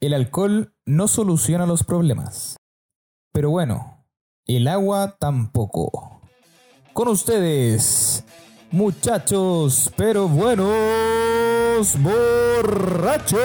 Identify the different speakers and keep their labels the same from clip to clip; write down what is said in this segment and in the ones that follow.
Speaker 1: El alcohol no soluciona los problemas. Pero bueno, el agua tampoco. Con ustedes, muchachos, pero buenos borrachos.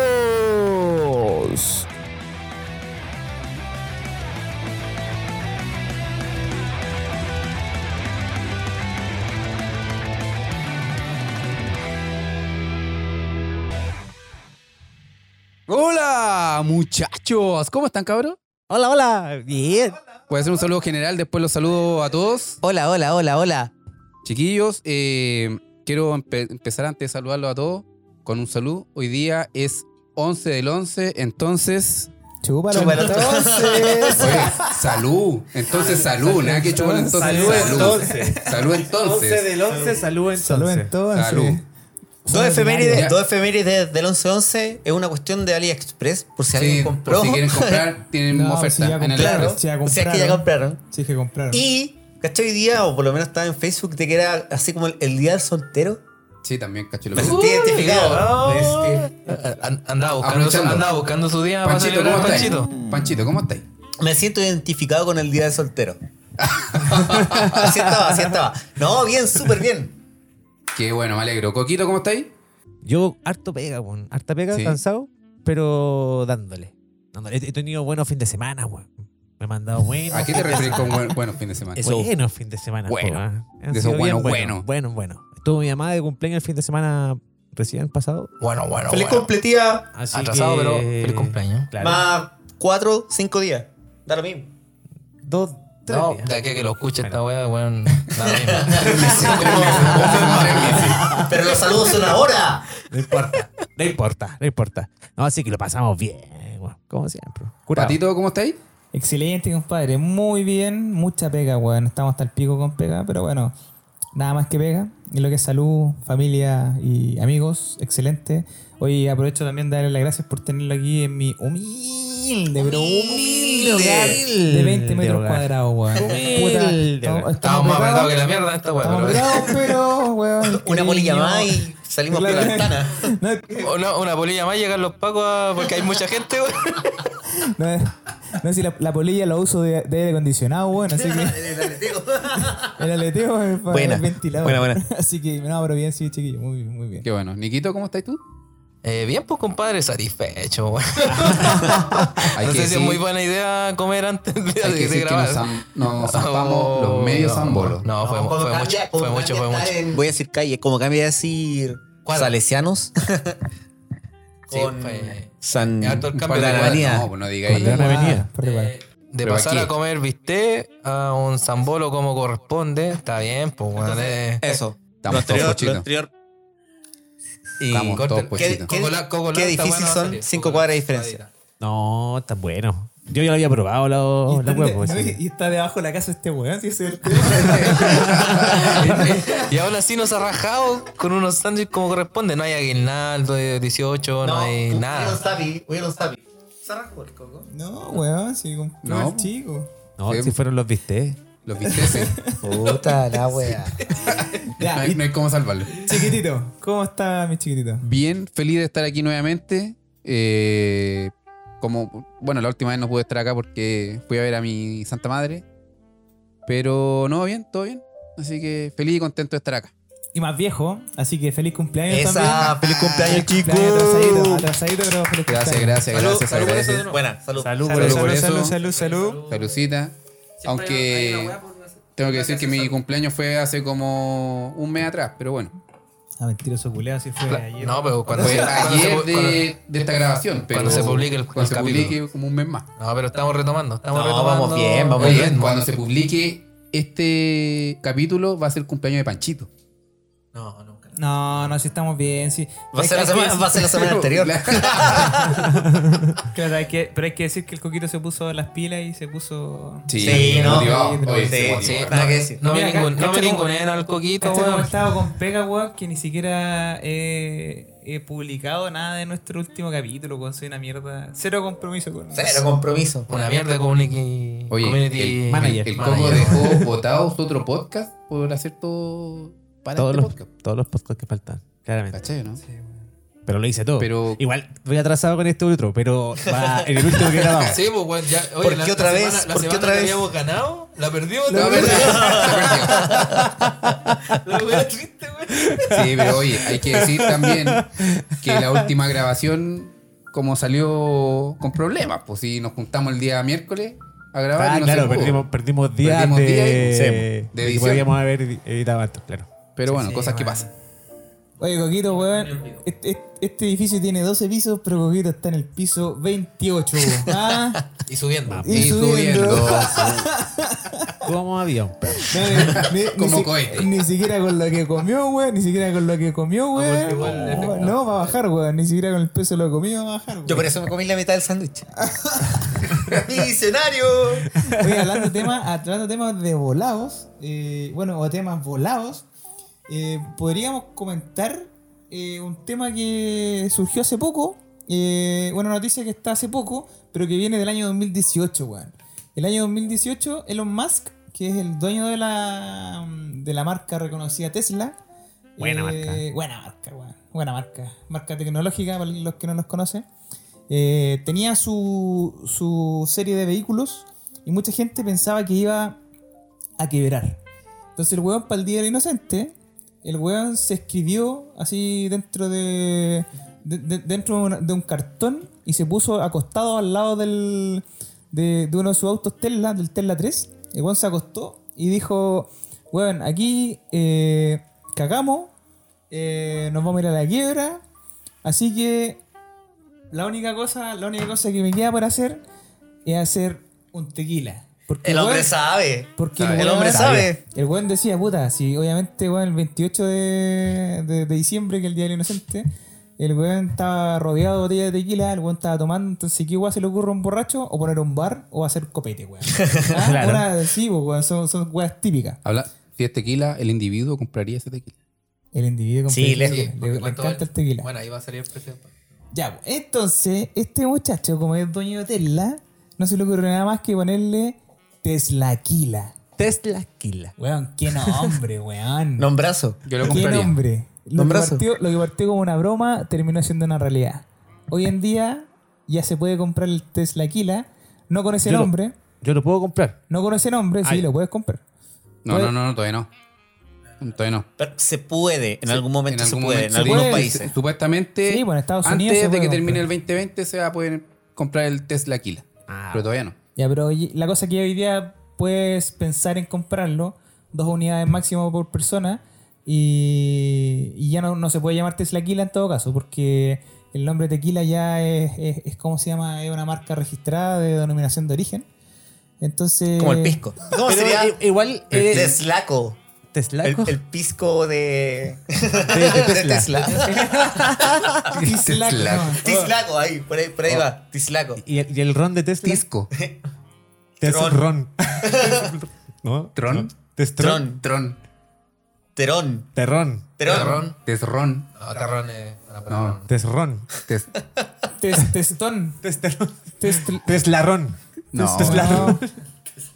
Speaker 2: Hola, muchachos. ¿Cómo están, cabrón?
Speaker 3: Hola, hola. Bien.
Speaker 2: Voy a hacer un saludo general, después los saludo a todos.
Speaker 3: Hola, hola, hola, hola.
Speaker 2: Chiquillos, eh, quiero empe- empezar antes de saludarlos a todos con un saludo. Hoy día es 11 del 11, entonces...
Speaker 1: Chúpalo,
Speaker 3: Chúpalo.
Speaker 1: entonces.
Speaker 2: Oye, salud. Entonces salud, nada que chupar entonces.
Speaker 4: Salud, entonces.
Speaker 2: Salud
Speaker 4: 11
Speaker 2: entonces.
Speaker 4: del 11, salud
Speaker 1: Salud
Speaker 4: entonces.
Speaker 1: entonces.
Speaker 2: Salud.
Speaker 3: Dos
Speaker 2: Ya.
Speaker 3: efemérides, dos efemérides del 11-11 es una cuestión de AliExpress, por si
Speaker 2: Sí,
Speaker 3: alguien
Speaker 2: por
Speaker 3: compró.
Speaker 2: si quieren comprar, tienen
Speaker 1: No,
Speaker 2: oferta.
Speaker 1: si ya
Speaker 2: en el
Speaker 1: compraron.
Speaker 3: claro,
Speaker 2: Express.
Speaker 1: Si ya
Speaker 3: o sea que ya
Speaker 1: compraron.
Speaker 3: compraron.
Speaker 1: Sí, que compraron.
Speaker 3: Y, ¿cachai? Hoy día, o por lo menos estaba en Facebook, de que era así como el, el día del soltero.
Speaker 2: Sí, también, Uh, cacho. lo
Speaker 3: Me
Speaker 2: que-
Speaker 3: sentí identificado. Me sentí-
Speaker 5: Eh, An- Andaba buscando, su,
Speaker 2: Aprovechando.
Speaker 5: andaba buscando su día para
Speaker 2: Panchito, ¿cómo
Speaker 5: celebrar
Speaker 2: estáis?
Speaker 5: Panchito.
Speaker 2: Panchito, ¿cómo estáis?
Speaker 3: Me siento identificado con el día del soltero. así estaba, así estaba. No, bien, súper bien.
Speaker 2: Qué bueno, me alegro. Coquito, ¿cómo estáis?
Speaker 4: Yo harto pega, weón. Harta pega,
Speaker 2: Sí.
Speaker 4: cansado, pero dándole. dándole. He he tenido buenos fin de semana, weón. Me he mandado buenos.
Speaker 2: ¿A qué te refieres con buen, bueno fin de semana?
Speaker 5: Eso.
Speaker 4: Buenos fin de semana.
Speaker 2: Bueno.
Speaker 4: po, ah. Han
Speaker 2: De esos
Speaker 4: sido bien
Speaker 2: buenos,
Speaker 4: buenos, Bueno, bueno. Estuvo mi mamá de cumpleaños el fin de semana recién pasado.
Speaker 5: Bueno, bueno,
Speaker 3: Feliz
Speaker 5: bueno.
Speaker 3: completía.
Speaker 4: Así
Speaker 5: Atrasado,
Speaker 4: que-
Speaker 5: pero feliz cumpleaños.
Speaker 4: Claro.
Speaker 3: Más cuatro, cinco días. Da lo mismo.
Speaker 4: Dos, tres
Speaker 5: No,
Speaker 2: eh.
Speaker 4: días.
Speaker 5: de aquí a que lo escuche
Speaker 4: Bueno.
Speaker 5: esta weá, weón. nada mismo.
Speaker 3: Pero los saludos son ahora.
Speaker 4: No importa, no importa, no importa. No, así que lo pasamos bien, weón, como siempre. Curado.
Speaker 2: Patito, ¿cómo estáis?
Speaker 1: Excelente, compadre. Muy bien. Mucha pega, weón. Estamos hasta el pico con pega, pero bueno, nada más que pega. Y lo que es salud, familia y amigos, excelente. Hoy aprovecho también de darle las gracias por tenerlo aquí en mi humilde, pero humilde hogar de 20 metros
Speaker 4: hogar.
Speaker 1: cuadrados, weón. Puta, estamos,
Speaker 5: Estamos más apretados que la mierda en esta weá.
Speaker 1: Estamos
Speaker 5: pero-
Speaker 1: apretados, pero, weón.
Speaker 3: Una bolilla más y salimos por la
Speaker 1: Claro.
Speaker 3: ventana.
Speaker 1: No,
Speaker 5: Una, una polilla más llegan los pacos a- porque hay mucha gente, weón.
Speaker 1: no, no, si la, la polilla la uso de, de aire acondicionado, weón, así que. El aleteo es para
Speaker 3: Buena,
Speaker 1: el ventilador.
Speaker 3: buena, buena.
Speaker 1: Así que, no, pero bien, sí, chiquillo. Muy bien, muy bien.
Speaker 2: Qué bueno. Niquito, ¿cómo estáis tú?
Speaker 5: Eh, bien, pues compadre, satisfecho, weón.
Speaker 2: Hay
Speaker 5: no
Speaker 2: que
Speaker 5: sé si
Speaker 2: decir-
Speaker 5: es muy buena idea comer antes de,
Speaker 2: hay que
Speaker 5: de
Speaker 2: decir que
Speaker 5: grabar. Oh.
Speaker 2: nos, zam- nos zampamos los medios zambolos.
Speaker 5: No, fue,
Speaker 3: No,
Speaker 5: fue
Speaker 3: como
Speaker 5: mucho,
Speaker 3: cambia- como
Speaker 5: fue mucho, fue
Speaker 3: cambia
Speaker 5: mucho.
Speaker 3: estar en- Voy a decir calle, como cambia de decir
Speaker 5: ¿Cuál?
Speaker 3: salesianos.
Speaker 5: Sí,
Speaker 3: con
Speaker 5: fue-
Speaker 3: San
Speaker 5: Es harto el cambio
Speaker 3: con la
Speaker 5: de-
Speaker 3: avenida.
Speaker 2: No, pues no digáis.
Speaker 1: Perdón,
Speaker 4: Buena
Speaker 1: ah,
Speaker 4: avenida.
Speaker 1: perdón, perdón.
Speaker 5: Eh, de
Speaker 2: Pero
Speaker 5: pasar
Speaker 2: aquí-
Speaker 5: a comer bistec a un zambolo como corresponde, está bien, pues bueno, eh,
Speaker 3: Eso.
Speaker 2: Estamos todos pochitos.
Speaker 3: anterior. Y
Speaker 2: Estamos todos
Speaker 5: corten-
Speaker 2: pochitos.
Speaker 3: ¿Qué-
Speaker 5: Coca-Cola- Coca-Cola
Speaker 3: qué
Speaker 5: está
Speaker 3: difícil
Speaker 5: buena,
Speaker 3: son
Speaker 5: vale.
Speaker 3: cinco cuadras de
Speaker 5: Coca-Cola
Speaker 3: diferencia.
Speaker 4: No, está bueno. Yo ya lo había probado
Speaker 1: Oh,
Speaker 4: la, la huevo.
Speaker 1: y, está debajo de la casa este weón, si ese es el
Speaker 5: y aún así nos ha rajado con unos sándwiches como corresponde. No hay aguinaldo de 18, no, hay nada.
Speaker 3: sabe, voy a los sabe. Sarrajo el coco.
Speaker 1: No, weón, sí, con
Speaker 2: No.
Speaker 1: no. chico.
Speaker 4: No,
Speaker 2: Sí.
Speaker 4: si fueron los viste.
Speaker 2: Los bisteces.
Speaker 3: Puta la wea.
Speaker 2: no,
Speaker 1: Ya,
Speaker 2: hay,
Speaker 1: y
Speaker 2: no hay cómo salvarlo.
Speaker 1: chiquitito. ¿Cómo está mi chiquitito?
Speaker 2: Bien, feliz de estar aquí nuevamente. Eh, como, bueno, la última vez no pude estar acá porque fui a ver a mi Santa Madre. Pero no, bien, todo bien. Así que feliz y contento de estar acá.
Speaker 1: Y más viejo, así que feliz cumpleaños
Speaker 3: Esa,
Speaker 1: también.
Speaker 3: feliz cumpleaños, chico.
Speaker 1: Cumpleaños atrasadito, atrasadito, pero feliz
Speaker 2: Gracias,
Speaker 1: cumpleaños.
Speaker 2: gracias, gracias.
Speaker 5: salud por eso de
Speaker 2: agradece.
Speaker 5: nuevo.
Speaker 3: Buena, salud.
Speaker 1: Salud,
Speaker 4: Salud,
Speaker 2: por
Speaker 1: salud,
Speaker 2: eso.
Speaker 1: salud, salud, salud.
Speaker 2: Salucita. Aunque tengo que decir que mi cumpleaños fue hace como un mes atrás, pero bueno.
Speaker 1: Ah, mentiroso culeado, si fue ayer.
Speaker 5: No, pero cuando,
Speaker 2: Fue
Speaker 5: se, cuando se-
Speaker 2: ayer
Speaker 5: cuando-
Speaker 2: de, de esta grabación. Pero
Speaker 5: cuando se publique el-
Speaker 2: cuando
Speaker 5: el
Speaker 2: se
Speaker 5: capítulo.
Speaker 2: publique como un mes más.
Speaker 5: No, pero estamos retomando. Estamos
Speaker 3: No,
Speaker 5: retomando.
Speaker 3: vamos bien, vamos
Speaker 2: Oye,
Speaker 5: el
Speaker 3: bien.
Speaker 5: ritmo.
Speaker 2: cuando se publique este capítulo va a ser el cumpleaños de Panchito.
Speaker 5: No, nunca.
Speaker 1: No, no, si estamos bien, sí.
Speaker 3: Va a ser la semana, va a ser la semana anterior.
Speaker 1: Claro, hay que, pero hay que decir que el coquito se puso las pilas y se puso.
Speaker 2: Sí,
Speaker 3: Sí, no.
Speaker 2: motivado. Oye,
Speaker 3: Sí,
Speaker 2: motivado.
Speaker 3: sí.
Speaker 2: No,
Speaker 3: Nada que decir.
Speaker 5: No me
Speaker 1: Mira,
Speaker 5: ningún- no me
Speaker 1: cacha cómo-
Speaker 5: ningunean al coquito,
Speaker 2: pues,
Speaker 1: Cacha cómo he
Speaker 5: weón.
Speaker 1: estado Este con pega, weón, que ni siquiera he, he publicado nada de nuestro último capítulo, weón. Soy una mierda. Cero compromiso con
Speaker 3: Cero compromiso.
Speaker 5: Una mierda de community.
Speaker 2: Oye,
Speaker 5: community
Speaker 2: el,
Speaker 4: manager.
Speaker 2: el Coco dejó votado su otro podcast por hacer todo para
Speaker 4: Todos
Speaker 2: este
Speaker 4: los,
Speaker 2: podcast.
Speaker 4: todos los podcasts que faltan, claramente.
Speaker 2: ¿Cachai, no?
Speaker 4: Pero lo hice todo.
Speaker 2: Pero-
Speaker 4: Igual voy atrasado con este otro, pero va en el último que grabamos.
Speaker 6: Sí, pues, weón, ya, oye,
Speaker 3: ¿Por
Speaker 6: la-
Speaker 3: qué otra
Speaker 6: la
Speaker 3: vez?
Speaker 6: semana- la
Speaker 3: ¿Por qué
Speaker 6: semana
Speaker 3: otra
Speaker 6: que
Speaker 3: vez?
Speaker 6: habíamos ganado, la perdimos.
Speaker 2: No,
Speaker 6: La
Speaker 2: pero-
Speaker 6: perdimos.
Speaker 2: perdió.
Speaker 6: La wea triste, weón.
Speaker 2: Sí, pero oye, hay que decir también que la última grabación, como salió con problemas, pues si nos juntamos el día miércoles a grabar.
Speaker 4: Ah,
Speaker 2: y no se
Speaker 4: claro,
Speaker 2: pudo.
Speaker 4: perdimos, perdimos días
Speaker 2: Perdimos
Speaker 4: de, pues,
Speaker 2: días, sí,
Speaker 4: de
Speaker 2: de
Speaker 4: que
Speaker 2: edición.
Speaker 4: podíamos haber editado antes, claro.
Speaker 2: Pero bueno,
Speaker 1: Sí,
Speaker 2: cosas que
Speaker 1: bueno.
Speaker 2: pasan.
Speaker 1: Oye, Coquito, weón. Este, este- este edificio tiene 12 pisos, pero Coquito está en el piso 28. weón. Ah,
Speaker 6: Y subiendo.
Speaker 1: Y
Speaker 4: ¿Cómo había un perro?
Speaker 1: no, ni- ni- ni
Speaker 2: Como
Speaker 1: si-
Speaker 2: cohete.
Speaker 1: Ni siquiera con lo que comió, weón. Ni siquiera con lo que comió, weón. No, va a bajar, weón. Ni siquiera con el peso de lo comido va a bajar, weón.
Speaker 3: Yo por eso me comí la mitad del sándwich. ¡Visionario!
Speaker 1: Oye, hablando de temas, hablando de temas de volados, eh, bueno, o temas volados, eh, podríamos comentar eh, un tema que surgió hace poco, eh, una noticia que está hace poco, pero que viene del año 2018, weón. El año 2018, Elon Musk, que es el dueño de la, de la marca reconocida Tesla. eh,
Speaker 4: Buena marca.
Speaker 1: Buena marca, weón. Buena marca. Marca tecnológica, para los que no los conocen. Eh, tenía su, su serie de vehículos y mucha gente pensaba que iba a quebrar. Entonces el weón para el Día del Inocente, el weón se escribió así dentro de, de- de- dentro de, una- de un cartón y se puso acostado al lado del, de, de uno de sus autos Tesla, del Tesla 3. El weón se acostó y dijo, weón, aquí eh, cagamos, eh, nos vamos a ir a la quiebra, así que la única cosa, la única cosa que me queda por hacer es hacer un tequila. Porque,
Speaker 3: El hombre
Speaker 1: weón,
Speaker 3: sabe.
Speaker 1: porque
Speaker 2: Sabe,
Speaker 3: el
Speaker 1: weón-
Speaker 3: hombre sabe.
Speaker 1: El weón decía, puta, si obviamente weón, el 28 de, de- de diciembre, que es el Día del Inocente, el weón estaba rodeado de botellas de tequila, el weón estaba tomando, entonces ¿qué weón se le ocurre a un borracho? O poner un bar o hacer copete, weón. Ah,
Speaker 4: Claro.
Speaker 1: una- sí, pues, weón, son, son weas típicas.
Speaker 2: Habla, si es tequila, el individuo compraría ese tequila.
Speaker 1: El individuo
Speaker 3: Sí,
Speaker 1: completo,
Speaker 3: le-
Speaker 1: le, le
Speaker 6: Cuánto
Speaker 1: encanta el
Speaker 6: vale.
Speaker 1: tequila.
Speaker 6: Bueno, ahí va a salir el precio.
Speaker 1: Ya, pues, entonces, este muchacho, como es dueño de Tesla, no se le ocurre nada más que ponerle Teslaquila.
Speaker 4: Tesla Kila.
Speaker 1: Weón, qué nombre, weón.
Speaker 3: Nombrazo.
Speaker 2: Yo lo
Speaker 1: ¿Qué
Speaker 2: compraría.
Speaker 1: nombre? Lo que,
Speaker 3: Nombrazo.
Speaker 1: partió, lo que partió como una broma terminó siendo una realidad. Hoy en día ya se puede comprar el Tesla Kila, no con ese
Speaker 4: Yo lo-
Speaker 1: nombre,
Speaker 4: Yo lo puedo comprar.
Speaker 1: no con ese nombre, sí,
Speaker 4: Ay.
Speaker 1: lo puedes comprar.
Speaker 2: No, no, no, no, todavía no. Todavía no.
Speaker 3: Pero se puede, en algún momento se
Speaker 2: algún
Speaker 3: puede,
Speaker 2: momento se
Speaker 3: en algunos
Speaker 1: puede,
Speaker 3: países.
Speaker 2: Supuestamente,
Speaker 1: Sí, bueno, Estados Unidos se
Speaker 2: antes de
Speaker 1: puede
Speaker 2: que termine el 2020 se va a poder comprar el Tesla Kila.
Speaker 6: Ah.
Speaker 2: pero todavía no.
Speaker 1: Ya, pero hoy- la cosa que hoy día puedes pensar en comprarlo, dos unidades máximo por persona, y, y ya no, no se puede llamar Tesla Kila en todo caso, porque el nombre Tequila ya es, es, es como se llama, es una marca registrada de denominación de origen. Entonces.
Speaker 3: Como el pisco. ¿Cómo
Speaker 4: Eh, Pero
Speaker 3: sería?
Speaker 4: i- igual
Speaker 3: El
Speaker 4: eh,
Speaker 3: Teslaco.
Speaker 4: Tesla.
Speaker 3: El, el pisco de,
Speaker 4: de
Speaker 3: de
Speaker 4: Tesla.
Speaker 3: Tesla.
Speaker 1: Ah, Tesla,
Speaker 2: Tesla.
Speaker 1: no.
Speaker 3: Tislaco, ahí, por ahí, por ahí va. Tislaco.
Speaker 4: Y el, y el ron de Tesla.
Speaker 2: Tisco.
Speaker 4: Tesla
Speaker 3: Tron.
Speaker 4: Ron. ¿No?
Speaker 2: Tron.
Speaker 4: Testron.
Speaker 2: Tron.
Speaker 3: Terón.
Speaker 4: Terrón.
Speaker 3: Terón.
Speaker 2: Tesron.
Speaker 6: No, Terrón es una palabra.
Speaker 2: No.
Speaker 4: Tesrón.
Speaker 2: Tes-
Speaker 1: Tes- Testón.
Speaker 4: Testerón.
Speaker 1: Testl-
Speaker 4: Teslarrón.
Speaker 2: No.
Speaker 4: Teslarrón.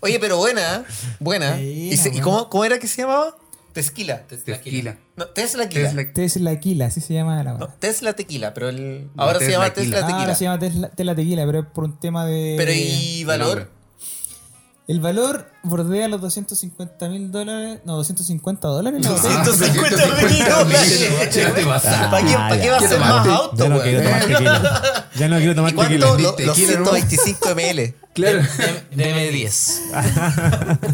Speaker 3: Oye, pero buena, buena.
Speaker 1: Buena,
Speaker 3: ¿Y, se- y
Speaker 1: buena.
Speaker 3: cómo, cómo era que se llamaba? Tesquila.
Speaker 2: Tequila.
Speaker 3: No, Tesla Quila.
Speaker 2: Tesla.
Speaker 1: Tesla Kila, así se llama la
Speaker 3: No,
Speaker 1: marca.
Speaker 3: Tesla Tequila, pero el,
Speaker 2: No,
Speaker 3: ahora se
Speaker 2: Tesla
Speaker 3: llama
Speaker 2: Quila.
Speaker 3: Tesla Oh, Tequila.
Speaker 4: Ah,
Speaker 1: Ahora se llama Tesla, Tesla Tequila, pero es por un tema de.
Speaker 3: Pero ¿y valor?
Speaker 1: El valor bordea los 250 mil dólares. No, 250 dólares. la verdad.
Speaker 3: 250 Ah, mil
Speaker 2: Ya te
Speaker 3: dólares.
Speaker 2: pasa.
Speaker 3: ¿Para qué, pa' qué va a
Speaker 2: Ya
Speaker 3: ser
Speaker 2: te
Speaker 3: más
Speaker 2: mataste.
Speaker 3: auto,
Speaker 4: Ya no quiero
Speaker 3: güey?
Speaker 4: tomar tequila. Ya no quiero tomar
Speaker 3: ¿Y cuánto?
Speaker 4: tequila.
Speaker 3: Lo-
Speaker 2: Tequila,
Speaker 3: Los
Speaker 2: ¿no?
Speaker 3: 125 ml.
Speaker 2: Claro.
Speaker 6: DM10.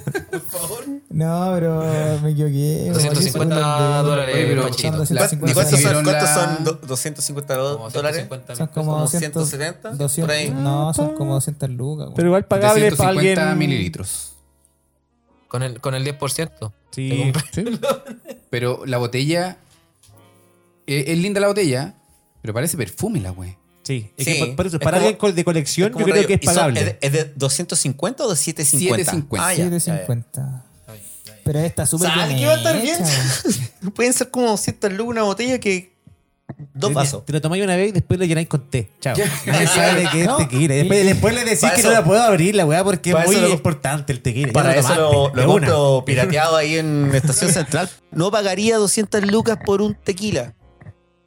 Speaker 1: No, pero me equivoqué.
Speaker 6: 250 dólares,
Speaker 2: Panchito.
Speaker 1: Son
Speaker 2: La-
Speaker 1: 250
Speaker 3: ¿Y cuántos son,
Speaker 2: recibieron
Speaker 3: cuántos
Speaker 2: la-
Speaker 3: son do- 250 do-
Speaker 6: Como
Speaker 3: dólares?
Speaker 6: 150
Speaker 1: Son
Speaker 6: mil pesos.
Speaker 1: como
Speaker 3: Como
Speaker 1: 200,
Speaker 3: 170,
Speaker 1: 200,
Speaker 3: por ahí.
Speaker 1: No, son como 200 lucas.
Speaker 4: Pero igual pagable para
Speaker 2: 750
Speaker 4: alguien.
Speaker 2: mililitros.
Speaker 6: Con el, con el 10%.
Speaker 4: Sí. sí.
Speaker 2: Pero la botella. eh, es linda la botella, pero parece perfume la wey.
Speaker 4: Sí. Es
Speaker 3: Sí.
Speaker 4: que por- por eso,
Speaker 3: Es
Speaker 4: para
Speaker 3: como-
Speaker 4: alguien co- de colección,
Speaker 3: ¿Cómo
Speaker 4: yo
Speaker 3: te
Speaker 4: creo
Speaker 3: digo?
Speaker 4: que es
Speaker 3: ¿Y son-
Speaker 4: pagable.
Speaker 3: de- ¿Es de 250 o de 750?
Speaker 2: 750.
Speaker 3: Ah, ya, ya, ya.
Speaker 1: 750.
Speaker 6: Está bien, está bien.
Speaker 1: Pero esta súper
Speaker 3: ¿Sabe
Speaker 1: bien
Speaker 3: que va a estar bien?
Speaker 1: hecha, weón.
Speaker 3: Pueden ser como 200 lucas una botella que... Dos
Speaker 4: Te-
Speaker 3: vasos.
Speaker 4: Te lo tomáis una vez y después lo llenáis con té. Chao. Nadie sabe que es
Speaker 1: No.
Speaker 4: tequila. Y Después, después le decís
Speaker 3: Para
Speaker 4: que
Speaker 3: eso-
Speaker 4: no la puedo abrir, la weá, porque es
Speaker 3: para
Speaker 4: muy
Speaker 3: eso lo-
Speaker 4: importante el tequila. Ya
Speaker 3: Para eso
Speaker 4: tomaste,
Speaker 3: lo,
Speaker 4: de
Speaker 3: lo
Speaker 4: una.
Speaker 3: compro pirateado ahí en Estación Central. No pagaría 200 lucas por un tequila.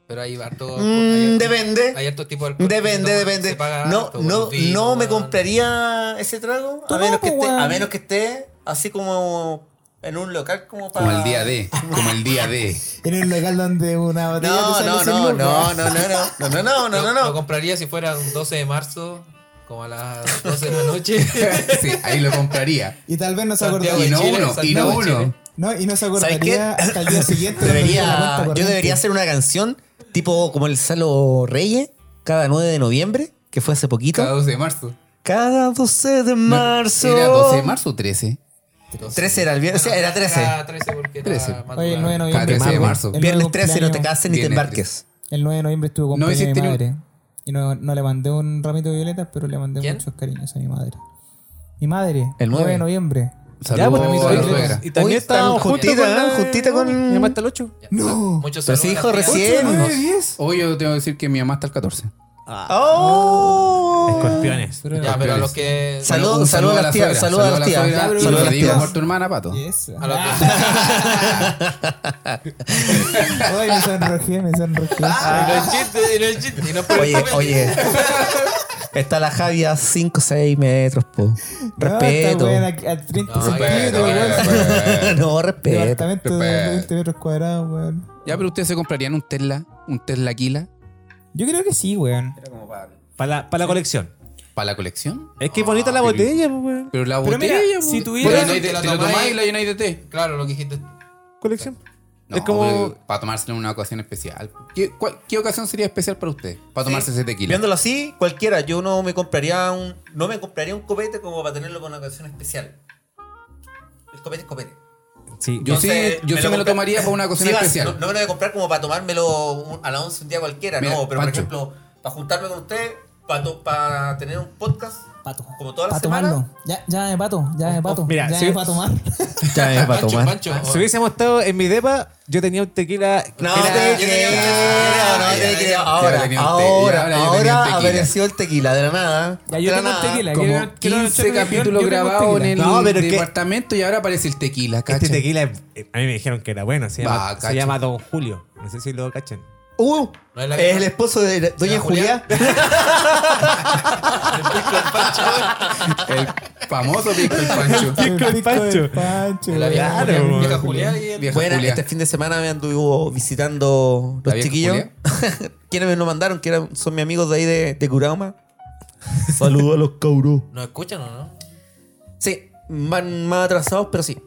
Speaker 6: Pero hay harto.
Speaker 3: Mm, depende.
Speaker 6: Hay harto tipo de alcohol que se
Speaker 3: Depende,
Speaker 6: toma,
Speaker 3: depende.
Speaker 6: se paga
Speaker 3: No,
Speaker 6: harto, con
Speaker 3: no,
Speaker 6: los vinos,
Speaker 3: no me
Speaker 6: weón.
Speaker 3: compraría ese trago
Speaker 1: Tú
Speaker 3: a
Speaker 1: no,
Speaker 3: menos, que
Speaker 1: pues,
Speaker 3: esté, a
Speaker 1: weón.
Speaker 3: menos que esté así como en un local como para.
Speaker 2: Como el día D. Como el día D.
Speaker 1: En un local donde una botella te
Speaker 3: No,
Speaker 1: sale
Speaker 3: no,
Speaker 1: cien
Speaker 3: no,
Speaker 1: lucas.
Speaker 3: no, no, no, no, no, no, no, no,
Speaker 6: Lo- Lo
Speaker 3: no, no.
Speaker 6: compraría si fuera un 12 de marzo, como a las 12 de la noche.
Speaker 2: Sí, ahí lo compraría.
Speaker 1: Y tal vez no se
Speaker 6: Santiago
Speaker 1: acordaría.
Speaker 2: Y
Speaker 6: de
Speaker 2: no
Speaker 6: Chile,
Speaker 2: uno, y no
Speaker 6: Santiago de
Speaker 2: uno.
Speaker 6: Chile.
Speaker 1: No, y no se
Speaker 3: ¿Sabes qué?
Speaker 1: acordaría hasta el día siguiente. cuando llegue la
Speaker 3: Debería,
Speaker 1: cuenta
Speaker 3: yo
Speaker 1: corriente.
Speaker 3: debería hacer una canción tipo como el Salo Reyes, cada 9 de noviembre, que fue hace
Speaker 2: Cada
Speaker 3: poquito.
Speaker 2: 12 de marzo.
Speaker 3: Cada 12 de
Speaker 2: No,
Speaker 3: marzo.
Speaker 2: ¿Era 12 de marzo o 13?
Speaker 3: 13 era el viernes, o sea, era 13.
Speaker 6: Era 13 porque era
Speaker 2: 13.
Speaker 1: Oye, el 9 de
Speaker 6: madrugada.
Speaker 1: noviembre.
Speaker 2: 13 de
Speaker 1: Marvel.
Speaker 2: marzo.
Speaker 1: El nuevo
Speaker 3: Viernes 13 no te
Speaker 1: cumpleaños-
Speaker 3: cases ni te
Speaker 2: Viernes
Speaker 3: embarques.
Speaker 1: El 9 de noviembre estuvo con
Speaker 2: No,
Speaker 1: cumpleaños de mi
Speaker 2: hiciste ni
Speaker 1: madre. Y no, no le mandé un ramito de violetas, pero le mandé
Speaker 6: ¿Quién?
Speaker 1: muchos cariños a mi madre. Mi madre.
Speaker 3: El nueve.
Speaker 1: de noviembre.
Speaker 2: Saludos
Speaker 1: pues,
Speaker 2: a la
Speaker 1: sí,
Speaker 2: suegra.
Speaker 4: Y
Speaker 3: Hoy
Speaker 4: también
Speaker 3: estamos
Speaker 4: estábamos juntitos
Speaker 3: juntita,
Speaker 4: con la-
Speaker 3: ¿eh? Juntita con-
Speaker 4: Mi mamá hasta el 8.
Speaker 1: No.
Speaker 6: Muchos
Speaker 3: Pero sí,
Speaker 6: saludos a
Speaker 3: hijo,
Speaker 6: la tía.
Speaker 3: recién.
Speaker 2: Hoy yo tengo que decir que mi mamá está el 14.
Speaker 3: ¡Oh!
Speaker 4: Escorpiones.
Speaker 6: Ya, pero a los que.
Speaker 3: Saludos
Speaker 2: Un
Speaker 3: saludo a las tías, saludos a las tías,
Speaker 2: suegra,
Speaker 1: saludos
Speaker 2: y
Speaker 1: a
Speaker 2: lo
Speaker 1: las
Speaker 2: digo
Speaker 1: tías.
Speaker 2: por tu hermana, pato.
Speaker 1: Yes.
Speaker 6: A los que.
Speaker 1: Ay, me sonrojé, me sonrojé.
Speaker 3: Ah,
Speaker 6: No es chiste, no es chiste. y no es por el
Speaker 3: Oye,
Speaker 6: papel.
Speaker 3: oye. Está la Javi a 5 o 6 metros, po.
Speaker 1: No,
Speaker 3: Respeto.
Speaker 1: esta wea era a 30
Speaker 6: No,
Speaker 1: centímetros,
Speaker 6: bueno,
Speaker 1: weón.
Speaker 6: bueno.
Speaker 3: No, respeto.
Speaker 1: Departamento de 20 metros cuadrados, weón.
Speaker 2: Ya, pero ustedes se comprarían un Tesla, un Tesla Aquila
Speaker 1: Yo creo que sí, weón.
Speaker 4: Para la, para la colección.
Speaker 2: para la colección.
Speaker 4: Es que bonita la botella, pues, weón.
Speaker 2: Pero la
Speaker 1: Pero mira,
Speaker 2: botella,
Speaker 1: si
Speaker 2: po.
Speaker 1: tuviera-
Speaker 2: Pero no hay
Speaker 6: Te
Speaker 2: de-
Speaker 6: la
Speaker 2: te lo
Speaker 6: tomáis-
Speaker 2: tomáis y la llenáis de té.
Speaker 6: Claro, lo que dijiste.
Speaker 4: Colección.
Speaker 2: No,
Speaker 4: es como.
Speaker 2: pero para tomárselo en una ocasión especial. ¿Qué, cuál- qué ocasión sería especial para usted? Para tomarse ese tequila.
Speaker 3: Viéndolo así, cualquiera, yo no me compraría un. No me compraría un copete como para tenerlo con una ocasión especial. El copete es copete.
Speaker 4: Sí,
Speaker 2: Yo sí,
Speaker 3: Entonces,
Speaker 2: yo sí me lo
Speaker 3: compré-
Speaker 2: tomaría para una ocasión
Speaker 3: Sí, vas,
Speaker 2: especial.
Speaker 3: No, no me lo voy a comprar como para tomármelo un- a la 11 un día cualquiera,
Speaker 2: Mira,
Speaker 3: no. Pero
Speaker 2: Pancho.
Speaker 3: por ejemplo, para juntarme con usted, para, to- para tener un podcast.
Speaker 1: Pato.
Speaker 3: Como todas las
Speaker 1: Pato
Speaker 3: semanas.
Speaker 1: malo. Ya, ya me pato, ya me pato.
Speaker 4: mira,
Speaker 1: ya
Speaker 4: si-
Speaker 1: me pato mal.
Speaker 3: Ya es para
Speaker 6: Pancho, Pancho.
Speaker 4: Si hubiésemos estado en mi depa, yo tenía un tequila. este
Speaker 3: No te
Speaker 4: Mira,
Speaker 6: yo tenía un tequila,
Speaker 3: creo, no
Speaker 6: ya,
Speaker 3: te
Speaker 6: ya,
Speaker 3: creo.
Speaker 6: ya,
Speaker 2: ya
Speaker 3: Ahora,
Speaker 2: tenía un te- ya,
Speaker 3: ahora,
Speaker 2: ahora yo tenía un
Speaker 3: ahora
Speaker 2: tequila.
Speaker 3: apareció el tequila de la nada.
Speaker 1: Ya, yo
Speaker 3: De
Speaker 1: tengo
Speaker 3: la
Speaker 1: un
Speaker 3: nada.
Speaker 1: tequila.
Speaker 2: como
Speaker 1: Quiero- quiero-
Speaker 2: 15
Speaker 1: quiero-
Speaker 2: capítulos
Speaker 1: yo tengo
Speaker 2: grabados en el
Speaker 1: tequila.
Speaker 4: No, pero es que-
Speaker 2: departamento y ahora aparece el tequila,
Speaker 4: Este
Speaker 2: ¿cachai?
Speaker 4: tequila, eh, a mí me dijeron que era bueno. Se
Speaker 2: Bah,
Speaker 4: llama, se
Speaker 2: cacha.
Speaker 4: llama Don Julio. No sé si lo cachan.
Speaker 3: Uh,
Speaker 6: No es la
Speaker 3: es el
Speaker 6: misma.
Speaker 3: esposo de la- Doña
Speaker 6: ¿Doña
Speaker 3: Julia.
Speaker 6: Julia?
Speaker 2: El famoso pisco el pancho.
Speaker 1: El
Speaker 4: con
Speaker 1: pico de
Speaker 4: Pancho.
Speaker 1: Pancho,
Speaker 6: La vieja
Speaker 1: weón.
Speaker 6: Julia,
Speaker 4: Claro, weón.
Speaker 6: vieja Julia y el-
Speaker 2: Vieja
Speaker 3: Bueno,
Speaker 2: Julia.
Speaker 3: este fin de semana me anduvo visitando
Speaker 2: ¿La
Speaker 3: los
Speaker 2: vieja
Speaker 3: chiquillos. Quienes me lo mandaron, que eran, son mis amigos de ahí de, de Curauma. Saludos a los cabros.
Speaker 6: ¿Nos escuchan o no?
Speaker 3: Sí, van más atrasados, pero sí.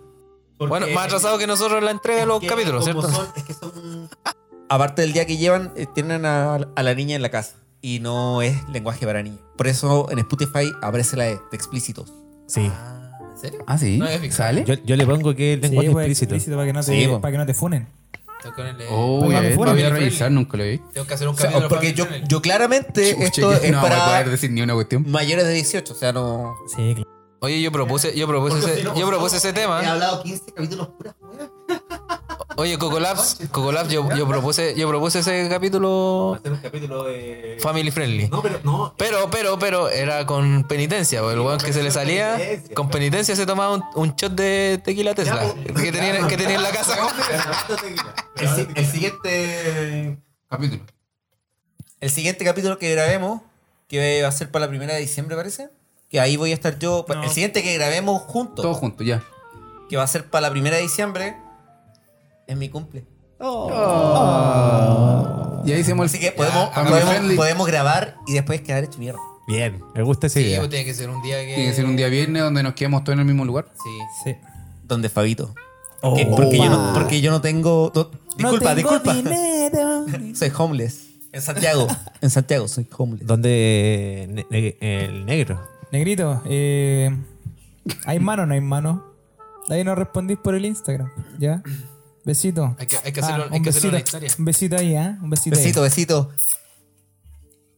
Speaker 6: Bueno, más atrasado que nosotros la entrega de los capítulos, ¿cierto?
Speaker 3: es que son... Aparte del día que llevan, eh, tienen a, a la niña en la casa. Y no es lenguaje para niños. Por eso en Spotify aparece la E, de explícitos.
Speaker 4: Sí.
Speaker 6: ¿En serio?
Speaker 2: Ah, sí.
Speaker 6: No, es físico.
Speaker 2: ¿Sale?
Speaker 4: Yo, yo le pongo que el
Speaker 1: Sí,
Speaker 4: lenguaje
Speaker 1: weón,
Speaker 4: explícito.
Speaker 1: explícito para que no te,
Speaker 3: Sí, weón.
Speaker 1: para que no te funen.
Speaker 6: Tengo que ponerle-
Speaker 2: Oh,
Speaker 1: Para que
Speaker 2: eh,
Speaker 1: fuera
Speaker 2: lo voy a
Speaker 6: bien
Speaker 2: revisar,
Speaker 6: friendly.
Speaker 2: nunca lo vi.
Speaker 6: Tengo que hacer un
Speaker 3: O sea,
Speaker 6: capítulo.
Speaker 3: porque
Speaker 6: para
Speaker 3: yo,
Speaker 6: Friendly.
Speaker 3: yo claramente Este, esto
Speaker 2: Chucha, que
Speaker 3: es
Speaker 2: no vamos a poder
Speaker 3: para
Speaker 2: decir ni una cuestión.
Speaker 3: mayores de 18. O sea, no...
Speaker 1: Sí, claro.
Speaker 6: Oye, yo propuse, yo propuse, ese, yo propuse ese tema.
Speaker 3: hablado 15 capítulos puras.
Speaker 6: Oye, Cocolabs, Cocolabs, yo, yo propuse, yo propuse ese capítulo
Speaker 4: hacer un capítulo de.
Speaker 6: family friendly.
Speaker 4: pero no.
Speaker 6: Pero, pero, pero, era con penitencia, po. el weón que se le salía, con penitencia se tomaba un, un shot de tequila Tesla que tenía, que tenía en la casa.
Speaker 3: El, siguiente...
Speaker 2: Capítulo.
Speaker 3: El siguiente capítulo que grabemos, que va a ser para la primera de diciembre, parece. Que ahí voy a estar yo. El siguiente que grabemos juntos,
Speaker 2: Todos juntos, ya.
Speaker 3: que va a ser para la primera de diciembre, es mi cumple.
Speaker 2: Y ahí hicimos el.
Speaker 3: Así que podemos,
Speaker 2: Ya, family
Speaker 3: podemos,
Speaker 2: friendly.
Speaker 3: podemos grabar y después quedar hecho mierda.
Speaker 4: Bien, me gusta esa
Speaker 6: Sí,
Speaker 4: idea.
Speaker 6: pues, tiene que ser un día que.
Speaker 2: Tiene que ser un día viernes donde nos quedemos todos en el mismo lugar.
Speaker 6: Sí.
Speaker 1: Sí.
Speaker 3: Donde Fabito.
Speaker 4: Oh.
Speaker 3: Porque, porque yo no, porque yo no tengo... Ah. no- disculpa,
Speaker 1: no tengo
Speaker 3: disculpa.
Speaker 1: dinero.
Speaker 3: Soy homeless. En Santiago. En Santiago soy homeless.
Speaker 4: Donde ne- ne- el negro.
Speaker 1: Negrito, eh, ¿hay mano o no hay mano? De ahí nos respondís por el Instagram, ¿ya? Besito. Ah,
Speaker 6: Hay que- hay que hacerlo- hay
Speaker 1: un
Speaker 6: que hacerlo en la
Speaker 1: besito.
Speaker 6: historia.
Speaker 1: Un besito ahí, ¿ah? Un besito,
Speaker 3: Besito, besito.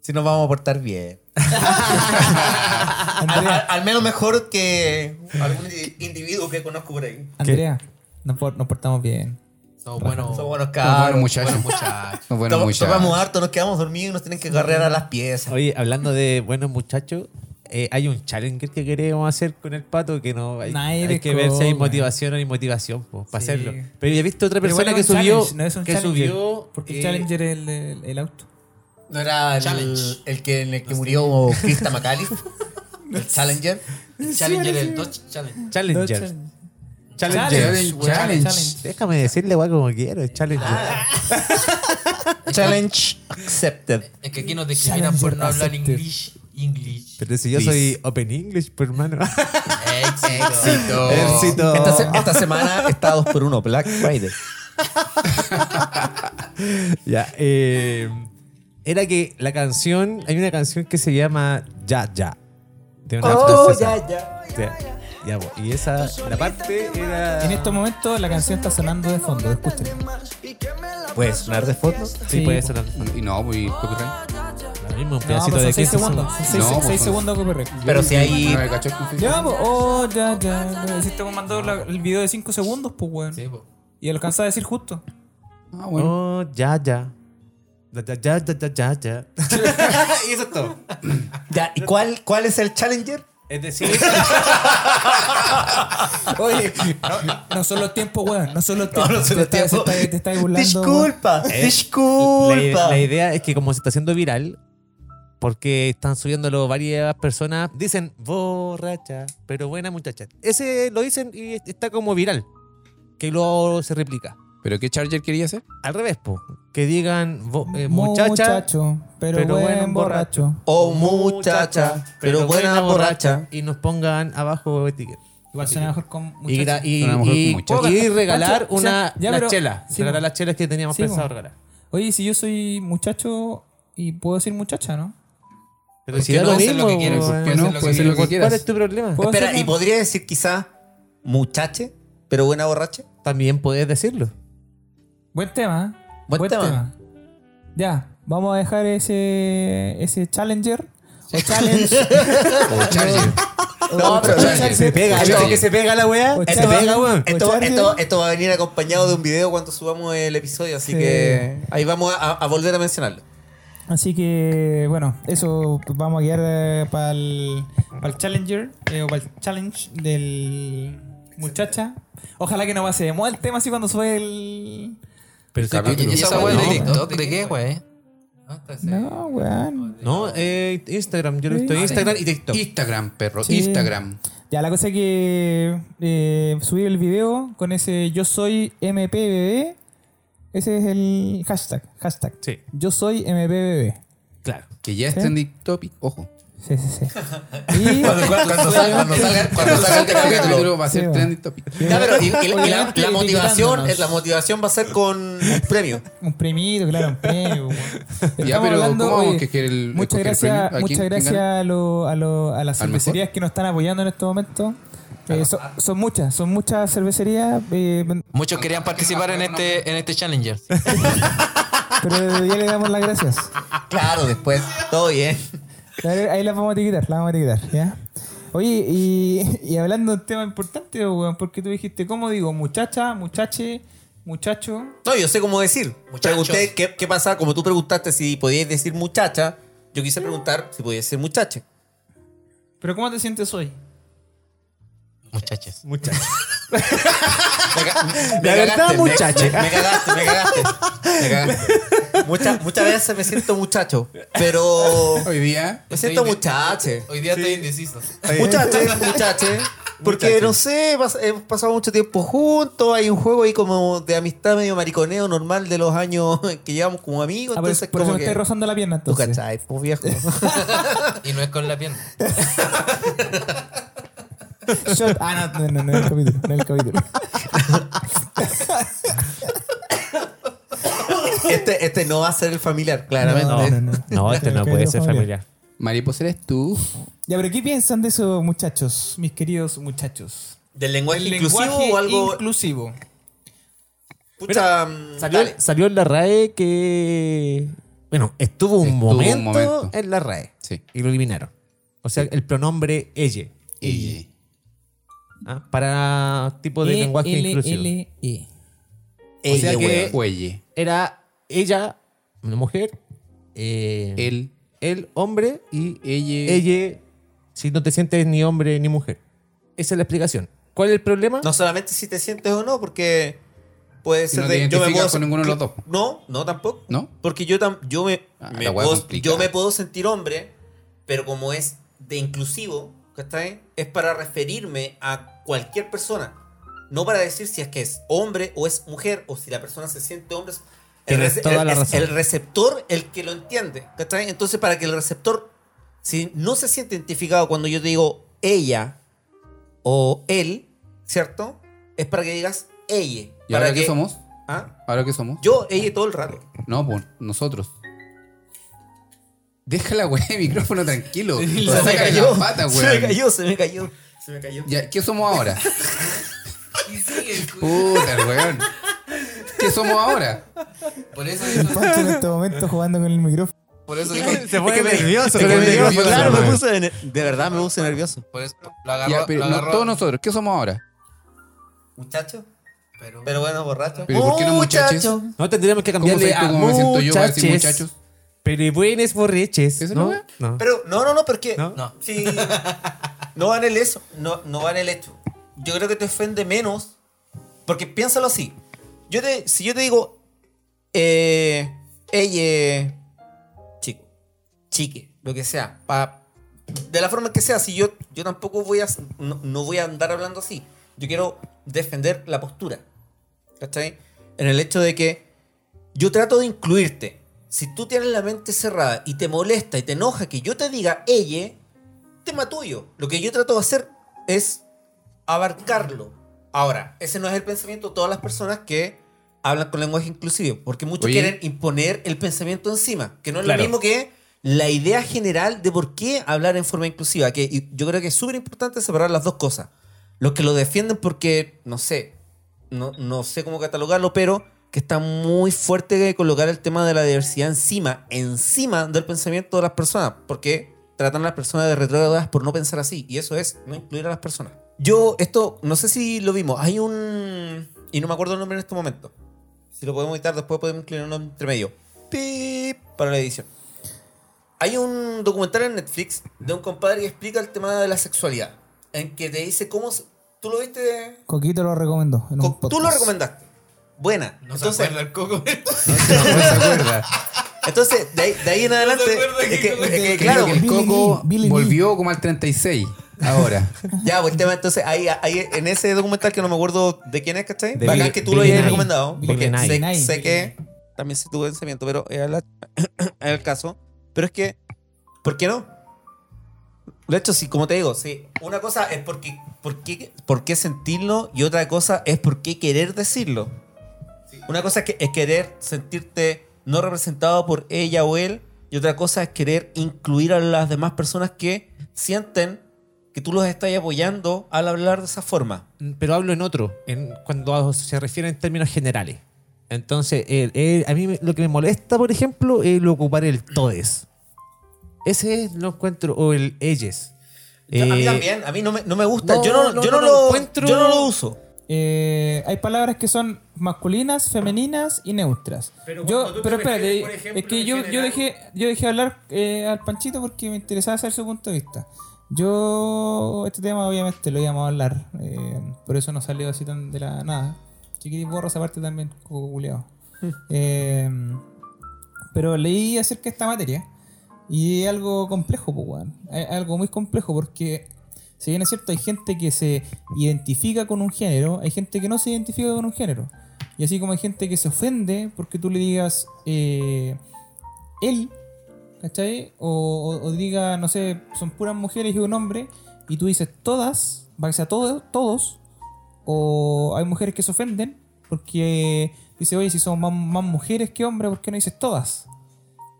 Speaker 3: Si nos vamos a portar bien.
Speaker 1: ahí.
Speaker 3: Al,
Speaker 1: Andrea,
Speaker 3: al menos mejor que algún indi- individuo que conozco por ahí.
Speaker 1: Andrea nos, por- nos portamos bien.
Speaker 6: Somos buenos.
Speaker 3: Somos buenos
Speaker 2: Nos
Speaker 3: cabros.
Speaker 2: buenos muchachos.
Speaker 6: muchachos.
Speaker 2: Nos buenos
Speaker 3: Tom-
Speaker 2: muchachos.
Speaker 3: Tomamos harto, nos quedamos dormidos y nos tienen que carrear a las piezas.
Speaker 4: Oye, hablando de buenos muchachos, eh, hay un challenge que queremos hacer con el pato que no hay,
Speaker 1: Nadie
Speaker 4: hay
Speaker 1: le
Speaker 4: que ver si hay
Speaker 1: cobra.
Speaker 4: motivación o inmotivación po, para
Speaker 1: Sí.
Speaker 4: hacerlo. Pero ya he visto otra
Speaker 1: Pero igual
Speaker 4: persona que
Speaker 1: es un
Speaker 4: subió
Speaker 1: challenge, no es un
Speaker 4: que
Speaker 1: challenger,
Speaker 4: subió
Speaker 1: Porque
Speaker 4: eh,
Speaker 1: el Challenger es el, el- el auto.
Speaker 3: ¿No era
Speaker 5: Challenge.
Speaker 3: el, el que, en el que murió Krista McAuliffe? ¿El Challenger?
Speaker 5: Challenger, el Dodge Challenge.
Speaker 4: Challenger.
Speaker 1: Challenge.
Speaker 4: Challenger.
Speaker 1: Challenge. Challenge. Challenge.
Speaker 4: Déjame decirle weá, como quiero, es Challenger.
Speaker 3: Challenge accepted.
Speaker 5: Es que aquí nos discriminan por no hablar inglés. English.
Speaker 4: Pero si yo soy Open English, pues, hermano.
Speaker 6: Ah,
Speaker 3: Éxito.
Speaker 4: Éxito.
Speaker 3: Esta, se- esta semana está 2 por 1 Black Friday.
Speaker 4: ya, eh, era que la canción, hay una canción que se llama Ya Ya. De una francesa. Oh, Ya, ya, po. y esa, la parte era...
Speaker 1: En estos momentos la canción está sonando de fondo, escuchen.
Speaker 3: ¿Puedes sonar de fondo?
Speaker 4: Sí,
Speaker 1: Sí,
Speaker 4: puede
Speaker 1: po.
Speaker 4: ser
Speaker 2: Y no, muy copyright.
Speaker 4: lo mismo, un
Speaker 1: No,
Speaker 4: pedacito
Speaker 1: pues son
Speaker 4: de
Speaker 1: 6
Speaker 4: queso.
Speaker 1: segundos. Son 6
Speaker 2: No, pues son-
Speaker 1: segundos copyright.
Speaker 3: Pero si hay.
Speaker 2: No me cachó el conflicto.
Speaker 1: Ya, po. oh, ya, ya. ya. Hiciste como mandó la- el video de 5 segundos, pues, weón.
Speaker 5: Sí, po.
Speaker 1: Y alcanza a decir justo.
Speaker 2: Ah, bueno.
Speaker 4: Oh, ya, ya. Ya, ya, ya, ya, ya, ya. y eso es todo.
Speaker 3: Ya, ¿Y cuál, cuál es el Challenger?
Speaker 4: Es decir,
Speaker 1: Oye, no, no son los tiempos, weón. No son los tiempos.
Speaker 3: no son los
Speaker 1: te, estás-
Speaker 3: tiempos.
Speaker 1: Te, estás- te estás burlando. weón.
Speaker 3: Disculpa,
Speaker 4: la,
Speaker 3: disculpa.
Speaker 4: la idea es que como se está haciendo viral, porque están subiéndolo varias personas, dicen borracha, pero buena muchacha. Ese lo dicen y está como viral, que luego se replica.
Speaker 3: Oh.
Speaker 2: ¿Pero qué Charger quería hacer?
Speaker 4: Al revés, po, que digan bo- eh, muchacha,
Speaker 1: Muchacho, pero,
Speaker 4: pero buen
Speaker 1: buen borracho.
Speaker 3: Oh, muchacha, pero buena borracha.
Speaker 4: y nos pongan abajo etiqueta.
Speaker 1: Igual suena mejor con
Speaker 4: Y,
Speaker 1: muchacho.
Speaker 4: gra- y-
Speaker 2: Una mujer
Speaker 4: y-
Speaker 2: con muchacho.
Speaker 4: y regalar
Speaker 1: Pancho, o sea,
Speaker 4: una,
Speaker 1: ya,
Speaker 4: una
Speaker 1: pero-
Speaker 4: chela.
Speaker 1: sí,
Speaker 4: regalar
Speaker 1: po.
Speaker 4: las chelas que teníamos
Speaker 1: Sí,
Speaker 4: pensado
Speaker 1: po.
Speaker 4: regalar.
Speaker 1: Oye, si yo soy muchacho y puedo decir muchacha, ¿no?
Speaker 4: Pero si
Speaker 5: qué
Speaker 4: da
Speaker 5: no
Speaker 4: lo
Speaker 5: hacer lo
Speaker 4: mismo,
Speaker 5: que quieras?
Speaker 4: po,
Speaker 5: ¿Por
Speaker 2: qué
Speaker 4: weón.
Speaker 2: no? Puede ser lo que
Speaker 4: ¿Cuál
Speaker 2: quieras.
Speaker 4: es tu problema?
Speaker 1: ¿Puedo
Speaker 3: Espera,
Speaker 1: hacerlo?
Speaker 3: ¿y podría decir quizá muchache, pero buena borracha?
Speaker 4: También puedes decirlo.
Speaker 1: Buen tema. ¿eh?
Speaker 3: Buen tema.
Speaker 1: Ya, vamos a dejar ese, ese challenger. O challenge.
Speaker 3: Oh,
Speaker 2: O Charger.
Speaker 3: No, pero
Speaker 4: Se pega,
Speaker 2: Oye,
Speaker 4: ¿viste
Speaker 2: oye.
Speaker 4: que se pega la weá?
Speaker 1: Oye,
Speaker 4: Se
Speaker 1: oye.
Speaker 4: pega, weón.
Speaker 3: Esto,
Speaker 1: Charger.
Speaker 3: esto- esto va a venir acompañado de un video cuando subamos el episodio, así
Speaker 1: Sí.
Speaker 3: que ahí vamos a, a volver a mencionarlo.
Speaker 1: Así que, bueno, eso pues, vamos a guiar para el, challenger eh, o para el challenge del muchacha. Ojalá que no pase. Mueva el tema así cuando sube el.
Speaker 4: Pero
Speaker 2: Capítulo.
Speaker 5: ¿Y esa weá
Speaker 2: No,
Speaker 5: de
Speaker 2: no.
Speaker 5: TikTok de qué, güey? No,
Speaker 3: Pues
Speaker 5: está serio.
Speaker 1: No, weón.
Speaker 4: No, eh, Instagram, yo lo he visto en Instagram Ah, y TikTok.
Speaker 2: Instagram, perro.
Speaker 1: Sí.
Speaker 2: Instagram.
Speaker 1: Ya, la cosa es que eh, subí el video con ese yo soy MPBB. Ese es el hashtag. Hashtag.
Speaker 4: Sí.
Speaker 1: Yo soy MPBB.
Speaker 4: Claro.
Speaker 2: Que ya está en TikTok. Ojo.
Speaker 1: Sí, sí, sí. Y,
Speaker 3: Cuando salga, cuando salga,
Speaker 2: Este
Speaker 3: cuando salga este capítulo.
Speaker 2: capítulo va a
Speaker 1: Sí,
Speaker 2: ser
Speaker 1: va.
Speaker 2: trending topic.
Speaker 3: Ya, pero y- y- y la- la,
Speaker 1: Oye,
Speaker 3: motivación,
Speaker 1: invitándonos.
Speaker 3: la motivación va a ser con un premio.
Speaker 1: un premio, claro, un premio. weón.
Speaker 2: Ya,
Speaker 1: Estamos
Speaker 2: pero
Speaker 1: hablando,
Speaker 2: ¿cómo vamos
Speaker 1: oye,
Speaker 2: a escoger el
Speaker 1: Muchas
Speaker 2: escoger el
Speaker 1: gracias,
Speaker 2: premio? ¿A
Speaker 1: muchas
Speaker 2: quién- quién
Speaker 1: gracias
Speaker 2: gana?
Speaker 1: a, lo- a lo- a las
Speaker 2: ¿Al mejor?
Speaker 1: cervecerías que nos están apoyando en este momento. Eh, son, son muchas, son muchas cervecerías, eh,
Speaker 5: Muchos querían participar en este, en este Challenger.
Speaker 1: pero ya le damos las gracias.
Speaker 3: Claro, después, todo bien.
Speaker 1: Ahí ahí las vamos a etiquetar, las vamos a etiquetar, ¿ya? Oye, y, y hablando de un tema importante, weón, porque tú dijiste, ¿cómo digo? Muchacha, muchache, muchacho.
Speaker 3: No, yo sé cómo decir.
Speaker 5: Muchachos.
Speaker 3: Pregunté qué, qué pasa, como tú preguntaste si podías decir muchacha, yo quise preguntar si podías decir muchacha.
Speaker 1: ¿Pero cómo te sientes hoy?
Speaker 5: Muchachos.
Speaker 3: Me, ca- me
Speaker 4: La verdad,
Speaker 3: cagaste, me-
Speaker 4: muchacha.
Speaker 3: Me, me cagaste, me cagaste. Me cagaste. Mucha- muchas veces me siento muchacho, pero
Speaker 2: Hoy día.
Speaker 3: me siento
Speaker 5: Estoy-
Speaker 3: muchache.
Speaker 5: Hoy día estoy indeciso.
Speaker 3: Muchacho, muchacho. Porque no sé, pas- hemos pasado mucho tiempo juntos, hay un juego ahí como de amistad medio mariconeo normal de los años que llevamos como amigos,
Speaker 1: Ah, por,
Speaker 3: entonces
Speaker 1: por eso
Speaker 3: como
Speaker 1: me
Speaker 3: que...
Speaker 1: estáis rozando la pierna,
Speaker 3: Tú
Speaker 1: entonces.
Speaker 3: cachai, pues viejo.
Speaker 5: Y no es con la pierna.
Speaker 1: Shot- Ah, no, no, no, no es el capítulo, no es el capítulo.
Speaker 3: Este, este no va a ser el familiar, claramente.
Speaker 1: No, no, no.
Speaker 4: No, este no
Speaker 1: Ok,
Speaker 4: puede
Speaker 1: no,
Speaker 4: ser
Speaker 1: familiar.
Speaker 4: familiar.
Speaker 2: Mariposa eres tú.
Speaker 1: Ya, pero ¿qué piensan de eso, muchachos? Mis queridos muchachos.
Speaker 3: ¿Del lenguaje
Speaker 1: ¿El
Speaker 3: inclusivo o algo?
Speaker 1: inclusivo.
Speaker 3: Pucha, mm,
Speaker 4: Salió,
Speaker 3: dale.
Speaker 4: salió en la RAE que. Bueno, estuvo un,
Speaker 2: Estuvo un
Speaker 4: momento,
Speaker 2: momento.
Speaker 4: en la RAE.
Speaker 2: Sí.
Speaker 4: Y lo eliminaron. O sea, el pronombre elle.
Speaker 2: Ella.
Speaker 4: ¿ah? Para tipo
Speaker 3: E
Speaker 4: de lenguaje inclusivo.
Speaker 1: E.
Speaker 4: O sea
Speaker 3: Ella,
Speaker 4: que-
Speaker 3: weón.
Speaker 2: Oye.
Speaker 4: Era ella, una mujer, eh,
Speaker 2: Él.
Speaker 4: el hombre y
Speaker 2: Ella.
Speaker 4: ella, si no te sientes ni hombre ni mujer. Esa es la explicación. ¿Cuál es el problema?
Speaker 3: No solamente si te sientes o no, porque puede
Speaker 2: Si
Speaker 3: ser
Speaker 2: no
Speaker 3: de.
Speaker 2: te
Speaker 3: yo me
Speaker 2: identificas
Speaker 3: puedo
Speaker 2: con ninguno de los dos.
Speaker 3: No, no tampoco.
Speaker 2: ¿No?
Speaker 3: Porque yo, tam- yo, me,
Speaker 2: Ah,
Speaker 3: me
Speaker 2: la hueá
Speaker 3: puedo,
Speaker 2: complicada.
Speaker 3: yo me puedo sentir hombre, pero como es de inclusivo, ¿cachai? Es para referirme a cualquier persona. No para decir si es que es hombre o es mujer o si la persona se siente hombre. es- El,
Speaker 4: Tienes
Speaker 3: rece-
Speaker 4: toda la
Speaker 3: es
Speaker 4: razón.
Speaker 3: el receptor el que lo entiende, ¿cachai? Entonces, para que el receptor, si no se siente identificado cuando yo te digo ella o él, ¿cierto? Es para que digas ella.
Speaker 2: ¿Y
Speaker 3: para
Speaker 2: ahora qué somos?
Speaker 3: ¿Ah?
Speaker 2: ¿Ahora qué somos?
Speaker 3: Yo, ella todo el rato.
Speaker 2: No, pues, nosotros. Deja la weá de micrófono tranquilo.
Speaker 3: Se me
Speaker 2: Sácale
Speaker 3: cayó.
Speaker 2: las patas,
Speaker 3: se me
Speaker 2: weón.
Speaker 3: cayó, se me cayó. Se me cayó.
Speaker 2: Ya, ¿Qué somos ahora? Puta, weón. ¿Qué somos ahora?
Speaker 5: Por eso,
Speaker 1: El Pancho en este momento jugando con el micrófono.
Speaker 5: por eso,
Speaker 4: Se pone nervioso.
Speaker 5: se
Speaker 4: con el
Speaker 5: pone
Speaker 4: micrófono.
Speaker 5: nervioso,
Speaker 4: Claro,
Speaker 5: la
Speaker 4: me
Speaker 5: weá.
Speaker 4: puse-
Speaker 3: de verdad me puse nervioso.
Speaker 5: por eso lo agarró.
Speaker 2: Ya, pero
Speaker 5: lo
Speaker 2: no,
Speaker 5: agarró-
Speaker 2: todos nosotros, ¿qué somos ahora?
Speaker 3: Muchacho. Pero, bueno, borracho.
Speaker 2: Pero ¿y por qué no muchachos?
Speaker 4: No tendríamos que
Speaker 2: ¿Cómo
Speaker 4: cambiarle
Speaker 2: sabes tú
Speaker 4: a
Speaker 2: cómo me siento yo para decir muchachos?
Speaker 4: Pero buenos borreches.
Speaker 2: ¿Esa es la
Speaker 4: ¿no?
Speaker 2: weá?
Speaker 4: no.
Speaker 3: Pero no, no, no, porque
Speaker 4: ¿No?
Speaker 5: No.
Speaker 3: Sí. no va en el eso, no, no va en el hecho. Yo creo que te ofende menos porque piénsalo así. Yo te, si yo te digo eh, ella chico, chique, lo que sea, pa- de la forma que sea, si yo yo tampoco voy a no, no voy a andar hablando así. Yo quiero defender la postura. ¿Cachai? En el hecho de que yo trato de incluirte. Si tú tienes la mente cerrada y te molesta y te enoja que yo te diga ella, tema tuyo. Lo que yo trato de hacer es abarcarlo. Ahora, ese no es el pensamiento de todas las personas que hablan con lenguaje inclusivo, porque muchos
Speaker 2: Oye.
Speaker 3: quieren imponer el pensamiento encima, que no es
Speaker 4: Claro.
Speaker 3: lo mismo que la idea general de por qué hablar en forma inclusiva, que y yo creo que es súper importante separar las dos cosas. Los que lo defienden porque, no sé, no, no sé cómo catalogarlo, pero que está muy fuerte de colocar el tema de la diversidad encima, encima del pensamiento de las personas, porque tratan a las personas de retrógradas por no pensar así, y eso es no incluir a las personas. Yo, esto, no sé si lo vimos, hay un... y no me acuerdo el nombre en este momento. Si lo podemos editar, después podemos incluir un nombre entre medio. Pip, para la edición. Hay un documental en Netflix de un compadre que explica el tema de la sexualidad, en que te dice cómo... se- ¿Tú lo viste?
Speaker 1: Coquito lo recomendó. en un
Speaker 3: Co- Tú lo
Speaker 1: podcast.
Speaker 3: recomendaste. Buena.
Speaker 5: No se
Speaker 3: entonces,
Speaker 5: acuerda el coco.
Speaker 3: entonces de, ahí, de ahí en adelante.
Speaker 5: acuerda
Speaker 3: es
Speaker 5: que-
Speaker 3: que- es que,
Speaker 2: Creo
Speaker 3: claro,
Speaker 2: que el
Speaker 1: Billy
Speaker 2: coco
Speaker 1: Lee, Billy Lee.
Speaker 2: volvió como al 36 ahora.
Speaker 3: ya, pues el tema, entonces, ahí, ahí en ese documental que no me acuerdo de quién es, ¿cachai?
Speaker 4: De
Speaker 3: Bacán
Speaker 4: Bill-
Speaker 3: que tú lo
Speaker 4: Bill
Speaker 3: hayas
Speaker 4: Nye.
Speaker 3: recomendado.
Speaker 1: Bill
Speaker 3: Porque
Speaker 4: Nye.
Speaker 3: sé,
Speaker 1: Nye.
Speaker 3: sé que también se tuvo pensamiento, pero era la- era el caso. Pero es que, ¿por qué no? De hecho, sí, como te digo, sí. Una cosa es porque, por, qué, por qué sentirlo y otra cosa es por qué querer decirlo. Una cosa es, que, es querer sentirte no representado por ella o él y otra cosa es querer incluir a las demás personas que sienten que tú los estás apoyando al hablar de esa forma.
Speaker 4: Pero hablo en otro, en, cuando se refiere en términos generales. Entonces, el- el- a mí me- lo que me molesta, por ejemplo, es el ocupar el todes. Ese es, lo encuentro, o el ellos.
Speaker 3: Yo- a mí
Speaker 4: Eh,
Speaker 3: también, a mí no me, no me gusta.
Speaker 4: no,
Speaker 3: yo no,
Speaker 4: no,
Speaker 3: yo
Speaker 4: no
Speaker 3: no,
Speaker 4: lo
Speaker 3: lo,
Speaker 4: encuentro-
Speaker 3: yo no lo uso.
Speaker 1: Eh, hay palabras que son masculinas, femeninas y neutras. Pero, yo, pero espérate, es que yo, yo dejé yo dejé hablar eh, al Panchito porque me interesaba saber su punto de vista. Yo, este tema obviamente lo íbamos a hablar, eh, por eso no salió así tan de la nada. Si queréis, borro esa parte también, coco culiao. Eh, pero leí acerca de esta materia y es algo complejo, pues, weón. Es algo muy complejo porque si bien es cierto, hay gente que se identifica con un género, hay gente que no se identifica con un género. Y así como hay gente que se ofende porque tú le digas eh, él, ¿cachai? O, o- o diga, no sé, son puras mujeres y un hombre, y tú dices todas, va a ser todos, todos, o hay mujeres que se ofenden porque dice, oye, si son más, más mujeres que hombres, ¿por qué no dices todas?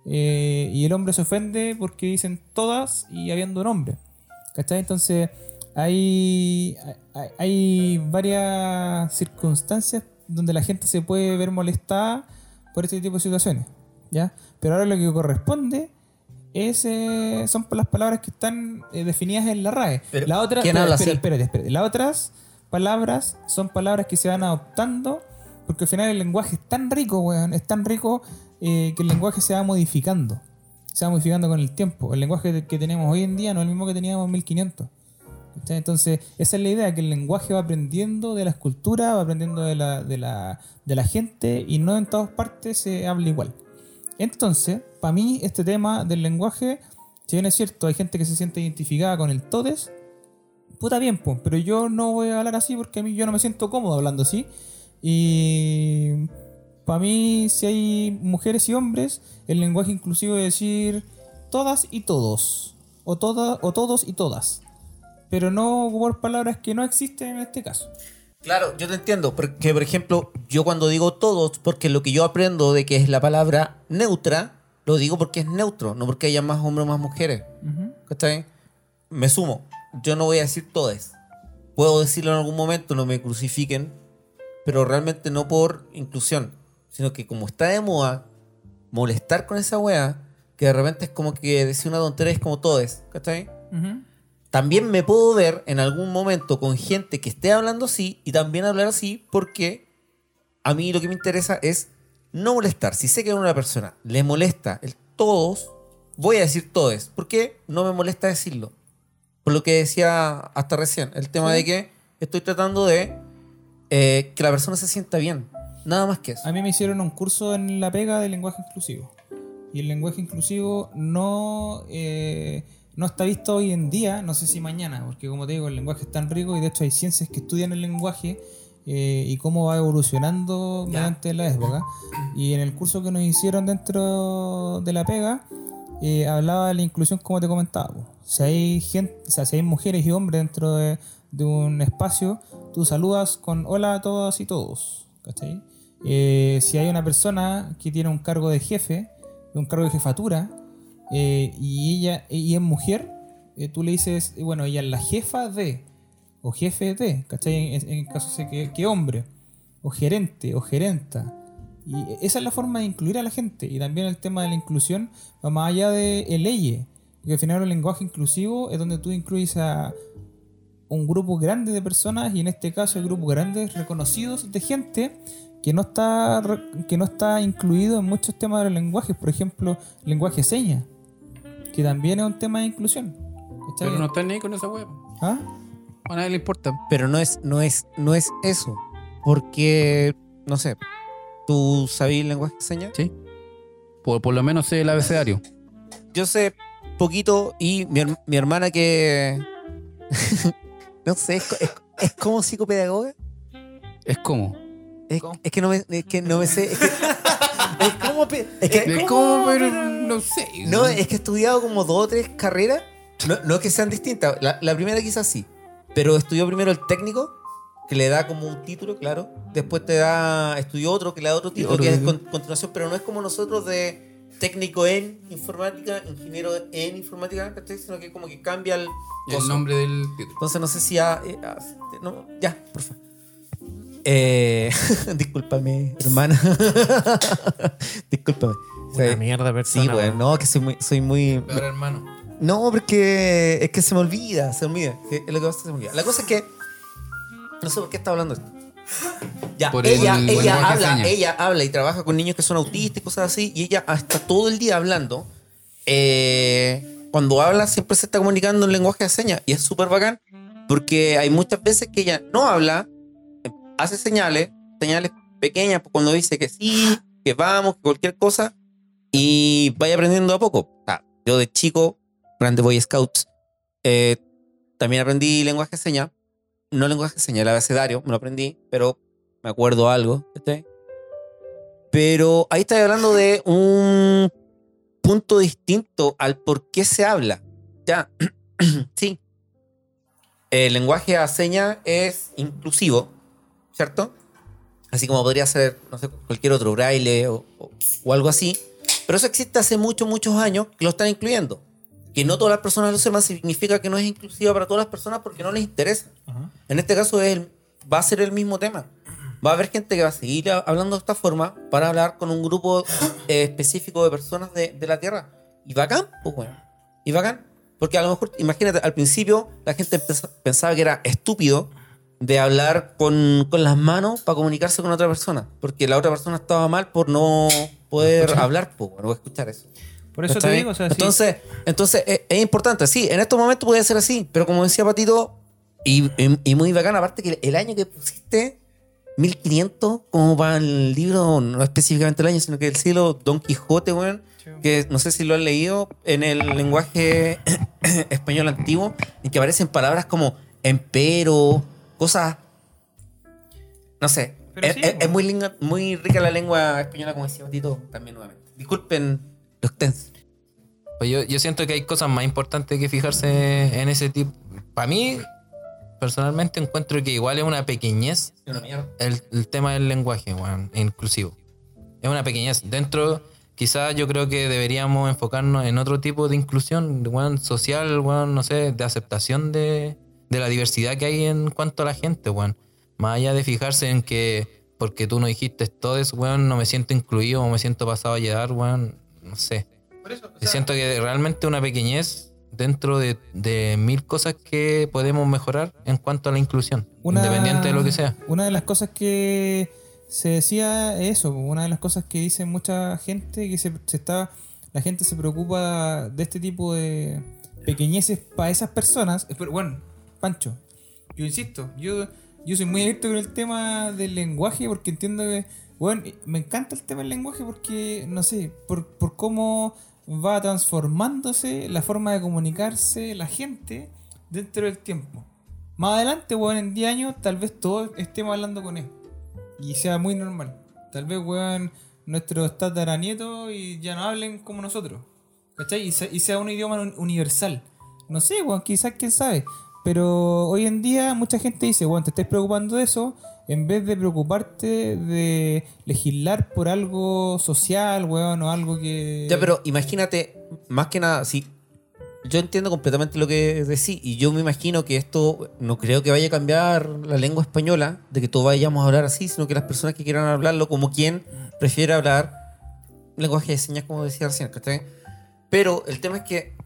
Speaker 1: Eh, y el hombre se ofende porque dicen todas y habiendo un hombre. ¿Cachai? Entonces, hay, hay, hay varias circunstancias donde la gente se puede ver molestada por este tipo de situaciones. ¿ya? Pero ahora lo que corresponde es, eh, son por las palabras que están eh, definidas en la RAE.
Speaker 3: Pero,
Speaker 1: la otra,
Speaker 3: ¿quién habla
Speaker 1: espera,
Speaker 3: así?
Speaker 1: espérate, espérate. Las otras palabras son palabras que se van adoptando porque al final el lenguaje es tan rico, weón, es tan rico eh, que el lenguaje se va modificando se va modificando con el tiempo. El lenguaje que tenemos hoy en día no es el mismo que teníamos en 1500. ¿Cachai? Entonces, esa es la idea, que el lenguaje va aprendiendo de la escultura, va aprendiendo de la, de la, de la gente y no en todas partes se habla igual. Entonces, para mí, este tema del lenguaje, si bien es cierto, hay gente que se siente identificada con el todes, puta bien, pues, pero yo no voy a hablar así porque a mí yo no me siento cómodo hablando así. Y para mí, si hay mujeres y hombres, el lenguaje inclusivo es decir todas y todos, o, toda, o todos y todas, pero no por palabras que no existen en este caso.
Speaker 3: Claro, yo te entiendo, porque por ejemplo, yo cuando digo todos, porque lo que yo aprendo de que es la palabra neutra, lo digo porque es neutro, no porque haya más hombres o más mujeres. ¿Cachai? Me sumo. Yo no voy a decir todes. Puedo decirlo en algún momento, no me crucifiquen, pero realmente no por inclusión, sino que como está de moda, molestar con esa wea, que de repente es como que decir una tontería es como todes, ¿cachai? También me puedo ver en algún momento con gente que esté hablando así y también hablar así porque a mí lo que me interesa es no molestar. Si sé que a una persona le molesta el todos, voy a decir todes porque no me molesta decirlo. Por lo que decía hasta recién, el tema de que estoy tratando de eh, que la persona se sienta bien. Nada más que eso.
Speaker 1: A mí me hicieron un curso en la pega de lenguaje inclusivo. Y el lenguaje inclusivo no, eh, no está visto hoy en día, no sé si mañana, porque como te digo, el lenguaje es tan rico y de hecho hay ciencias que estudian el lenguaje eh, y cómo va evolucionando mediante la época. Y en el curso que nos hicieron dentro de la pega, eh, hablaba de la inclusión como te comentaba. po. Si hay gente, o sea, si hay mujeres y hombres dentro de, de un espacio, tú saludas con hola a todas y todos. ¿cachai? Eh, si hay una persona que tiene un cargo de jefe, un cargo de jefatura, eh, y ella y es mujer, eh, tú le dices, eh, bueno, ella es la jefa de, o jefe de, ¿cachai? En, en caso sé que, que hombre, o gerente, o gerenta. Y esa es la forma de incluir a la gente. Y también el tema de la inclusión va más allá de el leye. Porque al final el lenguaje inclusivo es donde tú incluyes a un grupo grande de personas y en este caso el grupo grande reconocidos de gente que no está re- que no está incluido en muchos temas de los lenguajes, por ejemplo, lenguaje seña, que también es un tema de inclusión. ¿cachai?
Speaker 2: Pero no están ni ahí con esa wea.
Speaker 1: ¿Ah?
Speaker 2: A nadie le importa.
Speaker 3: Pero no es, no es, no es eso. Porque, no sé, ¿tú sabías el lenguaje de señas?
Speaker 2: Sí. Por, por lo menos sé el abecedario.
Speaker 3: Yo sé poquito y mi, her- mi hermana que... no sé, es, co- es, es como psicopedagoga.
Speaker 2: Es como.
Speaker 3: Es, es que no me, es que no me sé. Es que, es como... pe- Es que,
Speaker 2: Es como, pero no sé.
Speaker 3: No, es que he estudiado como dos o tres carreras. No, no es que sean distintas. La, la primera quizás sí. Pero estudió primero el técnico, que le da como un título, claro. Después te da. Estudió otro, que le da otro título,
Speaker 2: otro
Speaker 3: que es
Speaker 2: título.
Speaker 3: con- continuación. Pero no es como nosotros de técnico en informática, ingeniero en informática, ¿cachai? sino que como que cambia el. coso.
Speaker 2: nombre del título.
Speaker 3: Entonces no sé si ya. eh, ah, no, ya, por favor. Eh, discúlpame, hermana. discúlpame.
Speaker 4: Una
Speaker 3: Sí.
Speaker 4: mierda persona.
Speaker 3: Sí, güey,
Speaker 4: weón.
Speaker 3: no, que soy muy, soy muy...
Speaker 5: Peor hermano.
Speaker 3: No, porque es que se me olvida, se me olvida. Sí, Es lo que pasa, se me olvida. La cosa es que... No sé por qué está hablando esto. Ya,
Speaker 2: Por el
Speaker 3: ella,
Speaker 2: lenguaje
Speaker 3: ella habla,
Speaker 2: señas.
Speaker 3: ella habla y trabaja con niños que son autistas y cosas así, y ella está todo el día hablando. Eh, cuando habla siempre se está comunicando en lenguaje de señas, y es súper bacán, porque hay muchas veces que ella no habla, hace señales, señales pequeñas, pues, cuando dice que sí, que vamos, que cualquier cosa, y vaya aprendiendo a poco. O sea, yo de chico, grande Boy Scouts, eh, también aprendí lenguaje de señas, no lenguaje de señas, el abecedario, me lo aprendí, pero me acuerdo algo. ¿cachai? Pero ahí estoy hablando de un punto distinto al por qué se habla. Ya, sí. El lenguaje a señas es inclusivo, ¿cierto? Así como podría ser, no sé, cualquier otro braille o, o- o algo así. Pero eso existe hace muchos, muchos años que lo están incluyendo. Que no todas las personas lo sepan significa que no es inclusiva para todas las personas porque no les interesa. En este caso es el- va a ser el mismo tema. Va a haber gente que va a seguir a- hablando de esta forma para hablar con un grupo eh, específico de personas de, de la Tierra. Y bacán, pues bueno. Y bacán. Porque a lo mejor, imagínate, al principio la gente pens- pensaba que era estúpido de hablar con, con las manos para comunicarse con otra persona. Porque la otra persona estaba mal por no poder hablar, pues bueno, o escuchar eso.
Speaker 1: Por eso
Speaker 3: ¿Cachai?
Speaker 1: te digo, o sea, sí.
Speaker 3: entonces, entonces es, es importante, sí, en estos momentos puede ser así, pero como decía Patito, y, y- y muy bacán, aparte que el, el año que pusiste, 1500, como para el libro, no específicamente el año, sino que el siglo Don Quijote, weón, que no sé si lo han leído en el lenguaje español antiguo, en que aparecen palabras como empero, cosas, no sé.
Speaker 1: Pero
Speaker 3: Es,
Speaker 1: sí,
Speaker 3: es-
Speaker 1: weón.
Speaker 3: es muy, linda- muy rica la lengua española, como decía Patito, también nuevamente. Disculpen los tensos.
Speaker 6: Pues yo, yo siento que hay cosas más importantes que fijarse en ese tipo. Para mí, personalmente, encuentro que igual es una pequeñez
Speaker 3: Una mierda.
Speaker 6: el, el tema del lenguaje, weón, inclusivo. Es una pequeñez. Dentro, quizás yo creo que deberíamos enfocarnos en otro tipo de inclusión, weón, social, weón, no sé, de aceptación de, de la diversidad que hay en cuanto a la gente, weón. Más allá de fijarse en que porque tú no dijiste todes, weón, no me siento incluido o me siento pasado a llegar, weón, no sé. siento que realmente una pequeñez dentro de, de mil cosas que podemos mejorar en cuanto a la inclusión,
Speaker 1: Una-
Speaker 6: independiente de lo que sea.
Speaker 1: Una de las cosas que se decía es eso, una de las cosas que dice mucha gente, que se, se está, la gente se preocupa de este tipo de pequeñeces para esas personas. Eh, Pero bueno, Pancho, yo insisto, yo, yo soy muy abierto con el tema del lenguaje porque entiendo que, bueno, me encanta el tema del lenguaje porque, no sé, por, por cómo va transformándose la forma de comunicarse la gente dentro del tiempo. Más adelante, weón, en 10 años, tal vez todos estemos hablando con él. Y sea muy normal. Tal vez, weón, nuestros tataranietos y ya no hablen como nosotros. ¿Cachai? Y se- y sea, un idioma un- universal. No sé, weón, quizás quién sabe. Pero hoy en día mucha gente dice, weón, te estés preocupando de eso en vez de preocuparte de legislar por algo social, weón, o algo que...
Speaker 3: Ya, pero imagínate, más que nada, si yo entiendo completamente lo que decís y yo me imagino que esto no creo que vaya a cambiar la lengua española, de que todos vayamos a hablar así, sino que las personas que quieran hablarlo, como quien prefiere hablar lenguaje de señas, como decía recién, ¿cachai? Pero el tema es que,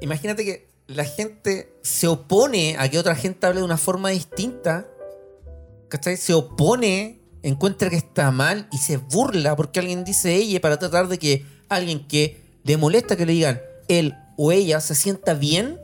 Speaker 3: imagínate que la gente se opone a que otra gente hable de una forma distinta, ¿cachai? Se opone, encuentra que está mal y se burla porque alguien dice ella para tratar de que alguien que le molesta que le digan él o ella se sienta bien.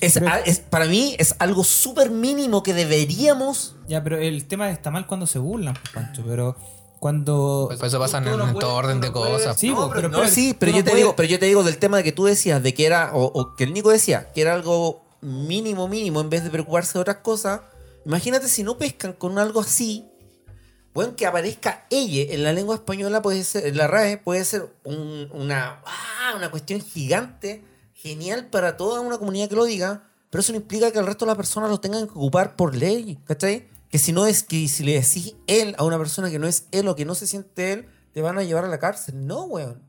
Speaker 3: Es,
Speaker 1: Pero-
Speaker 3: a- es- para mí es algo súper mínimo que deberíamos...
Speaker 1: Ya, pero el tema está mal cuando se burlan, pues, Pancho, pero cuando...
Speaker 6: Pues eso pasa en, en todo orden de cosas.
Speaker 1: Sí, pues,
Speaker 3: pero,
Speaker 1: espérate,
Speaker 3: sí, pero
Speaker 1: tú no
Speaker 3: yo te
Speaker 1: puedes-
Speaker 3: digo, pero yo te digo del tema de que tú decías de que era o, o que el Nico decía que era algo mínimo mínimo en vez de preocuparse de otras cosas. Imagínate si no pescan con algo así, bueno, que aparezca ella en la lengua española puede ser en la RAE puede ser un- una ¡ah! una cuestión gigante, genial para toda una comunidad que lo diga, pero eso no implica que el resto de las personas lo tengan que ocupar por ley, ¿cachai? Que si no es que si le decís él a una persona que no es él o que no se siente él, te van a llevar a la cárcel. No, weón.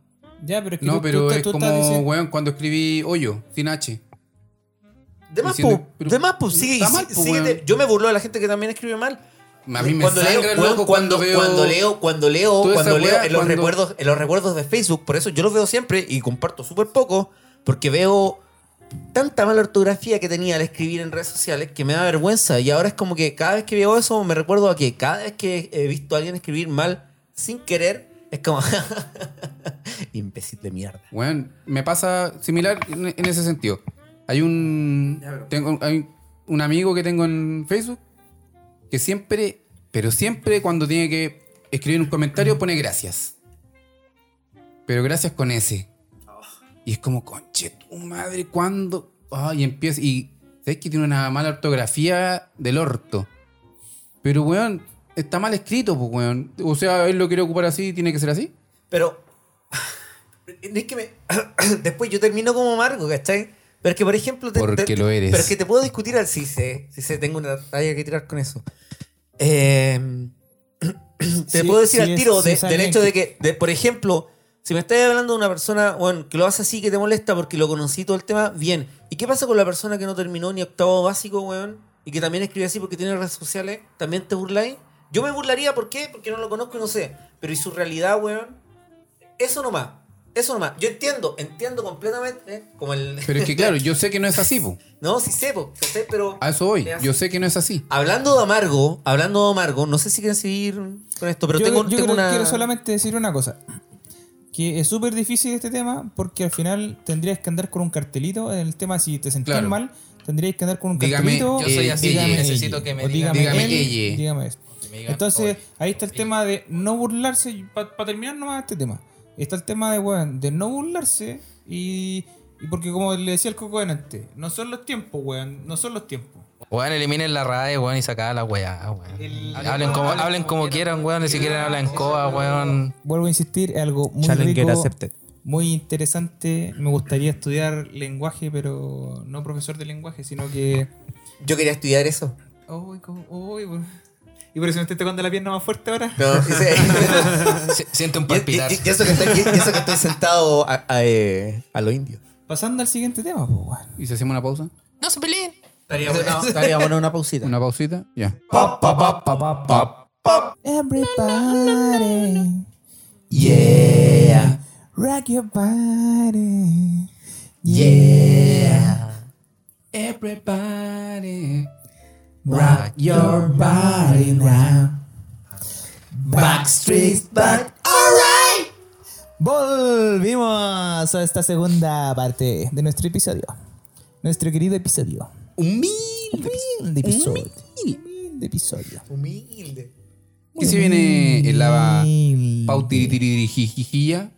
Speaker 1: Ya, pero es que tú-
Speaker 2: No,
Speaker 1: tú
Speaker 2: pero
Speaker 1: estás-
Speaker 2: es
Speaker 1: tú
Speaker 2: como,
Speaker 1: estás diciendo-
Speaker 2: weón, cuando escribí hoyo, sin H.
Speaker 3: De más,
Speaker 2: Diciendo,
Speaker 3: po,
Speaker 2: pero-
Speaker 3: de más, po, sigue-
Speaker 2: Está mal,
Speaker 3: sí-
Speaker 2: po,
Speaker 3: síguete.
Speaker 2: weón.
Speaker 3: Yo me burlo de la gente que también escribe mal.
Speaker 2: A mí me sangra el
Speaker 3: weón,
Speaker 2: loco cuando, veo.
Speaker 3: cuando leo, cuando leo,
Speaker 2: toda esa
Speaker 3: cuando leo
Speaker 2: weá,
Speaker 3: en los
Speaker 2: cuando-
Speaker 3: recuerdos, en los recuerdos de Facebook, por eso yo los veo siempre y comparto súper poco, porque veo tanta mala ortografía que tenía al escribir en redes sociales que me da vergüenza y ahora es como que cada vez que veo eso me recuerdo a que cada vez que he visto a alguien escribir mal sin querer es como imbécil de mierda.
Speaker 2: Weón, me pasa similar en, en ese sentido. Hay un. Tengo, hay un amigo que tengo en Facebook que siempre, pero siempre cuando tiene que escribir un comentario pone gracias. Pero gracias con S. Y es como, conche, tu madre, ¿cuándo? Ah, y empieza. Y sabes que tiene una mala ortografía del orto. Pero, weón, está mal escrito, pues, weón. O sea, él lo quiere ocupar así, tiene que ser así.
Speaker 3: Pero. Es que me. Después yo termino como Marco, ¿cachai? Pero es que, por ejemplo. te-
Speaker 2: Porque
Speaker 3: te-
Speaker 2: lo eres.
Speaker 3: Pero es que te puedo discutir al si sé. Si sé, tengo una talla que tirar con eso. Eh, te
Speaker 1: Sí,
Speaker 3: puedo decir
Speaker 1: sí
Speaker 3: al
Speaker 1: es-
Speaker 3: tiro
Speaker 1: sí
Speaker 3: de-
Speaker 1: es
Speaker 3: del
Speaker 1: alguien
Speaker 3: hecho de que, de, por ejemplo, si me estás hablando de una persona bueno, que lo hace así, que te molesta porque lo conocí todo el tema, bien. ¿Y qué pasa con la persona que no terminó ni octavo básico, weón? Y que también escribe así porque tiene redes sociales, ¿también te burláis? Yo me burlaría, ¿por qué? Porque no lo conozco y no sé. Pero ¿y su realidad, weón? Eso nomás. Eso nomás. Yo entiendo, entiendo completamente. ¿eh? Como el.
Speaker 2: Pero es que, claro, yo sé que no es así, pues.
Speaker 3: no, sí sé, po, ¿cachai? pero.
Speaker 2: A eso voy.
Speaker 3: es así.
Speaker 2: Yo sé que no es así.
Speaker 3: Hablando de amargo, hablando de amargo, no sé si quieren seguir con esto, pero
Speaker 1: yo,
Speaker 3: tengo,
Speaker 1: yo
Speaker 3: tengo
Speaker 1: creo-
Speaker 3: una.
Speaker 1: quiero solamente decir una cosa. que es súper difícil este tema porque al final tendrías que andar con un cartelito en el tema si te sentías
Speaker 2: Claro.
Speaker 1: mal tendrías que andar con un
Speaker 2: Dígame,
Speaker 1: cartelito
Speaker 2: yo soy
Speaker 1: eh,
Speaker 2: así,
Speaker 1: dígame
Speaker 5: necesito
Speaker 1: ella,
Speaker 5: que me
Speaker 1: o
Speaker 5: digan
Speaker 1: dígame
Speaker 2: ella.
Speaker 1: él,
Speaker 2: Ella.
Speaker 1: dígame esto.
Speaker 5: me digan,
Speaker 1: entonces
Speaker 5: oye,
Speaker 1: ahí está el tema de no burlarse para terminar nomás este tema está el tema de weón, de no burlarse y, y porque como le decía el coco antes no son los tiempos weón no son los tiempos
Speaker 5: Weón, eliminen la RAE, weón, y saca la weá, weón.
Speaker 1: El-
Speaker 5: Hablen como, hablen como quieran, weón, ni siquiera hablan coa, weón.
Speaker 1: vuelvo a insistir, es algo muy
Speaker 4: Challenger
Speaker 1: rico,
Speaker 4: accepted.
Speaker 1: muy interesante. Me gustaría estudiar lenguaje, pero no profesor de lenguaje, sino que...
Speaker 3: Yo quería estudiar eso.
Speaker 1: Uy, cómo- uy, por- y por eso me estoy tocando la pierna más fuerte ahora.
Speaker 3: No, ese-
Speaker 5: Si- Siente un
Speaker 3: y, y-
Speaker 5: palpitar.
Speaker 3: y- y eso que estoy, y eso que estoy sentado a, a, eh, a lo indio.
Speaker 1: Pasando al siguiente tema, pues, weón.
Speaker 2: ¿Y si hacemos una pausa?
Speaker 5: No se peleen.
Speaker 3: Estaría bueno una pausita.
Speaker 2: ¿Una pausita? Ya.
Speaker 1: Everybody,
Speaker 3: Yeah.
Speaker 1: rock your body.
Speaker 3: Yeah.
Speaker 2: Everybody.
Speaker 1: Rock your body round. Backstreet back. Alright. Volvimos a esta segunda parte de nuestro episodio. Nuestro querido episodio.
Speaker 3: Humilde.
Speaker 1: Humilde episodio. Humilde episodio.
Speaker 3: Humilde.
Speaker 2: ¿Qué se viene en
Speaker 1: Ah.
Speaker 2: la
Speaker 1: Humilde.
Speaker 2: pautiririririjijilla?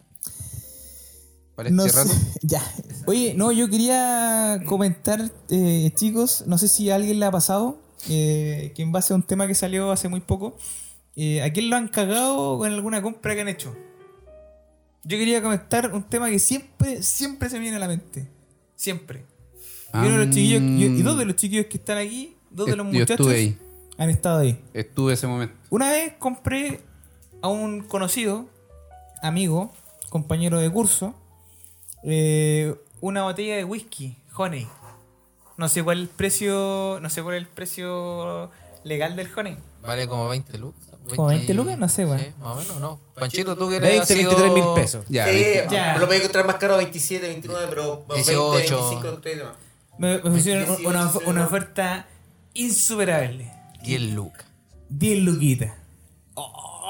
Speaker 2: Para
Speaker 1: No
Speaker 2: este
Speaker 1: sé,
Speaker 2: rato.
Speaker 1: ya. Oye, no, yo quería comentar, eh, chicos, no sé si a alguien le ha pasado, eh, que en base a un tema que salió hace muy poco, eh, ¿a quién lo han cagado con alguna compra que han hecho? Yo quería comentar un tema que siempre, siempre se me viene a la mente. Siempre. Y uno de los
Speaker 2: Ah.
Speaker 1: chiquillos, y, y dos de los chiquillos que están aquí, dos de los
Speaker 2: Yo
Speaker 1: muchachos
Speaker 2: estuve ahí.
Speaker 1: han estado ahí.
Speaker 2: Estuve ese momento.
Speaker 1: Una vez compré a un conocido, amigo, compañero de curso, eh, una botella de whisky, honey. No sé cuál es el precio, no sé cuál es el precio legal del honey.
Speaker 5: Vale como 20 lucas.
Speaker 1: ¿Como 20 lucas? No sé, weón.
Speaker 5: Sí, más o menos, no. Panchito, tú que eres
Speaker 4: 20, 23 mil pesos.
Speaker 2: Ya.
Speaker 3: Sí,
Speaker 1: Ya.
Speaker 3: lo voy a encontrar más caro 27, 29, pero
Speaker 5: 18.
Speaker 3: 20, 25, 30.
Speaker 1: Me, me pusieron
Speaker 3: Whisky,
Speaker 1: una,
Speaker 3: sí,
Speaker 1: una
Speaker 3: ¿no?
Speaker 1: oferta insuperable.
Speaker 5: 10 lucas.
Speaker 1: 10 luquitas.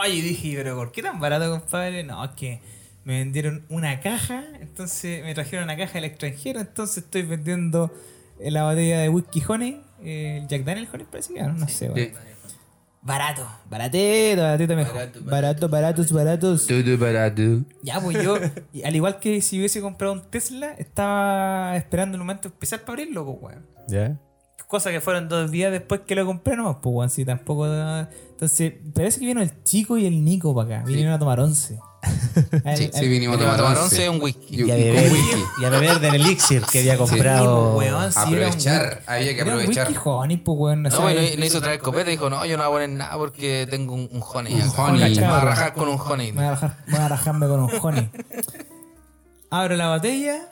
Speaker 1: Oye, dije, pero ¿por qué tan barato, compadre? No, es que me vendieron una caja, entonces me trajeron una caja del extranjero, entonces estoy vendiendo eh, la botella de whisky honey, eh, el Jack Daniel honey parece que era, no sé, bueno.
Speaker 2: Sí.
Speaker 1: Barato, baratito, baratito mejor. barato, baratos, baratos.
Speaker 2: Todo barato.
Speaker 1: Ya, pues yo, y al igual que si hubiese comprado un Tesla, estaba esperando el momento especial para abrirlo, pues, weón.
Speaker 4: ¿Ya?
Speaker 1: Cosa que fueron dos días después que lo compré nomás, pues weón, si tampoco. Entonces, parece que vino el chico y el Nico para acá. Vinieron a tomar once. Al-
Speaker 2: Sí,
Speaker 1: al-
Speaker 2: sí, vinimos a tomar once.
Speaker 5: es un whisky.
Speaker 2: Y-
Speaker 4: Y a
Speaker 2: y con
Speaker 4: beber,
Speaker 2: whisky.
Speaker 4: y a beber del elixir que había comprado.
Speaker 1: Sí, pues, weón, sí, era un-
Speaker 2: Aprovechar, había que
Speaker 1: era un
Speaker 2: aprovechar.
Speaker 1: whisky honey, pues, weón, o
Speaker 5: No,
Speaker 1: sea,
Speaker 5: bueno, no hizo traer copete, dijo, no, yo no voy a poner nada porque tengo un, un honey.
Speaker 2: Un
Speaker 5: acá.
Speaker 2: honey.
Speaker 5: Me voy a
Speaker 1: Claro.
Speaker 5: rajar con un honey.
Speaker 1: Me voy a, rajar- me voy a rajarme con un honey. Abro la botella.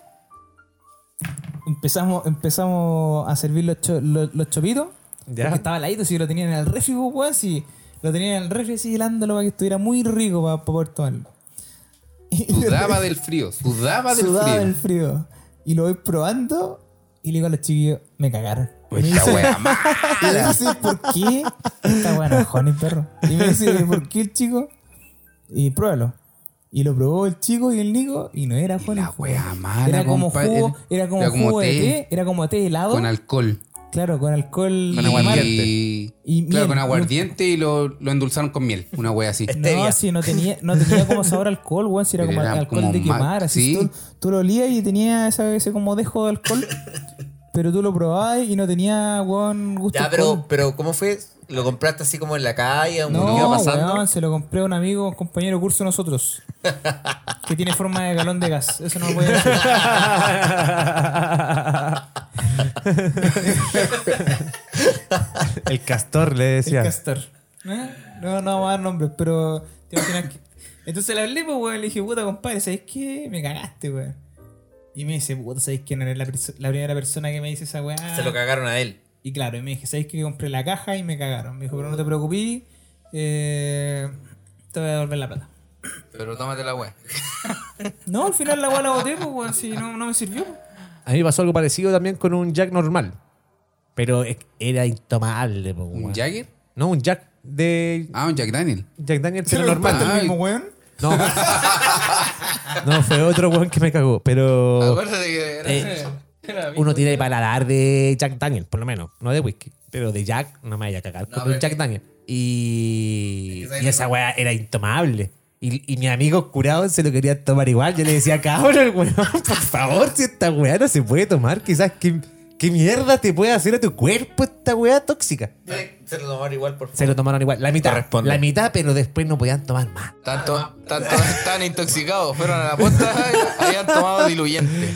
Speaker 1: Empezamos, empezamos a servir los, cho- los, los chopitos.
Speaker 4: Ya.
Speaker 1: Porque estaba heladito, si lo tenían en el refri, pues, weón, si lo tenían en el refri así helándolo para que estuviera muy rico para, poder tomarlo. Y
Speaker 2: Sudaba del frío. Sudaba del
Speaker 1: sudaba del
Speaker 2: frío.
Speaker 1: frío. Y lo voy probando y le digo a los chiquillos, me cagaron. me
Speaker 2: Esta
Speaker 1: dice,
Speaker 2: wea mala.
Speaker 1: y me dice, ¿por qué? Está bueno, Honey, perro. Y me dice, ¿por qué el chico? Y pruébalo. Y lo probó el chico y el Nico y no era Honey.
Speaker 2: La wea mala.
Speaker 1: Era como
Speaker 2: compadre.
Speaker 1: jugo, era como jugo de té, era como té helado.
Speaker 2: Con alcohol.
Speaker 1: claro, con alcohol.
Speaker 2: Con
Speaker 1: y-
Speaker 2: aguardiente.
Speaker 1: Y miel.
Speaker 2: Claro, con aguardiente y lo, lo endulzaron con miel. Una wea así.
Speaker 1: No,
Speaker 3: Stevia.
Speaker 1: si no tenía, no tenía como sabor a alcohol, weón, si era como
Speaker 2: Era
Speaker 1: alcohol
Speaker 2: como
Speaker 1: de
Speaker 2: mal,
Speaker 1: quemar, así.
Speaker 2: sí.
Speaker 1: Tú, tú lo olías y tenía esa- ese como dejo de alcohol, pero tú lo probabas y no tenía, weón, gusto
Speaker 3: Ya,
Speaker 1: a alcohol.
Speaker 3: pero, pero ¿cómo fue? ¿Lo compraste así como en la calle? ¿Cómo
Speaker 1: No,
Speaker 3: iba pasando?
Speaker 1: weón, se lo compré a un amigo, un compañero de curso de nosotros, que tiene forma de galón de gas. Eso no lo podía decir.
Speaker 4: El castor le
Speaker 1: El
Speaker 4: decía.
Speaker 1: castor. ¿Eh? No, no vamos a dar nombres, pero te imaginas que- Entonces le hablé, pues, weón, le dije, puta, compadre, ¿sabes qué? Me cagaste, weón. Y me dice, puta, ¿sabes quién eres la, perso- la primera persona que me dice esa weá?
Speaker 3: Se lo cagaron a él.
Speaker 1: Y claro, y me dije, ¿sabes qué? Compré la caja y me cagaron. Me dijo, pero no te preocupes, eh, te voy a devolver la plata.
Speaker 5: Pero tómate la weá.
Speaker 1: No, al final la weá la boté, pues, weón, si no, no me sirvió. pues.
Speaker 4: A mí me pasó algo parecido también con un Jack normal. Pero es- era intomable, po,
Speaker 2: ¿Un
Speaker 4: weón.
Speaker 2: Jagger?
Speaker 4: No, un Jack de
Speaker 2: Ah, un Jack Daniel.
Speaker 4: Jack Daniel,
Speaker 1: Se
Speaker 4: pero
Speaker 1: lo
Speaker 4: normal.
Speaker 1: compraste
Speaker 2: Ah,
Speaker 1: al mismo weón.
Speaker 4: No. no, fue otro weón que me cagó. Pero
Speaker 6: Acuérdate que era-
Speaker 4: eh,
Speaker 6: era
Speaker 4: uno tiene el paladar de Jack Daniel, por lo menos. No de whisky, pero de Jack, no me vaya a cagar. con
Speaker 6: pero-
Speaker 4: Jack Daniel. Y,
Speaker 6: Es que esa
Speaker 4: y esa weá era intomable. Y, y mi amigo curado se lo quería tomar igual. Yo le decía, cabrón, weón, por favor, si esta weá no se puede tomar, quizás, ¿qué, qué mierda te puede hacer a tu cuerpo esta weá tóxica?
Speaker 3: Se lo tomaron igual, por favor.
Speaker 4: Se lo tomaron igual. La mitad.
Speaker 3: Corresponde.
Speaker 4: La mitad, pero después no podían tomar más.
Speaker 6: Tanto, tanto, tan intoxicados, fueron a la posta y habían tomado diluyente.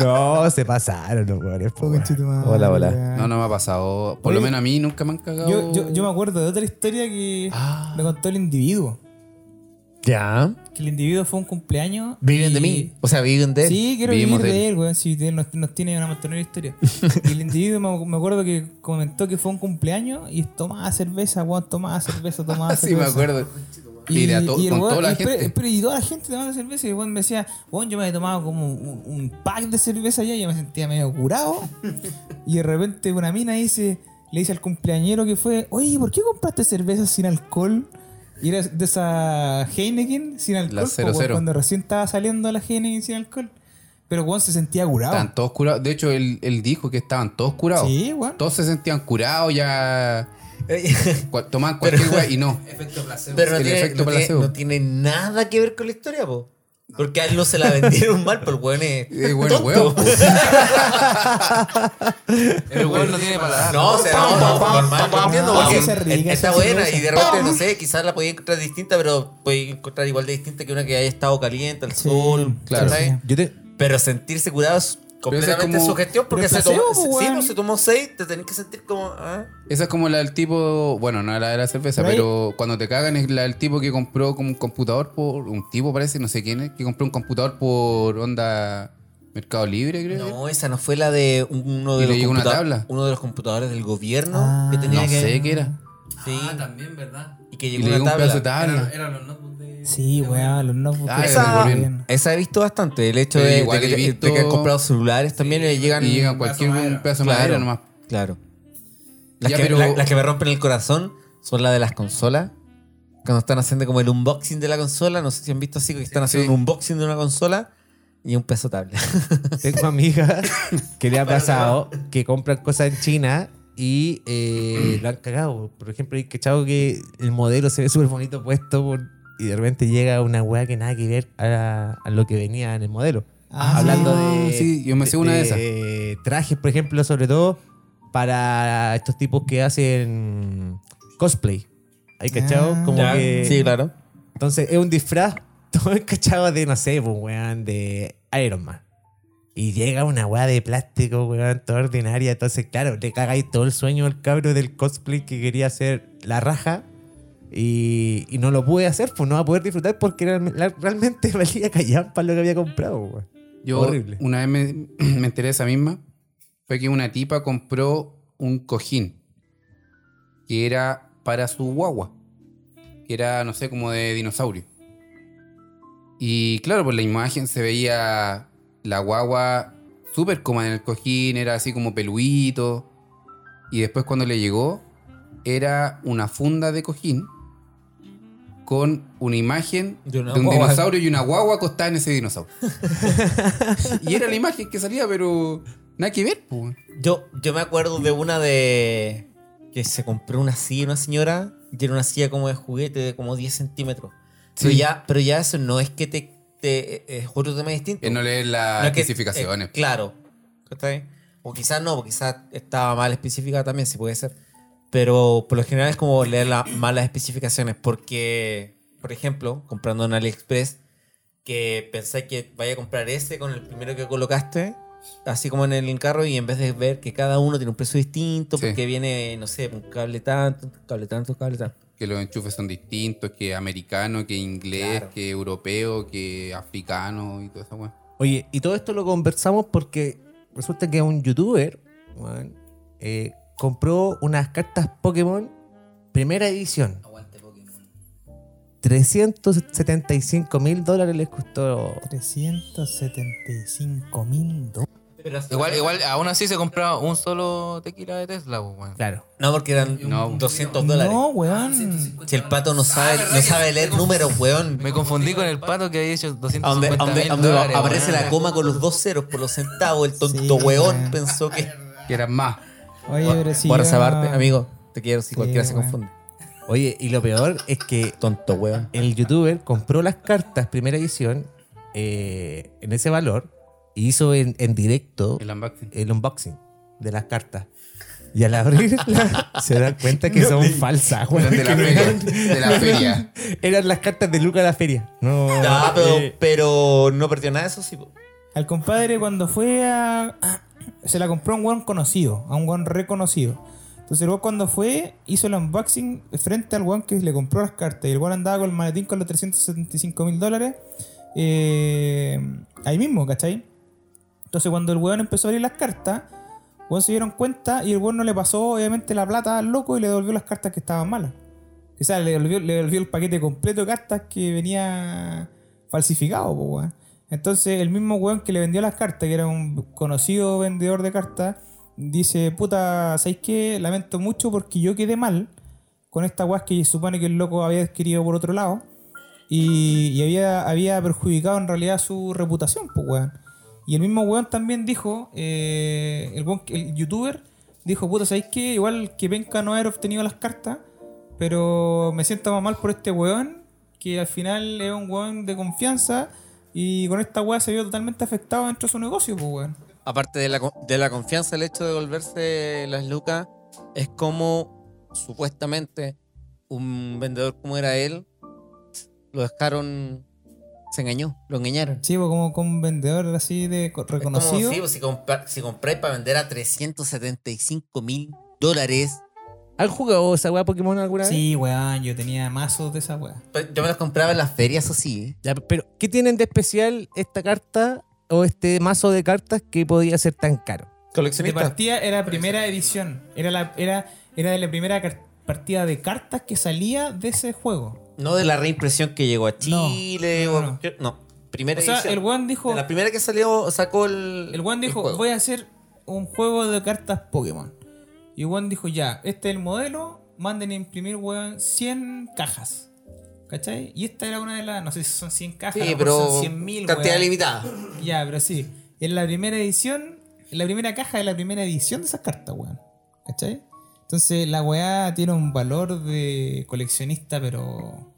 Speaker 4: No, se pasaron los weones. po, weón.
Speaker 1: Hola,
Speaker 2: No, no me ha pasado. Por lo
Speaker 1: Oye,
Speaker 2: menos a mí nunca me han cagado.
Speaker 1: Yo, yo- yo me acuerdo de otra historia que me contó el individuo.
Speaker 4: Ya.
Speaker 1: Que el individuo fue a un cumpleaños.
Speaker 4: Viven de
Speaker 1: y-
Speaker 4: mí. O sea, viven de él.
Speaker 1: Sí, quiero
Speaker 2: Vivimos
Speaker 1: vivir
Speaker 2: de
Speaker 1: de él, weón. Si de él nos, nos tiene una montonera historia. y el individuo me, me acuerdo que comentó que fue un cumpleaños y tomaba cerveza, weón, tomaba cerveza, tomaba cerveza.
Speaker 2: sí, me acuerdo. Y, de a to-
Speaker 1: el
Speaker 2: con
Speaker 1: weón-
Speaker 2: toda la
Speaker 1: y espera-
Speaker 2: gente.
Speaker 1: espera, y toda la gente tomando cerveza. Y el weón me decía, weón, yo me había tomado como un, un pack de cerveza ya y yo me sentía medio curado. y de repente una mina dice, le dice al cumpleañero que fue, oye, ¿por qué compraste cerveza sin alcohol? Y era de esa Heineken sin alcohol.
Speaker 2: La
Speaker 1: po,
Speaker 2: 00.
Speaker 1: weón, Cuando recién estaba saliendo la Heineken sin alcohol. Pero weón se sentía curado.
Speaker 2: Estaban todos curados. De hecho, él, él dijo que estaban todos curados.
Speaker 1: Sí, weón.
Speaker 2: Todos se sentían curados, ya cua- tomaban cualquier weá y no.
Speaker 3: Pero no
Speaker 2: El
Speaker 3: tiene,
Speaker 2: efecto
Speaker 3: no, tiene,
Speaker 2: placebo.
Speaker 3: no tiene nada que ver con la historia, po. Porque a él no se la vendieron mal, pero el weón es.
Speaker 2: Eh, bueno,
Speaker 3: tonto.
Speaker 2: weón.
Speaker 6: El weón no tiene paladar.
Speaker 3: No, o sea, no, no, normal, no entiendo
Speaker 1: pam,
Speaker 3: porque
Speaker 1: esa es rica,
Speaker 3: está
Speaker 1: esa
Speaker 3: buena
Speaker 1: cerveza.
Speaker 3: y de repente, no sé, quizás la podía encontrar distinta, pero podía encontrar igual de distinta que una que haya estado caliente, al
Speaker 1: Sí,
Speaker 3: sol,
Speaker 2: claro.
Speaker 3: ¿cachai?
Speaker 4: Yo te,
Speaker 3: Pero sentirse curado es completamente
Speaker 2: como-
Speaker 3: su gestión porque
Speaker 1: pero
Speaker 3: se
Speaker 1: es placebo,
Speaker 3: tomó,
Speaker 1: po,
Speaker 3: sí,
Speaker 1: weón.
Speaker 3: pues, se tomó seis, te tenés que sentir como. ah.
Speaker 2: Esa es como la del tipo, bueno, no la de la cerveza,
Speaker 1: Pero ahí-
Speaker 2: pero cuando te cagan es la del tipo que compró como un computador por, un tipo parece, no sé quién es, que compró un computador por onda Mercado Libre, creo. que era.
Speaker 3: No, esa no fue la de uno
Speaker 2: Y
Speaker 3: de,
Speaker 2: le
Speaker 3: los,
Speaker 2: llegó una
Speaker 3: computa-
Speaker 2: tabla.
Speaker 3: uno de los computadores del gobierno
Speaker 1: Ah.
Speaker 3: que tenía
Speaker 2: No
Speaker 3: que.
Speaker 2: sé qué era.
Speaker 3: Sí,
Speaker 5: Ah, también, ¿verdad?
Speaker 3: y que
Speaker 2: Y
Speaker 3: llegó
Speaker 2: le
Speaker 3: una
Speaker 2: dio un
Speaker 3: tabla.
Speaker 2: pedazo de tabla.
Speaker 5: Eran los notebooks de.
Speaker 1: Sí, weón, los notebooks
Speaker 2: Ah,
Speaker 1: que
Speaker 2: era
Speaker 1: se
Speaker 3: Esa,
Speaker 1: vendían.
Speaker 2: bien.
Speaker 3: esa he visto bastante. El hecho
Speaker 2: Sí,
Speaker 3: de, de
Speaker 2: igual
Speaker 3: que,
Speaker 2: he
Speaker 3: de
Speaker 2: visto-
Speaker 3: que han comprado celulares también le llegan.
Speaker 2: Y llegan cualquier
Speaker 5: pedazo de
Speaker 2: un
Speaker 5: madera.
Speaker 2: pedazo de
Speaker 3: Claro.
Speaker 2: madera nomás.
Speaker 3: Claro. Las,
Speaker 2: Ya,
Speaker 3: que,
Speaker 2: pero-
Speaker 3: la- las que me rompen el corazón son las de las consolas. Cuando están haciendo como el unboxing de la consola. No sé si han visto así que están haciendo
Speaker 2: sí.
Speaker 3: un unboxing de una consola y un peso tabla.
Speaker 4: Tengo amigas que le ha pasado que compran cosas en China y eh, lo han cagado. Por ejemplo, hay cachado que el modelo se ve súper bonito puesto por- y de repente llega una weá que nada que ver a, a lo que venía en el modelo.
Speaker 1: Ah,
Speaker 4: Hablando
Speaker 2: sí.
Speaker 4: de.
Speaker 2: Sí, yo me sé una de esas.
Speaker 4: esas. Trajes, por ejemplo, sobre todo para estos tipos que hacen cosplay. ¿Hay cachado?
Speaker 1: Ah.
Speaker 4: Como que.
Speaker 3: Sí, claro.
Speaker 4: Entonces es un disfraz todo encachado de, no sé, pues, weón, de Iron Man. Y llega una weá de plástico, weón, toda ordinaria. Entonces, claro, le cagáis todo el sueño al cabro del cosplay que quería hacer la raja. Y, y no lo pude hacer, pues no va a poder disfrutar porque era- la- realmente valía callampa lo que había comprado, weón.
Speaker 2: Yo
Speaker 4: Horrible.
Speaker 2: una vez me, me enteré de esa misma, fue que una tipa compró un cojín que era para su guagua, que era, no sé, como de dinosaurio. Y claro, por la imagen se veía la guagua súper cómoda en el cojín, era así como peluito. Y después cuando le llegó, era una funda de cojín con una imagen
Speaker 3: De
Speaker 2: de,
Speaker 3: una
Speaker 2: un
Speaker 3: guagua.
Speaker 2: dinosaurio y una guagua acostada en ese dinosaurio. y era la imagen que salía, pero nada que ver. pues. po.
Speaker 3: Yo, yo me acuerdo de una de. que se compró una silla una señora. Y era una silla como de juguete de como 10 centímetros. Pero,
Speaker 2: Sí.
Speaker 3: ya, pero ya eso no es que te. te- es otro tema distinto.
Speaker 2: En no leer las
Speaker 3: No es que-
Speaker 2: especificaciones.
Speaker 3: eh, claro. ¿Cachai? O quizás no, porque quizás estaba mal especificada también, si puede ser. Pero por lo general es como leer las malas especificaciones. Porque, por ejemplo, comprando en AliExpress, que pensáis que vaya a comprar ese con el primero que colocaste, así como en el carro, y en vez de ver que cada uno tiene un precio distinto,
Speaker 2: Sí.
Speaker 3: porque viene, no sé, un cable tanto, un cable tanto, un cable tanto.
Speaker 2: que los enchufes son distintos, que americano, que inglés,
Speaker 3: Claro.
Speaker 2: que europeo, que africano y toda esa weá.
Speaker 4: Oye, y todo esto lo conversamos porque resulta que un youtuber weón, eh, compró unas cartas Pokémon primera edición.
Speaker 5: Aguante Pokémon.
Speaker 4: 375 mil dólares les costó.
Speaker 1: 375 mil dólares.
Speaker 6: Igual, igual, aún así se compraba un solo tequila de Tesla, pues, weón.
Speaker 4: Claro.
Speaker 3: No, porque eran
Speaker 2: No.
Speaker 3: 200 dólares.
Speaker 1: No,
Speaker 2: Ah,
Speaker 1: weón.
Speaker 3: Si el pato no sabe, no sabe leer números, weón.
Speaker 6: Me confundí con el pato que había hecho
Speaker 3: A
Speaker 6: 250
Speaker 3: donde, a donde-
Speaker 6: mil
Speaker 3: a donde
Speaker 6: dólares,
Speaker 3: aparece
Speaker 6: weón.
Speaker 3: la coma con los dos ceros por los centavos, el tonto
Speaker 1: Sí,
Speaker 3: weón
Speaker 1: weón.
Speaker 3: pensó que.
Speaker 2: Que eran más.
Speaker 1: Oye, pero si.
Speaker 3: Por
Speaker 1: yo-
Speaker 3: esa parte, amigo, te quiero si
Speaker 1: Sí,
Speaker 3: cualquiera se
Speaker 1: weón.
Speaker 3: confunde.
Speaker 4: Oye, y lo peor es que
Speaker 3: Tonto weón.
Speaker 4: el youtuber compró las cartas primera edición eh, en ese valor y hizo en, en directo
Speaker 2: El unboxing.
Speaker 4: el unboxing de las cartas. Y al abrirla se dan cuenta que son falsas, güey.
Speaker 2: Eran de la
Speaker 4: Que
Speaker 2: feria.
Speaker 4: eran-
Speaker 2: De la feria.
Speaker 4: Eran las cartas de Luca de la feria. No.
Speaker 3: Ya,
Speaker 4: eh,
Speaker 3: pero, pero no perdió nada de eso, sí. po.
Speaker 1: Al compadre cuando fue a... Se la compró a un weón conocido, a un weón reconocido. Entonces el weón cuando fue hizo el unboxing frente al weón que le compró las cartas. Y el weón andaba con el maletín con los 375 mil dólares. eh, ahí mismo, ¿cachai? Entonces cuando el weón empezó a abrir las cartas, weón se dieron cuenta y el weón no le pasó obviamente la plata al loco y le devolvió las cartas que estaban malas. O sea, le devolvió, le devolvió el paquete completo de cartas que venía falsificado, po, weón. Entonces, el mismo weón que le vendió las cartas, que era un conocido vendedor de cartas, dice, puta, ¿sabéis qué? Lamento mucho porque yo quedé mal con esta weá que supone que el loco había adquirido por otro lado y, y había, había perjudicado en realidad su reputación, pues, weón. Y el mismo weón también dijo, eh, el, weón que- el youtuber, dijo, puta, ¿sabéis qué? Igual que penca no haber obtenido las cartas, pero me siento más mal por este weón, que al final es un weón de confianza y con esta weá se vio totalmente afectado dentro de su negocio, pues, weón.
Speaker 7: aparte de la, con- de la confianza, el hecho de devolverse las lucas, es como supuestamente un vendedor como era él, lo dejaron, se engañó, lo engañaron.
Speaker 1: Sí, pues, como con un vendedor así de co-
Speaker 7: Es como,
Speaker 1: reconocido.
Speaker 7: sí, pues, si, compa- si compráis para vender a 375 mil dólares,
Speaker 4: ¿Han jugado esa weá Pokémon alguna vez?
Speaker 1: Sí, weón, yo tenía mazos de esa weá.
Speaker 7: pero Pues, yo me los compraba en las ferias, eso sí. ¿eh?
Speaker 4: Ya, pero, ¿qué tienen de especial esta carta o este mazo de cartas que podía ser tan caro?
Speaker 1: De partida era primera edición. Era la, era, era de la primera car- partida de cartas que salía de ese juego.
Speaker 7: No de la reimpresión que llegó a
Speaker 1: No,
Speaker 7: Chile.
Speaker 1: no,
Speaker 7: o-
Speaker 1: no.
Speaker 7: yo- no, primera
Speaker 1: O sea,
Speaker 7: edición.
Speaker 1: el weón dijo.
Speaker 7: De la primera que salió, sacó el.
Speaker 1: El Juan dijo,
Speaker 7: juego.
Speaker 1: voy a hacer un juego de cartas Pokémon. Y Juan dijo, ya, este es el modelo, manden a imprimir, weón, 100 cajas. ¿Cachai? Y esta era una de las, no sé si son 100 cajas, a
Speaker 7: Sí,
Speaker 1: lo mejor
Speaker 7: pero.
Speaker 1: son 100.000,
Speaker 7: cantidad
Speaker 1: weón.
Speaker 7: limitada.
Speaker 1: Ya, pero sí. En la primera edición, en la primera caja de la primera edición de esas cartas, weón. ¿Cachai? Entonces la weá tiene un valor de coleccionista, pero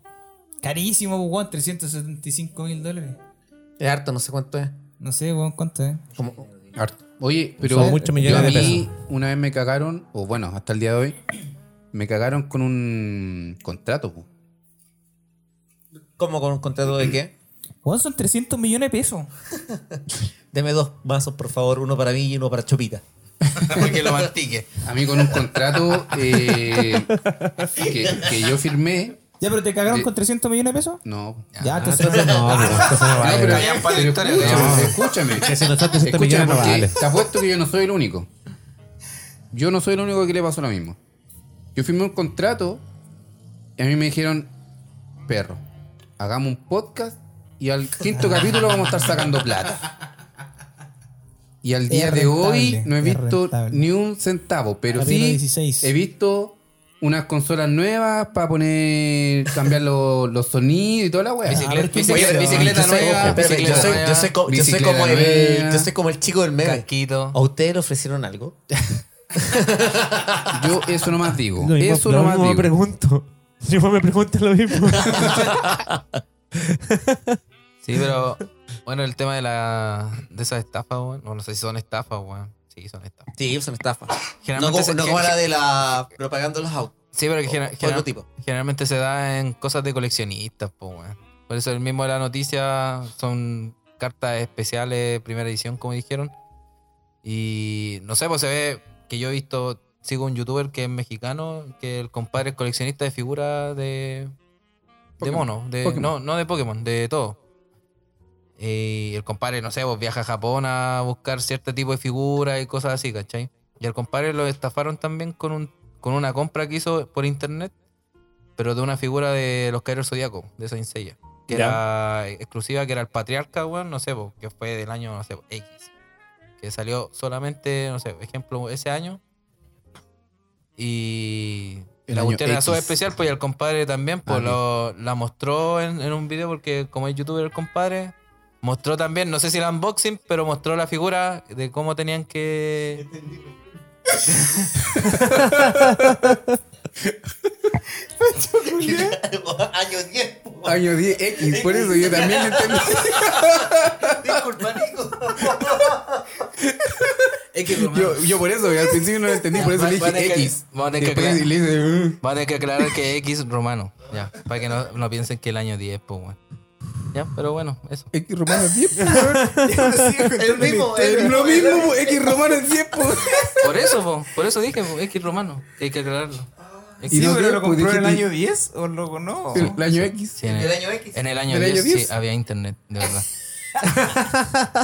Speaker 1: carísimo, pues, weón, 375 mil dólares.
Speaker 7: Es harto, no sé cuánto es.
Speaker 1: No sé, weón, cuánto es.
Speaker 7: Como-
Speaker 2: Harto. Oye, pero
Speaker 4: Son muchos millones
Speaker 2: yo a
Speaker 4: de
Speaker 2: mí una vez me cagaron, o bueno, hasta el día de hoy, me cagaron con un contrato. pu.
Speaker 7: ¿Cómo con un contrato de qué?
Speaker 1: Weón, son 300 millones de pesos.
Speaker 7: Deme dos vasos, por favor, uno para mí y uno para Chopita.
Speaker 6: Porque lo mantique.
Speaker 2: A mí con un contrato eh, que, que yo firmé.
Speaker 1: Ya, pero te cagaron
Speaker 2: De-
Speaker 1: con 300 millones de pesos.
Speaker 2: No.
Speaker 1: Ya, Ah, entonces no.
Speaker 4: No, pero esto no
Speaker 2: Ah, No,
Speaker 4: vale.
Speaker 2: pero,
Speaker 6: Callan para la
Speaker 2: pero
Speaker 6: historia,
Speaker 2: escúchame, escúchame.
Speaker 4: si no son 300
Speaker 2: Escúchame,
Speaker 4: millones, no
Speaker 2: porque
Speaker 4: vale.
Speaker 2: te apuesto que yo no soy el único. Yo no soy el único que le pasó lo mismo. Yo firmé un contrato y a mí me dijeron, perro, hagamos un podcast y al quinto capítulo vamos a estar sacando plata. Y al día de
Speaker 1: rentable,
Speaker 2: hoy no he
Speaker 1: es
Speaker 2: visto
Speaker 1: rentable.
Speaker 2: ni un centavo, pero
Speaker 1: Capítulo
Speaker 2: sí
Speaker 1: 16.
Speaker 2: he visto unas consolas nuevas para poner, cambiar los, los sonidos y toda la weá.
Speaker 1: Bicicleta-
Speaker 6: Oye, pero- bicicleta
Speaker 7: yo soy-
Speaker 6: nueva,
Speaker 7: ojo, espérame,
Speaker 6: bicicleta
Speaker 7: yo soy- yo soy
Speaker 6: nueva,
Speaker 7: co- yo soy como
Speaker 2: bicicleta
Speaker 7: el-
Speaker 2: nueva.
Speaker 7: yo soy como el chico del meme.
Speaker 6: Casquito.
Speaker 7: ¿A ustedes le ofrecieron algo?
Speaker 2: Yo eso nomás digo.
Speaker 4: Lo mismo-
Speaker 2: eso
Speaker 4: lo
Speaker 2: nomás
Speaker 4: mismo me
Speaker 2: digo.
Speaker 4: pregunto. Yo me pregunto lo mismo.
Speaker 6: Sí, pero bueno, el tema de la de esas estafas, weón. No, no sé si son estafas, weón. Sí, son estafas.
Speaker 7: Sí, son estafas. No,
Speaker 6: Generalmente
Speaker 7: como-
Speaker 6: se-
Speaker 7: no
Speaker 6: ge-
Speaker 7: como la de la propaganda de los autos.
Speaker 6: Sí, pero que genera-
Speaker 7: otro
Speaker 6: genera-
Speaker 7: tipo.
Speaker 6: generalmente se da en cosas de coleccionistas, po, weón. Por eso el mismo de la noticia son cartas especiales, primera edición, como dijeron. Y no sé, pues se ve que yo he visto, sigo un youtuber que es mexicano, que el compadre es coleccionista de figuras de, de
Speaker 2: Pokémon.
Speaker 6: mono, de,
Speaker 2: Pokémon.
Speaker 6: no, no de Pokémon, de todo. Y el compadre, no sé, pues viaja a Japón a buscar cierto tipo de figuras y cosas así, ¿cachai? Y al compadre lo estafaron también con, un, con una compra que hizo por internet, pero de una figura de los Caeros Zodíaco, de esa Seiya. Que era exclusiva, que era el patriarca, weón, no sé, po, que fue del año, no sé, po, X. que salió solamente, no sé, ejemplo, ese año. Y
Speaker 2: El
Speaker 6: la
Speaker 2: año
Speaker 6: cuestión era
Speaker 2: X.
Speaker 6: súper especial, pues y el compadre también, pues
Speaker 2: Ah,
Speaker 6: lo- la mostró en, en un video, porque como es youtuber el compadre, mostró también, no sé si el unboxing, pero mostró la figura de cómo tenían que.
Speaker 3: Año 10. po.
Speaker 8: Año 10X, por eso yo también entendí.
Speaker 3: Disculpa, Nico.
Speaker 8: Es que yo, yo por eso, al principio no lo entendí, por eso le
Speaker 6: Van a
Speaker 8: dije
Speaker 6: tener que-
Speaker 8: X.
Speaker 6: van a tener que
Speaker 8: Después
Speaker 6: aclarar.
Speaker 8: le hice, "Mm".
Speaker 6: Va a tener que aclarar que X romano, ya, para que no, no piensen que el año 10, pues, weón. Ya, pero bueno, eso.
Speaker 8: X romano 10, po, weón. Ya no sigo contando la
Speaker 3: mismo,
Speaker 8: historia.
Speaker 3: el
Speaker 8: Lo
Speaker 3: mismo.
Speaker 8: mismo, po, X romano 10, po.
Speaker 6: Por eso, po, por eso dije, po, X romano, hay que aclararlo. X-
Speaker 8: Y
Speaker 1: Sí,
Speaker 8: no
Speaker 1: pero
Speaker 8: diez,
Speaker 1: lo
Speaker 8: pues,
Speaker 1: compró en el
Speaker 8: dijiste-
Speaker 1: año 10 o lo no.
Speaker 8: El, el año X.
Speaker 6: sí, en
Speaker 3: El
Speaker 6: el,
Speaker 3: año X.
Speaker 6: en el año
Speaker 8: ¿El año
Speaker 6: 10,
Speaker 8: 10?
Speaker 6: sí había internet, de verdad.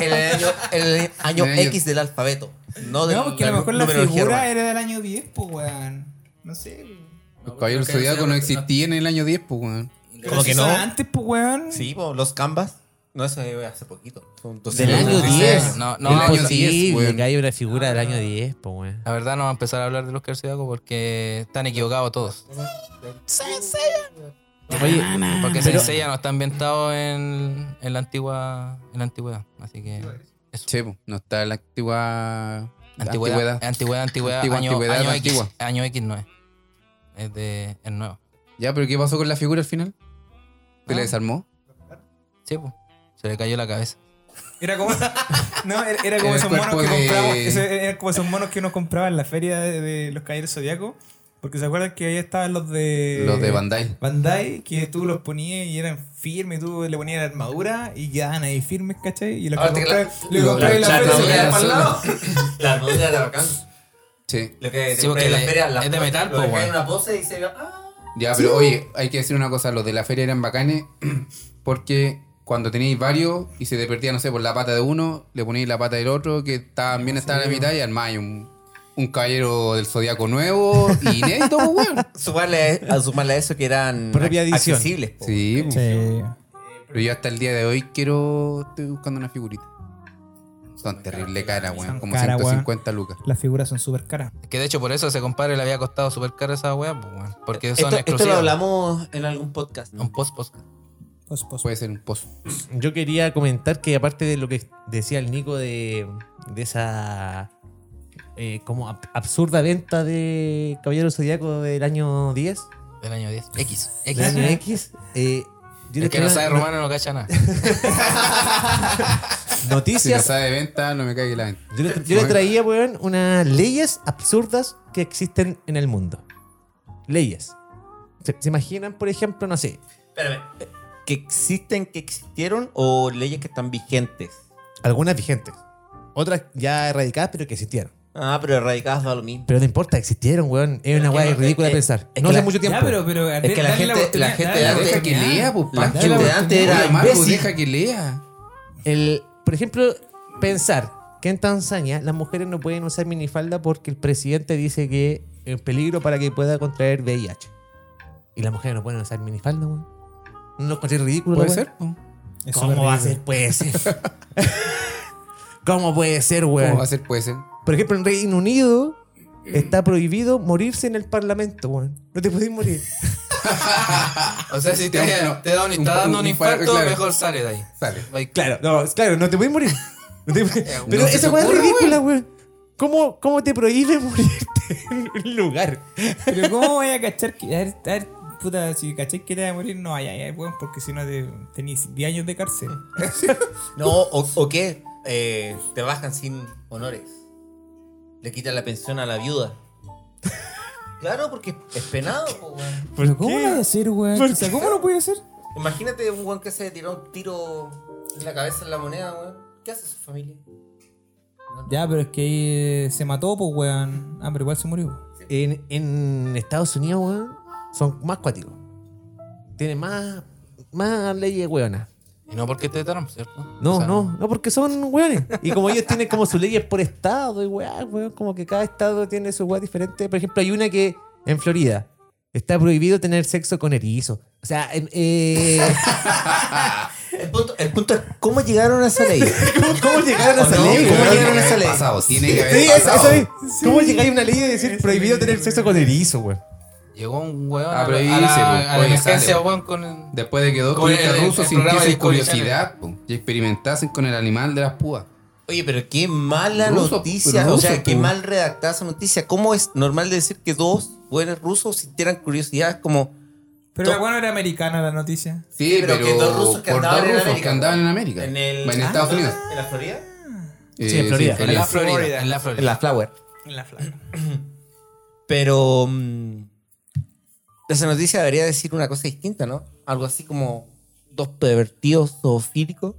Speaker 3: El año, el año
Speaker 8: El año-
Speaker 3: X del alfabeto. No, del,
Speaker 1: No, porque a lo mejor la
Speaker 3: numerología
Speaker 1: figura
Speaker 3: romana.
Speaker 1: era del año 10, pues, weón. No sé.
Speaker 8: No,
Speaker 5: Los caballeros
Speaker 8: porque no
Speaker 5: zodiacos no
Speaker 8: sea-
Speaker 5: existía en el año 10, pues, weón.
Speaker 3: ¿Cómo
Speaker 1: Se
Speaker 3: que no?
Speaker 1: usaba Antes, pues, weón.
Speaker 3: Sí, po, los canvas. No, eso eh, hace poquito. Fue un
Speaker 7: Del año 10.
Speaker 6: No,
Speaker 5: El
Speaker 6: no,
Speaker 5: año
Speaker 6: pues,
Speaker 5: 10, weón.
Speaker 4: que hay una figura del año 10, pues, weón.
Speaker 6: la verdad no va a empezar a hablar de los carciagos porque están equivocados todos.
Speaker 4: Oye,
Speaker 6: Porque
Speaker 4: pero-
Speaker 6: Sensei ya no está ambientado en, en la antigua en la antigüedad, así que
Speaker 5: Che, po, no está la antigua.
Speaker 6: antigüedad, antigüedad,
Speaker 5: Antigua,
Speaker 6: antigüedad, año,
Speaker 5: antigüedad,
Speaker 6: año
Speaker 5: la
Speaker 6: X,
Speaker 5: antigua.
Speaker 6: año X no es. Es de es nuevo.
Speaker 5: Ya, pero ¿qué pasó con la figura al final? ¿Te
Speaker 1: Ah.
Speaker 5: la desarmó?
Speaker 6: Sí, pues. Se le cayó la cabeza.
Speaker 1: Era como. no, era, era
Speaker 5: Era
Speaker 1: como
Speaker 5: el
Speaker 1: esos monos
Speaker 5: cuerpo
Speaker 1: que
Speaker 5: de-
Speaker 1: compramos. ese- Era como esos monos que uno compraba en la feria de, de los caballeros zodiacos. Porque se acuerdan que ahí estaban los de.
Speaker 5: Los de Bandai.
Speaker 1: Bandai, que tú los ponías y eran firmes, y tú le ponías la armadura y quedaban ahí firmes, ¿cachai? Y los
Speaker 3: Ahora
Speaker 1: que
Speaker 3: te-
Speaker 1: comprabas- le
Speaker 5: lo-
Speaker 1: comprabas
Speaker 5: la
Speaker 1: en la
Speaker 5: chata,
Speaker 1: feria y se
Speaker 5: la
Speaker 1: quedaban pa'l
Speaker 5: sola.
Speaker 1: lado.
Speaker 3: La armadura de bacán.
Speaker 5: Sí.
Speaker 3: Lo que
Speaker 6: Sí,
Speaker 3: se
Speaker 6: porque
Speaker 3: en la
Speaker 6: es-
Speaker 3: feria, la
Speaker 6: es de
Speaker 3: puerta,
Speaker 6: metal,
Speaker 3: lo
Speaker 6: po,
Speaker 3: dejan
Speaker 6: weón.
Speaker 3: en una pose y se ve, ah.
Speaker 5: Ya, pero oye, hay que decir una cosa. Los de la feria eran bacanes porque cuando teníais varios y se te perdía, no sé, por la pata de uno, le poníais la pata del otro, que
Speaker 1: Ah,
Speaker 5: también estaba en la mitad y armáis un, un caballero del zodiaco nuevo y inédito, pues, weón.
Speaker 3: Sumarle a, a sumarle a eso que eran
Speaker 4: Propia edición.
Speaker 3: accesibles.
Speaker 1: Oh,
Speaker 3: po.
Speaker 5: Sí, po.
Speaker 1: Sí.
Speaker 5: pero yo hasta el día de hoy quiero. Estoy buscando una figurita. Son terrible cara, weón.
Speaker 1: Son
Speaker 5: Como
Speaker 1: cara, weón.
Speaker 5: 150 lucas.
Speaker 1: Las figuras son súper caras.
Speaker 6: Que de hecho por eso a ese compadre le había costado súper caro esa weá, pues, weón. Porque son
Speaker 3: Esto, esto
Speaker 6: exclusivas.
Speaker 3: lo hablamos en algún podcast.
Speaker 6: Un post post.
Speaker 1: Pues, pues,
Speaker 5: Puede ser un post.
Speaker 4: Yo quería comentar que aparte de lo que decía el Nico de, de esa eh, como ab- absurda venta de Caballero Zodíaco del año 10,
Speaker 6: Del año 10. X.
Speaker 4: del
Speaker 6: X.
Speaker 4: año X, eh,
Speaker 6: El
Speaker 4: yo les
Speaker 6: que no
Speaker 4: traigo
Speaker 6: sabe
Speaker 4: no-
Speaker 6: romano no cacha nada.
Speaker 5: Si no
Speaker 4: noticias.
Speaker 5: sabe de venta, no me cague la venta.
Speaker 4: yo, les, yo les traía, weón, unas leyes absurdas que existen en el mundo. Leyes. ¿Se, se imaginan, por ejemplo, no sé,
Speaker 3: Espérame. ¿Que existen, que existieron o leyes que están vigentes?
Speaker 4: algunas vigentes, otras ya erradicadas, pero que existieron?
Speaker 3: Ah, pero erradicadas da lo mismo.
Speaker 4: Pero no importa, existieron, weón. Es una
Speaker 3: que
Speaker 4: weá
Speaker 3: no-
Speaker 4: ridícula
Speaker 3: es
Speaker 4: de
Speaker 3: que-
Speaker 4: pensar.
Speaker 3: es
Speaker 4: No
Speaker 3: que
Speaker 4: hace
Speaker 3: la-
Speaker 4: mucho tiempo.
Speaker 1: Ya, pero, pero
Speaker 3: Es que la
Speaker 1: dale
Speaker 3: gente- la
Speaker 1: oportunidad,
Speaker 3: gente
Speaker 1: dale
Speaker 3: de antes-
Speaker 5: Deja que
Speaker 1: oportunidad.
Speaker 5: lea, pues,
Speaker 3: La
Speaker 5: Pancho.
Speaker 3: gente de antes era
Speaker 5: Hola, Marco,
Speaker 3: imbécil.
Speaker 5: deja que lea.
Speaker 4: El, por ejemplo, pensar que en Tanzania las mujeres no pueden usar minifalda porque el presidente dice que es peligro para que pueda contraer VIH. Y las mujeres no pueden usar minifalda, weón. No lo considero ridículo.
Speaker 5: Puede
Speaker 4: la weá?
Speaker 5: ser,
Speaker 3: pues.
Speaker 5: pues. po.
Speaker 1: Es
Speaker 4: ¿Cómo
Speaker 1: súper
Speaker 4: va a
Speaker 1: ridículo.
Speaker 4: ser? Puede ser. ¿Cómo puede ser,
Speaker 5: ¿Cómo
Speaker 4: weón?
Speaker 5: va a ser? Puede ser.
Speaker 4: Por ejemplo, en Reino Unido está prohibido morirse en el parlamento, weón. No te podés morir.
Speaker 6: O sea, si
Speaker 5: te- te da un- un- un infarto, mejor
Speaker 6: sale de ahí.
Speaker 5: Sale.
Speaker 4: Claro, no, claro, no te puedes morir. No te puedes- Pero
Speaker 5: No se
Speaker 4: esa
Speaker 5: te
Speaker 4: weá es
Speaker 5: ocurra,
Speaker 4: ridícula, weón. ¿Cómo, ¿Cómo te prohíbe morirte en un lugar?
Speaker 1: Pero ¿cómo voy a cachar que... A ver, a ver, puta, si caché que te vas a morir, no, ay, ay, ay, weón, porque si no te, tenís 10 años de cárcel.
Speaker 3: No, o, o qué? eh, te bajan sin honores. Le quitan la pensión a la viuda. Claro, porque es penado, po, weón.
Speaker 1: ¿Pero cómo lo voy a hacer, weón?
Speaker 4: ¿Por
Speaker 1: O sea,
Speaker 4: qué?
Speaker 1: ¿cómo lo puede hacer?
Speaker 3: Imagínate un weón que se tiró un tiro en la cabeza en la moneda, weón. ¿Qué hace su familia?
Speaker 1: Ya, pero es que ahí, eh, se mató, pues, weón. Ah, pero igual se murió.
Speaker 4: En, en Estados Unidos, weón, son más cuáticos. Tienen más, más leyes, weonas.
Speaker 6: Y no porque te Trump, ¿cierto?
Speaker 4: No,
Speaker 6: O sea,
Speaker 4: no, no, porque son weones. Y como ellos tienen como sus leyes por estado y weá, weón, como que cada estado tiene su weá diferente. Por ejemplo, hay una que en Florida está prohibido tener sexo con erizo. O sea, en- eh,
Speaker 3: El punto, el punto es cómo llegaron a esa ley. ¿Cómo llegaron a
Speaker 5: ¿O
Speaker 3: esa
Speaker 5: no?
Speaker 3: ley?
Speaker 5: Tiene
Speaker 3: ¿Cómo
Speaker 5: que
Speaker 3: llegaron a
Speaker 5: haber
Speaker 3: esa ley?
Speaker 5: pasado, Tiene que
Speaker 2: Eh,
Speaker 5: haber
Speaker 4: Sí, es-
Speaker 5: pasado.
Speaker 4: eso es. ¿Cómo llegáis a una ley de decir prohibido tener sexo con erizo, güey?
Speaker 6: Llegó un weón
Speaker 5: Ah,
Speaker 6: a,
Speaker 5: pero
Speaker 6: la-
Speaker 5: ahí
Speaker 6: a la,
Speaker 5: dice, pues,
Speaker 6: a la
Speaker 5: oye,
Speaker 6: emergencia,
Speaker 5: sale.
Speaker 6: weón, con el-
Speaker 5: Después de que dos
Speaker 6: Como el-
Speaker 5: turistas
Speaker 6: el-
Speaker 5: rusos
Speaker 6: el programa
Speaker 5: sintiesen
Speaker 6: de Discovery
Speaker 5: curiosidad po, y experimentasen con el animal de las púas.
Speaker 3: Oye, pero qué mala
Speaker 5: Ruso,
Speaker 3: noticia.
Speaker 5: ruso,
Speaker 3: o sea, qué
Speaker 5: tú.
Speaker 3: mal redactada esa noticia. ¿Cómo es normal decir que dos buenos rusos sintieran curiosidad? Como,
Speaker 1: Pero la buena era americana la noticia.
Speaker 5: Sí,
Speaker 3: pero
Speaker 5: pero,
Speaker 3: que dos rusos que
Speaker 5: por
Speaker 3: andaban
Speaker 5: dos
Speaker 3: en
Speaker 5: rusos que
Speaker 3: América. pues.
Speaker 5: andaban en América.
Speaker 3: En
Speaker 5: En,
Speaker 3: el- Ah,
Speaker 5: Estados Unidos.
Speaker 3: ¿en la Florida?
Speaker 5: Eh,
Speaker 1: Sí, en Florida.
Speaker 5: en Florida.
Speaker 6: Florida, en la Florida.
Speaker 3: En la Flower.
Speaker 1: En la flaca.
Speaker 3: Pero mm, esa noticia debería decir una cosa distinta, ¿no? Algo así como dos pervertidos zoofílicos.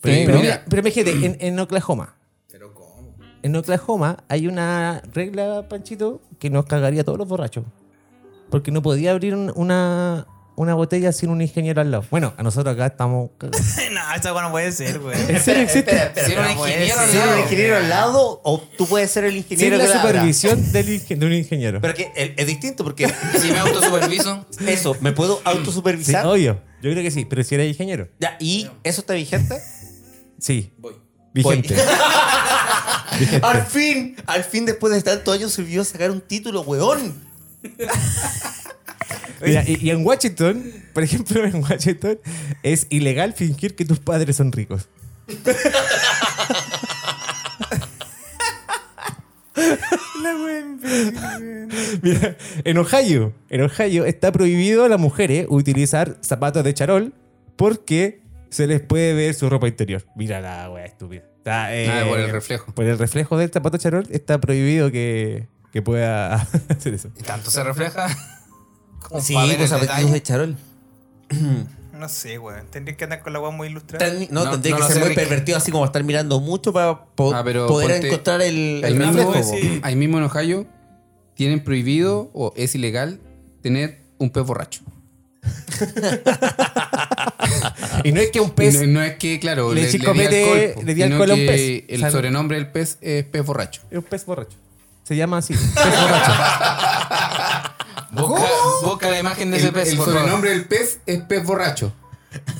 Speaker 4: Pero,
Speaker 5: Sí,
Speaker 4: pero-
Speaker 5: mira.
Speaker 4: pero imagínate, en, en Oklahoma. En Oklahoma hay una regla, Panchito, que nos cagaría a todos los borrachos. Porque no podía abrir un- una, una botella sin un ingeniero al lado. Bueno, a nosotros acá estamos cagados.
Speaker 1: no, esa weá no puede ser, güey.
Speaker 4: ¿En serio existe?
Speaker 6: Si era un ingeniero al
Speaker 3: Si eres
Speaker 6: lado.
Speaker 3: un ingeniero al lado o tú puedes ser el ingeniero
Speaker 4: Sin la
Speaker 3: que la abra.
Speaker 4: supervisión del ingen- de un ingeniero.
Speaker 3: Pero que el- es distinto porque
Speaker 6: Si me autosuperviso,
Speaker 3: eso, me puedo
Speaker 4: Sí,
Speaker 3: autosupervisar.
Speaker 4: obvio. Yo creo que sí, pero si eres ingeniero.
Speaker 3: Ya, ¿Y eso está vigente?
Speaker 4: Sí. Vigente. Vigente.
Speaker 3: ¡Al fin! Al fin, después de tantos años, sirvió sacar un título, weón.
Speaker 4: Mira, y, y en Washington, por ejemplo, en Washington, es ilegal fingir que tus padres son ricos. Mira, en Ohio, en Ohio está prohibido a las mujeres utilizar zapatos de charol porque se les puede ver su ropa interior. Mira la wea estúpida. Está, eh,
Speaker 5: Ah, por el reflejo.
Speaker 4: por el reflejo del zapato charol está prohibido que, que pueda hacer eso.
Speaker 6: y tanto se refleja. Como
Speaker 3: Sí,
Speaker 6: para ver
Speaker 3: pues
Speaker 6: el
Speaker 3: apetitos
Speaker 6: detalle.
Speaker 3: de charol.
Speaker 1: No sé, güey. Tendrías que andar con la weá muy ilustrada.
Speaker 3: Tan- no,
Speaker 6: No,
Speaker 3: tendría
Speaker 6: no
Speaker 3: que
Speaker 6: lo
Speaker 3: ser
Speaker 6: sé,
Speaker 3: muy
Speaker 6: Ricky.
Speaker 3: pervertido, así como estar mirando mucho para po-
Speaker 5: Ah, pero
Speaker 3: poder
Speaker 5: ponte-
Speaker 3: encontrar el,
Speaker 4: Ah,
Speaker 5: Ahí
Speaker 3: el
Speaker 5: mismo,
Speaker 3: reflejo.
Speaker 1: sí.
Speaker 5: ahí mismo en Ohio tienen prohibido o es ilegal tener un pez borracho.
Speaker 4: Y no es que un
Speaker 5: Ah. Y
Speaker 4: pez
Speaker 5: no, no es que, claro,
Speaker 4: Le
Speaker 5: le,
Speaker 4: chico
Speaker 5: le di
Speaker 4: pete-
Speaker 5: alcohol, po,
Speaker 4: le di
Speaker 5: sino
Speaker 4: alcohol a un
Speaker 5: que
Speaker 4: pez.
Speaker 5: El
Speaker 4: ¿Sabe?
Speaker 5: sobrenombre del pez es pez borracho.
Speaker 4: Es un pez borracho. Se llama así. pez borracho.
Speaker 6: Busca, busca la imagen de
Speaker 5: El,
Speaker 6: ese pez,
Speaker 5: el
Speaker 6: por favor.
Speaker 5: sobrenombre del pez es pez borracho.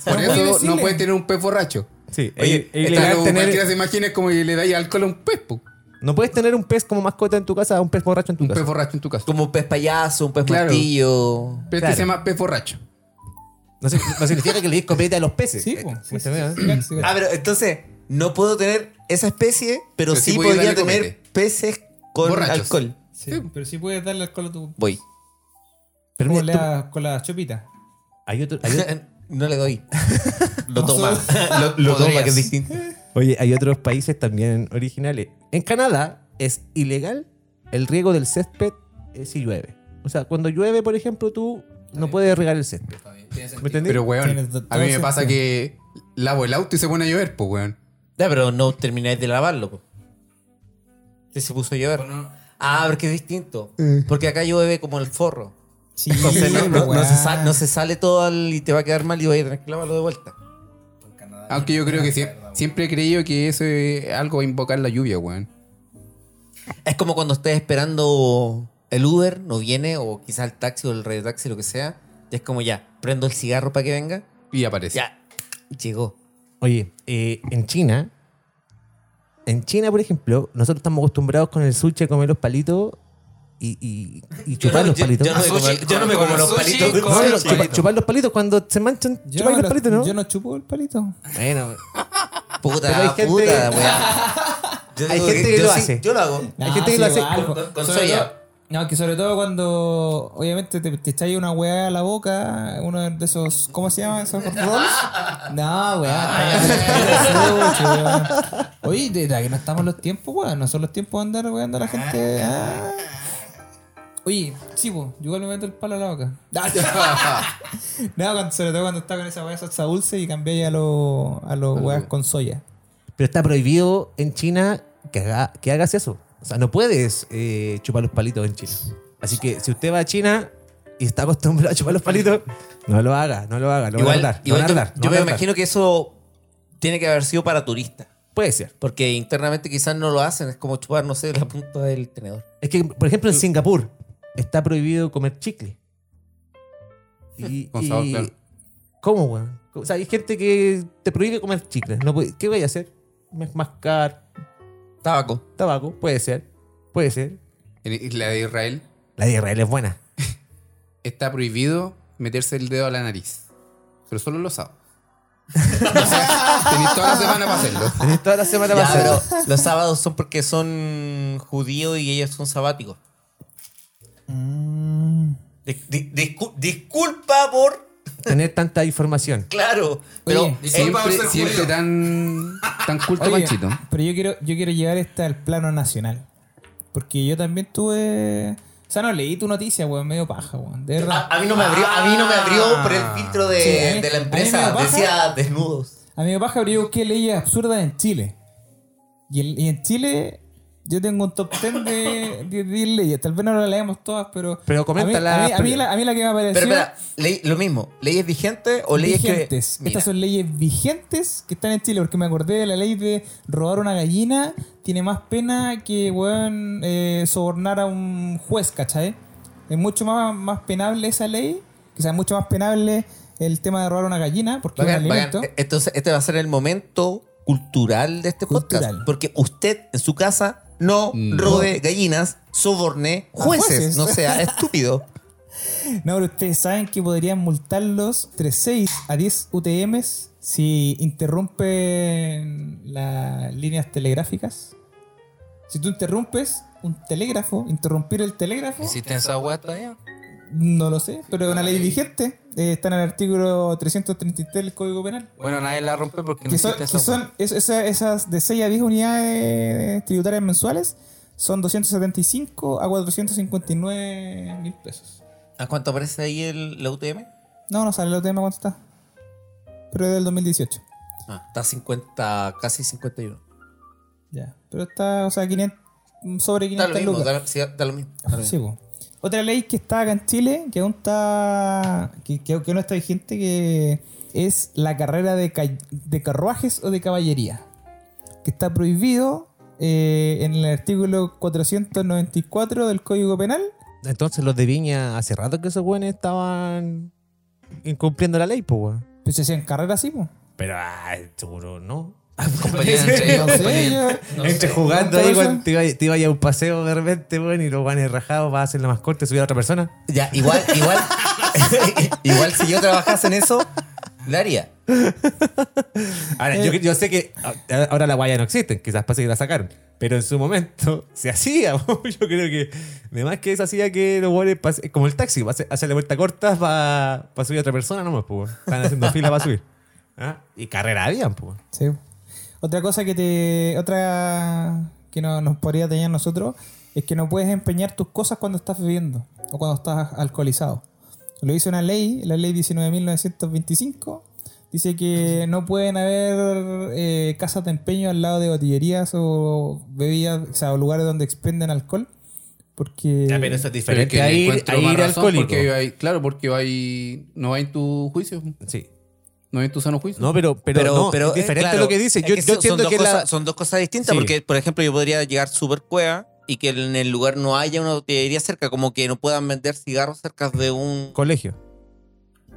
Speaker 5: Por eso no puedes tener un pez borracho.
Speaker 4: Sí.
Speaker 5: Oye,
Speaker 4: es
Speaker 5: está
Speaker 4: ilegal
Speaker 5: como
Speaker 4: tener-
Speaker 5: cualquiera se imagina es como que le dais alcohol a un pez, po.
Speaker 4: no puedes tener un pez como mascota en tu casa, un pez borracho en tu
Speaker 5: un
Speaker 4: casa.
Speaker 5: pez borracho en tu casa.
Speaker 3: Como un pez payaso, un pez
Speaker 5: Claro.
Speaker 3: martillo.
Speaker 5: Pero
Speaker 4: Claro.
Speaker 5: este se llama pez borracho.
Speaker 4: No, sig- no significa que le des copete a los peces.
Speaker 1: Sí,
Speaker 4: Eh,
Speaker 1: po. pues, Sí,
Speaker 4: me
Speaker 1: sí,
Speaker 4: se vea,
Speaker 1: sí,
Speaker 4: ¿eh?
Speaker 1: sí, sí.
Speaker 3: Ah, pero entonces no puedo tener esa especie, pero,
Speaker 5: Pero
Speaker 3: sí,
Speaker 5: sí podía
Speaker 3: podría
Speaker 5: darle
Speaker 3: tener
Speaker 5: copete.
Speaker 3: peces con
Speaker 5: Borrachos.
Speaker 3: alcohol.
Speaker 1: Sí, pero si puedes darle alcohol a tu.
Speaker 3: Voy.
Speaker 4: Pero
Speaker 1: Con
Speaker 4: mira, tú-
Speaker 1: la, con la chopita.
Speaker 4: hay otro- hay otro-
Speaker 3: no le doy. Lo toma. lo lo toma,
Speaker 6: Podrías.
Speaker 3: que es distinto.
Speaker 4: oye, hay otros países también originales. En Canadá es ilegal el riego del césped eh, si llueve. O sea, cuando llueve, por ejemplo, tú no puedes regar el césped. ¿Me entendí?
Speaker 5: Pero,
Speaker 1: Tiene
Speaker 5: weón,
Speaker 1: to-
Speaker 5: a mí me
Speaker 1: todo
Speaker 5: pasa
Speaker 1: sentido.
Speaker 5: que lavo el auto y se pone a llover, po, weón.
Speaker 3: Ya, pero no termináis de lavarlo. po. Sí, se puso a llover. Ah, pero que es distinto. Porque acá llueve como el forro.
Speaker 1: Sí,
Speaker 3: Entonces no, no- no
Speaker 1: weá.
Speaker 3: se sal- no se sale todo al- y te va a quedar mal y vas a tener que lavarlo de vuelta.
Speaker 5: Aunque yo creo que sie- siempre he creído que eso es algo a invocar la lluvia, weón.
Speaker 3: Es como cuando estés esperando el Uber, no viene, o quizás el taxi o el radio taxi, lo que sea. Y es como ya, prendo el cigarro para que venga.
Speaker 5: Y aparece.
Speaker 3: Ya, llegó.
Speaker 4: Oye, eh, en China, en China, por ejemplo, nosotros estamos acostumbrados con el sushi a comer los palitos y, y- y chupar los palitos. Ah,
Speaker 3: Yo no, me como-
Speaker 6: Sushi,
Speaker 3: yo no me como
Speaker 6: con
Speaker 3: los
Speaker 6: sushi,
Speaker 3: palitos.
Speaker 6: con
Speaker 4: No, no,
Speaker 6: sushi.
Speaker 4: chupa- chupar los palitos cuando se manchan,
Speaker 1: Yo,
Speaker 4: chupar los
Speaker 1: lo-
Speaker 4: palitos, ¿no?
Speaker 1: yo no chupo el palito.
Speaker 4: Bueno,
Speaker 3: Puta,
Speaker 4: Pero hay gente-
Speaker 3: puta, weá. Yo
Speaker 4: Hay
Speaker 3: digo
Speaker 4: gente que
Speaker 3: yo
Speaker 4: lo
Speaker 3: sí-
Speaker 4: hace.
Speaker 3: Yo lo hago.
Speaker 4: Hay
Speaker 1: Ah,
Speaker 4: gente que lo hace
Speaker 3: con- con- con
Speaker 1: sobre
Speaker 3: soya.
Speaker 1: todo- no, que sobre todo cuando obviamente te, te echáis una weá a la boca, uno de esos, ¿cómo se llaman esos rolls? No, weá, está bien, weá. Oye, de verdad que no estamos en los tiempos, weá, no son los tiempos de andar weando a la gente. ah. Oye, sí, po, yo igual me meto el palo a la boca. No, cuando- sobre todo cuando está con esa weá salsa dulce y cambiáis a los a los weas con soya.
Speaker 4: pero está prohibido en China que, haga- que hagas eso. O sea, no puedes eh, chupar los palitos en China. Así que si usted va a China y está acostumbrado a chupar los palitos, no lo haga, no lo haga, lo van a
Speaker 3: Igual,
Speaker 4: ardar, lo
Speaker 3: igual
Speaker 4: van
Speaker 3: yo,
Speaker 4: a ardar, lo
Speaker 3: yo
Speaker 4: van a
Speaker 3: me
Speaker 4: ardar.
Speaker 3: imagino que eso tiene que haber sido para turistas.
Speaker 4: Puede ser.
Speaker 3: Porque internamente quizás no lo hacen, es como chupar, no sé, la punta del tenedor.
Speaker 4: Es que, por ejemplo, en Singapur está prohibido comer chicle. Y,
Speaker 5: Con sabor,
Speaker 4: y-
Speaker 5: claro.
Speaker 4: ¿Cómo, weón? O sea, hay gente que te prohíbe comer chicles. No puede- ¿Qué voy a hacer? Mas- Mascar
Speaker 3: Tabaco.
Speaker 4: tabaco, puede ser. Puede ser.
Speaker 2: En la de Israel
Speaker 4: La de Israel es buena.
Speaker 2: está prohibido meterse el dedo a la nariz. Pero solo los sábados. Tenéis toda la semana para hacerlo.
Speaker 4: Tenés toda la semana
Speaker 3: Ya,
Speaker 4: pasada.
Speaker 3: pero los sábados son porque son judíos y ellos son sabáticos.
Speaker 1: Mm.
Speaker 9: Dis- di- discu- disculpa por.
Speaker 4: Tener tanta información.
Speaker 3: Claro.
Speaker 1: Pero,
Speaker 2: Siempre, siempre tan, tan culto,
Speaker 1: Oye,
Speaker 2: Panchito.
Speaker 1: pero yo quiero, yo quiero llevar esta al plano nacional. Porque yo también tuve. O sea, no leí tu noticia, weón, medio paja, weón. De verdad.
Speaker 3: A, a mí no me abrió, a mí no me abrió por el filtro de,
Speaker 1: Ah. Sí, a mí-
Speaker 3: de la
Speaker 1: a mí me
Speaker 3: empresa.
Speaker 1: baja.
Speaker 3: Decía desnudos.
Speaker 1: A mí me paja, pero yo busqué leyes absurdas en Chile. Y, el- y en Chile yo tengo un top 10 de de 10 leyes. Tal vez no las leamos todas, pero.
Speaker 4: Pero
Speaker 1: a mí-
Speaker 4: coméntala,
Speaker 1: A mí, a mí
Speaker 4: pero-
Speaker 1: la, a mí la que me apareció.
Speaker 3: Pero espera, ley- lo mismo. ¿Leyes vigentes o leyes
Speaker 1: vigentes.
Speaker 3: que.? Mira,
Speaker 1: Estas son leyes vigentes que están en Chile, porque me acordé de la ley de robar una gallina tiene más pena que weón, eh, sobornar a un juez, ¿cachai? Es mucho más, más penable esa ley, que sea mucho más penable el tema de robar una gallina, porque es
Speaker 3: bacán,
Speaker 1: un
Speaker 3: bacán.
Speaker 1: alimento.
Speaker 3: Entonces, este va a ser el momento cultural de este
Speaker 1: Cultural.
Speaker 3: podcast. Porque usted en su casa no
Speaker 2: No.
Speaker 3: rode gallinas, soborne
Speaker 1: A
Speaker 3: jueces.
Speaker 1: jueces.
Speaker 3: No sea estúpido. Eh.
Speaker 1: No, pero ustedes saben que podrían multarlos entre 6 a 10 UTMs si interrumpen las líneas telegráficas. Si tú interrumpes un telégrafo, interrumpir el telégrafo,
Speaker 6: ¿Existen esas weas todavía?
Speaker 1: no lo sé, pero
Speaker 3: Ah,
Speaker 1: es una ley vigente. eh, está en el artículo 333 del Código Penal.
Speaker 6: Bueno, nadie la rompe porque no
Speaker 1: Que son,
Speaker 6: existe
Speaker 1: que
Speaker 6: esa wea.
Speaker 1: son es- esa- esas de 6 a 10 unidades tributarias mensuales, son 275 a 459 mil pesos.
Speaker 3: ¿A cuánto aparece ahí el, la UTM?
Speaker 1: No, no sale el tema cuánto está. Pero es del 2018.
Speaker 3: Ah, está 50, casi 51.
Speaker 1: Ya. Pero está, o sea, 500, mm, sobre
Speaker 3: Da
Speaker 1: 500
Speaker 3: lo mismo,
Speaker 1: lucas.
Speaker 3: da, sí, da lo mismo. da lo
Speaker 1: Sí,
Speaker 3: mismo.
Speaker 1: po. Otra ley que está acá en Chile, que aún está. que, que, que no está vigente, que es la carrera de, ca- de carruajes o de caballería. Que está prohibido eh, en el artículo 494 del Código Penal.
Speaker 4: Entonces los de Viña hace rato que esos weones estaban incumpliendo la ley, pues weón.
Speaker 1: Pues se hacían carreras así, po.
Speaker 4: Pero ah, seguro no.
Speaker 6: Compañías entre ellos,
Speaker 1: No sé,
Speaker 6: compañías.
Speaker 1: yo-
Speaker 4: pues, Entre jugando
Speaker 1: ¿Nunca
Speaker 4: ahí,
Speaker 1: lo
Speaker 4: weón,
Speaker 1: hacen?
Speaker 4: te ibas te iba a ir a un paseo de repente, weón, y los guanes rajados vas a hacer la más corta y subir a otra persona.
Speaker 3: Ya, igual, igual. igual si yo trabajase en eso, lo haría.
Speaker 4: Ahora,
Speaker 3: Eh.
Speaker 4: yo, yo sé que a- ahora la guaya no existe, quizás pase que la sacaron. Pero en su momento se hacía, weón. yo creo que además que se hacía que los guanes, pase- como el taxi, pase- hace la vuelta corta para subir a otra persona nomás, pues. weón. Están haciendo fila para subir. ¿Ah? Y carrera habían, pues. weón.
Speaker 1: Sí. Otra cosa que te. Otra que no, nos podría tener nosotros es que no puedes empeñar tus cosas cuando estás bebiendo o cuando estás alcoholizado. Lo hizo una ley, la ley 19.925. Dice que no pueden haber eh, casas de empeño al lado de botillerías o bebidas, o sea, o lugares donde expenden alcohol. Porque.
Speaker 4: Ya, pero eso es
Speaker 2: Pero es
Speaker 4: diferente
Speaker 2: que
Speaker 4: a
Speaker 2: le
Speaker 4: ir,
Speaker 2: encuentro
Speaker 4: a
Speaker 2: más
Speaker 4: ir
Speaker 2: razón
Speaker 4: alcohólico.
Speaker 2: Porque hay, claro, porque hay, no va en tu juicio.
Speaker 4: Sí.
Speaker 2: No va en tu sano juicio.
Speaker 4: No, pero, pero, no, es
Speaker 3: eh,
Speaker 4: diferente
Speaker 3: claro,
Speaker 4: lo que dice.
Speaker 3: es
Speaker 4: Yo, yo
Speaker 3: son- son
Speaker 4: entiendo
Speaker 3: dos
Speaker 4: que
Speaker 3: cosas,
Speaker 4: la...
Speaker 3: son dos cosas distintas,
Speaker 4: Sí.
Speaker 3: porque, por ejemplo, yo podría llegar súper cueva y que en el lugar no haya una botillería cerca, como que no puedan vender cigarros cerca de un.
Speaker 4: colegio.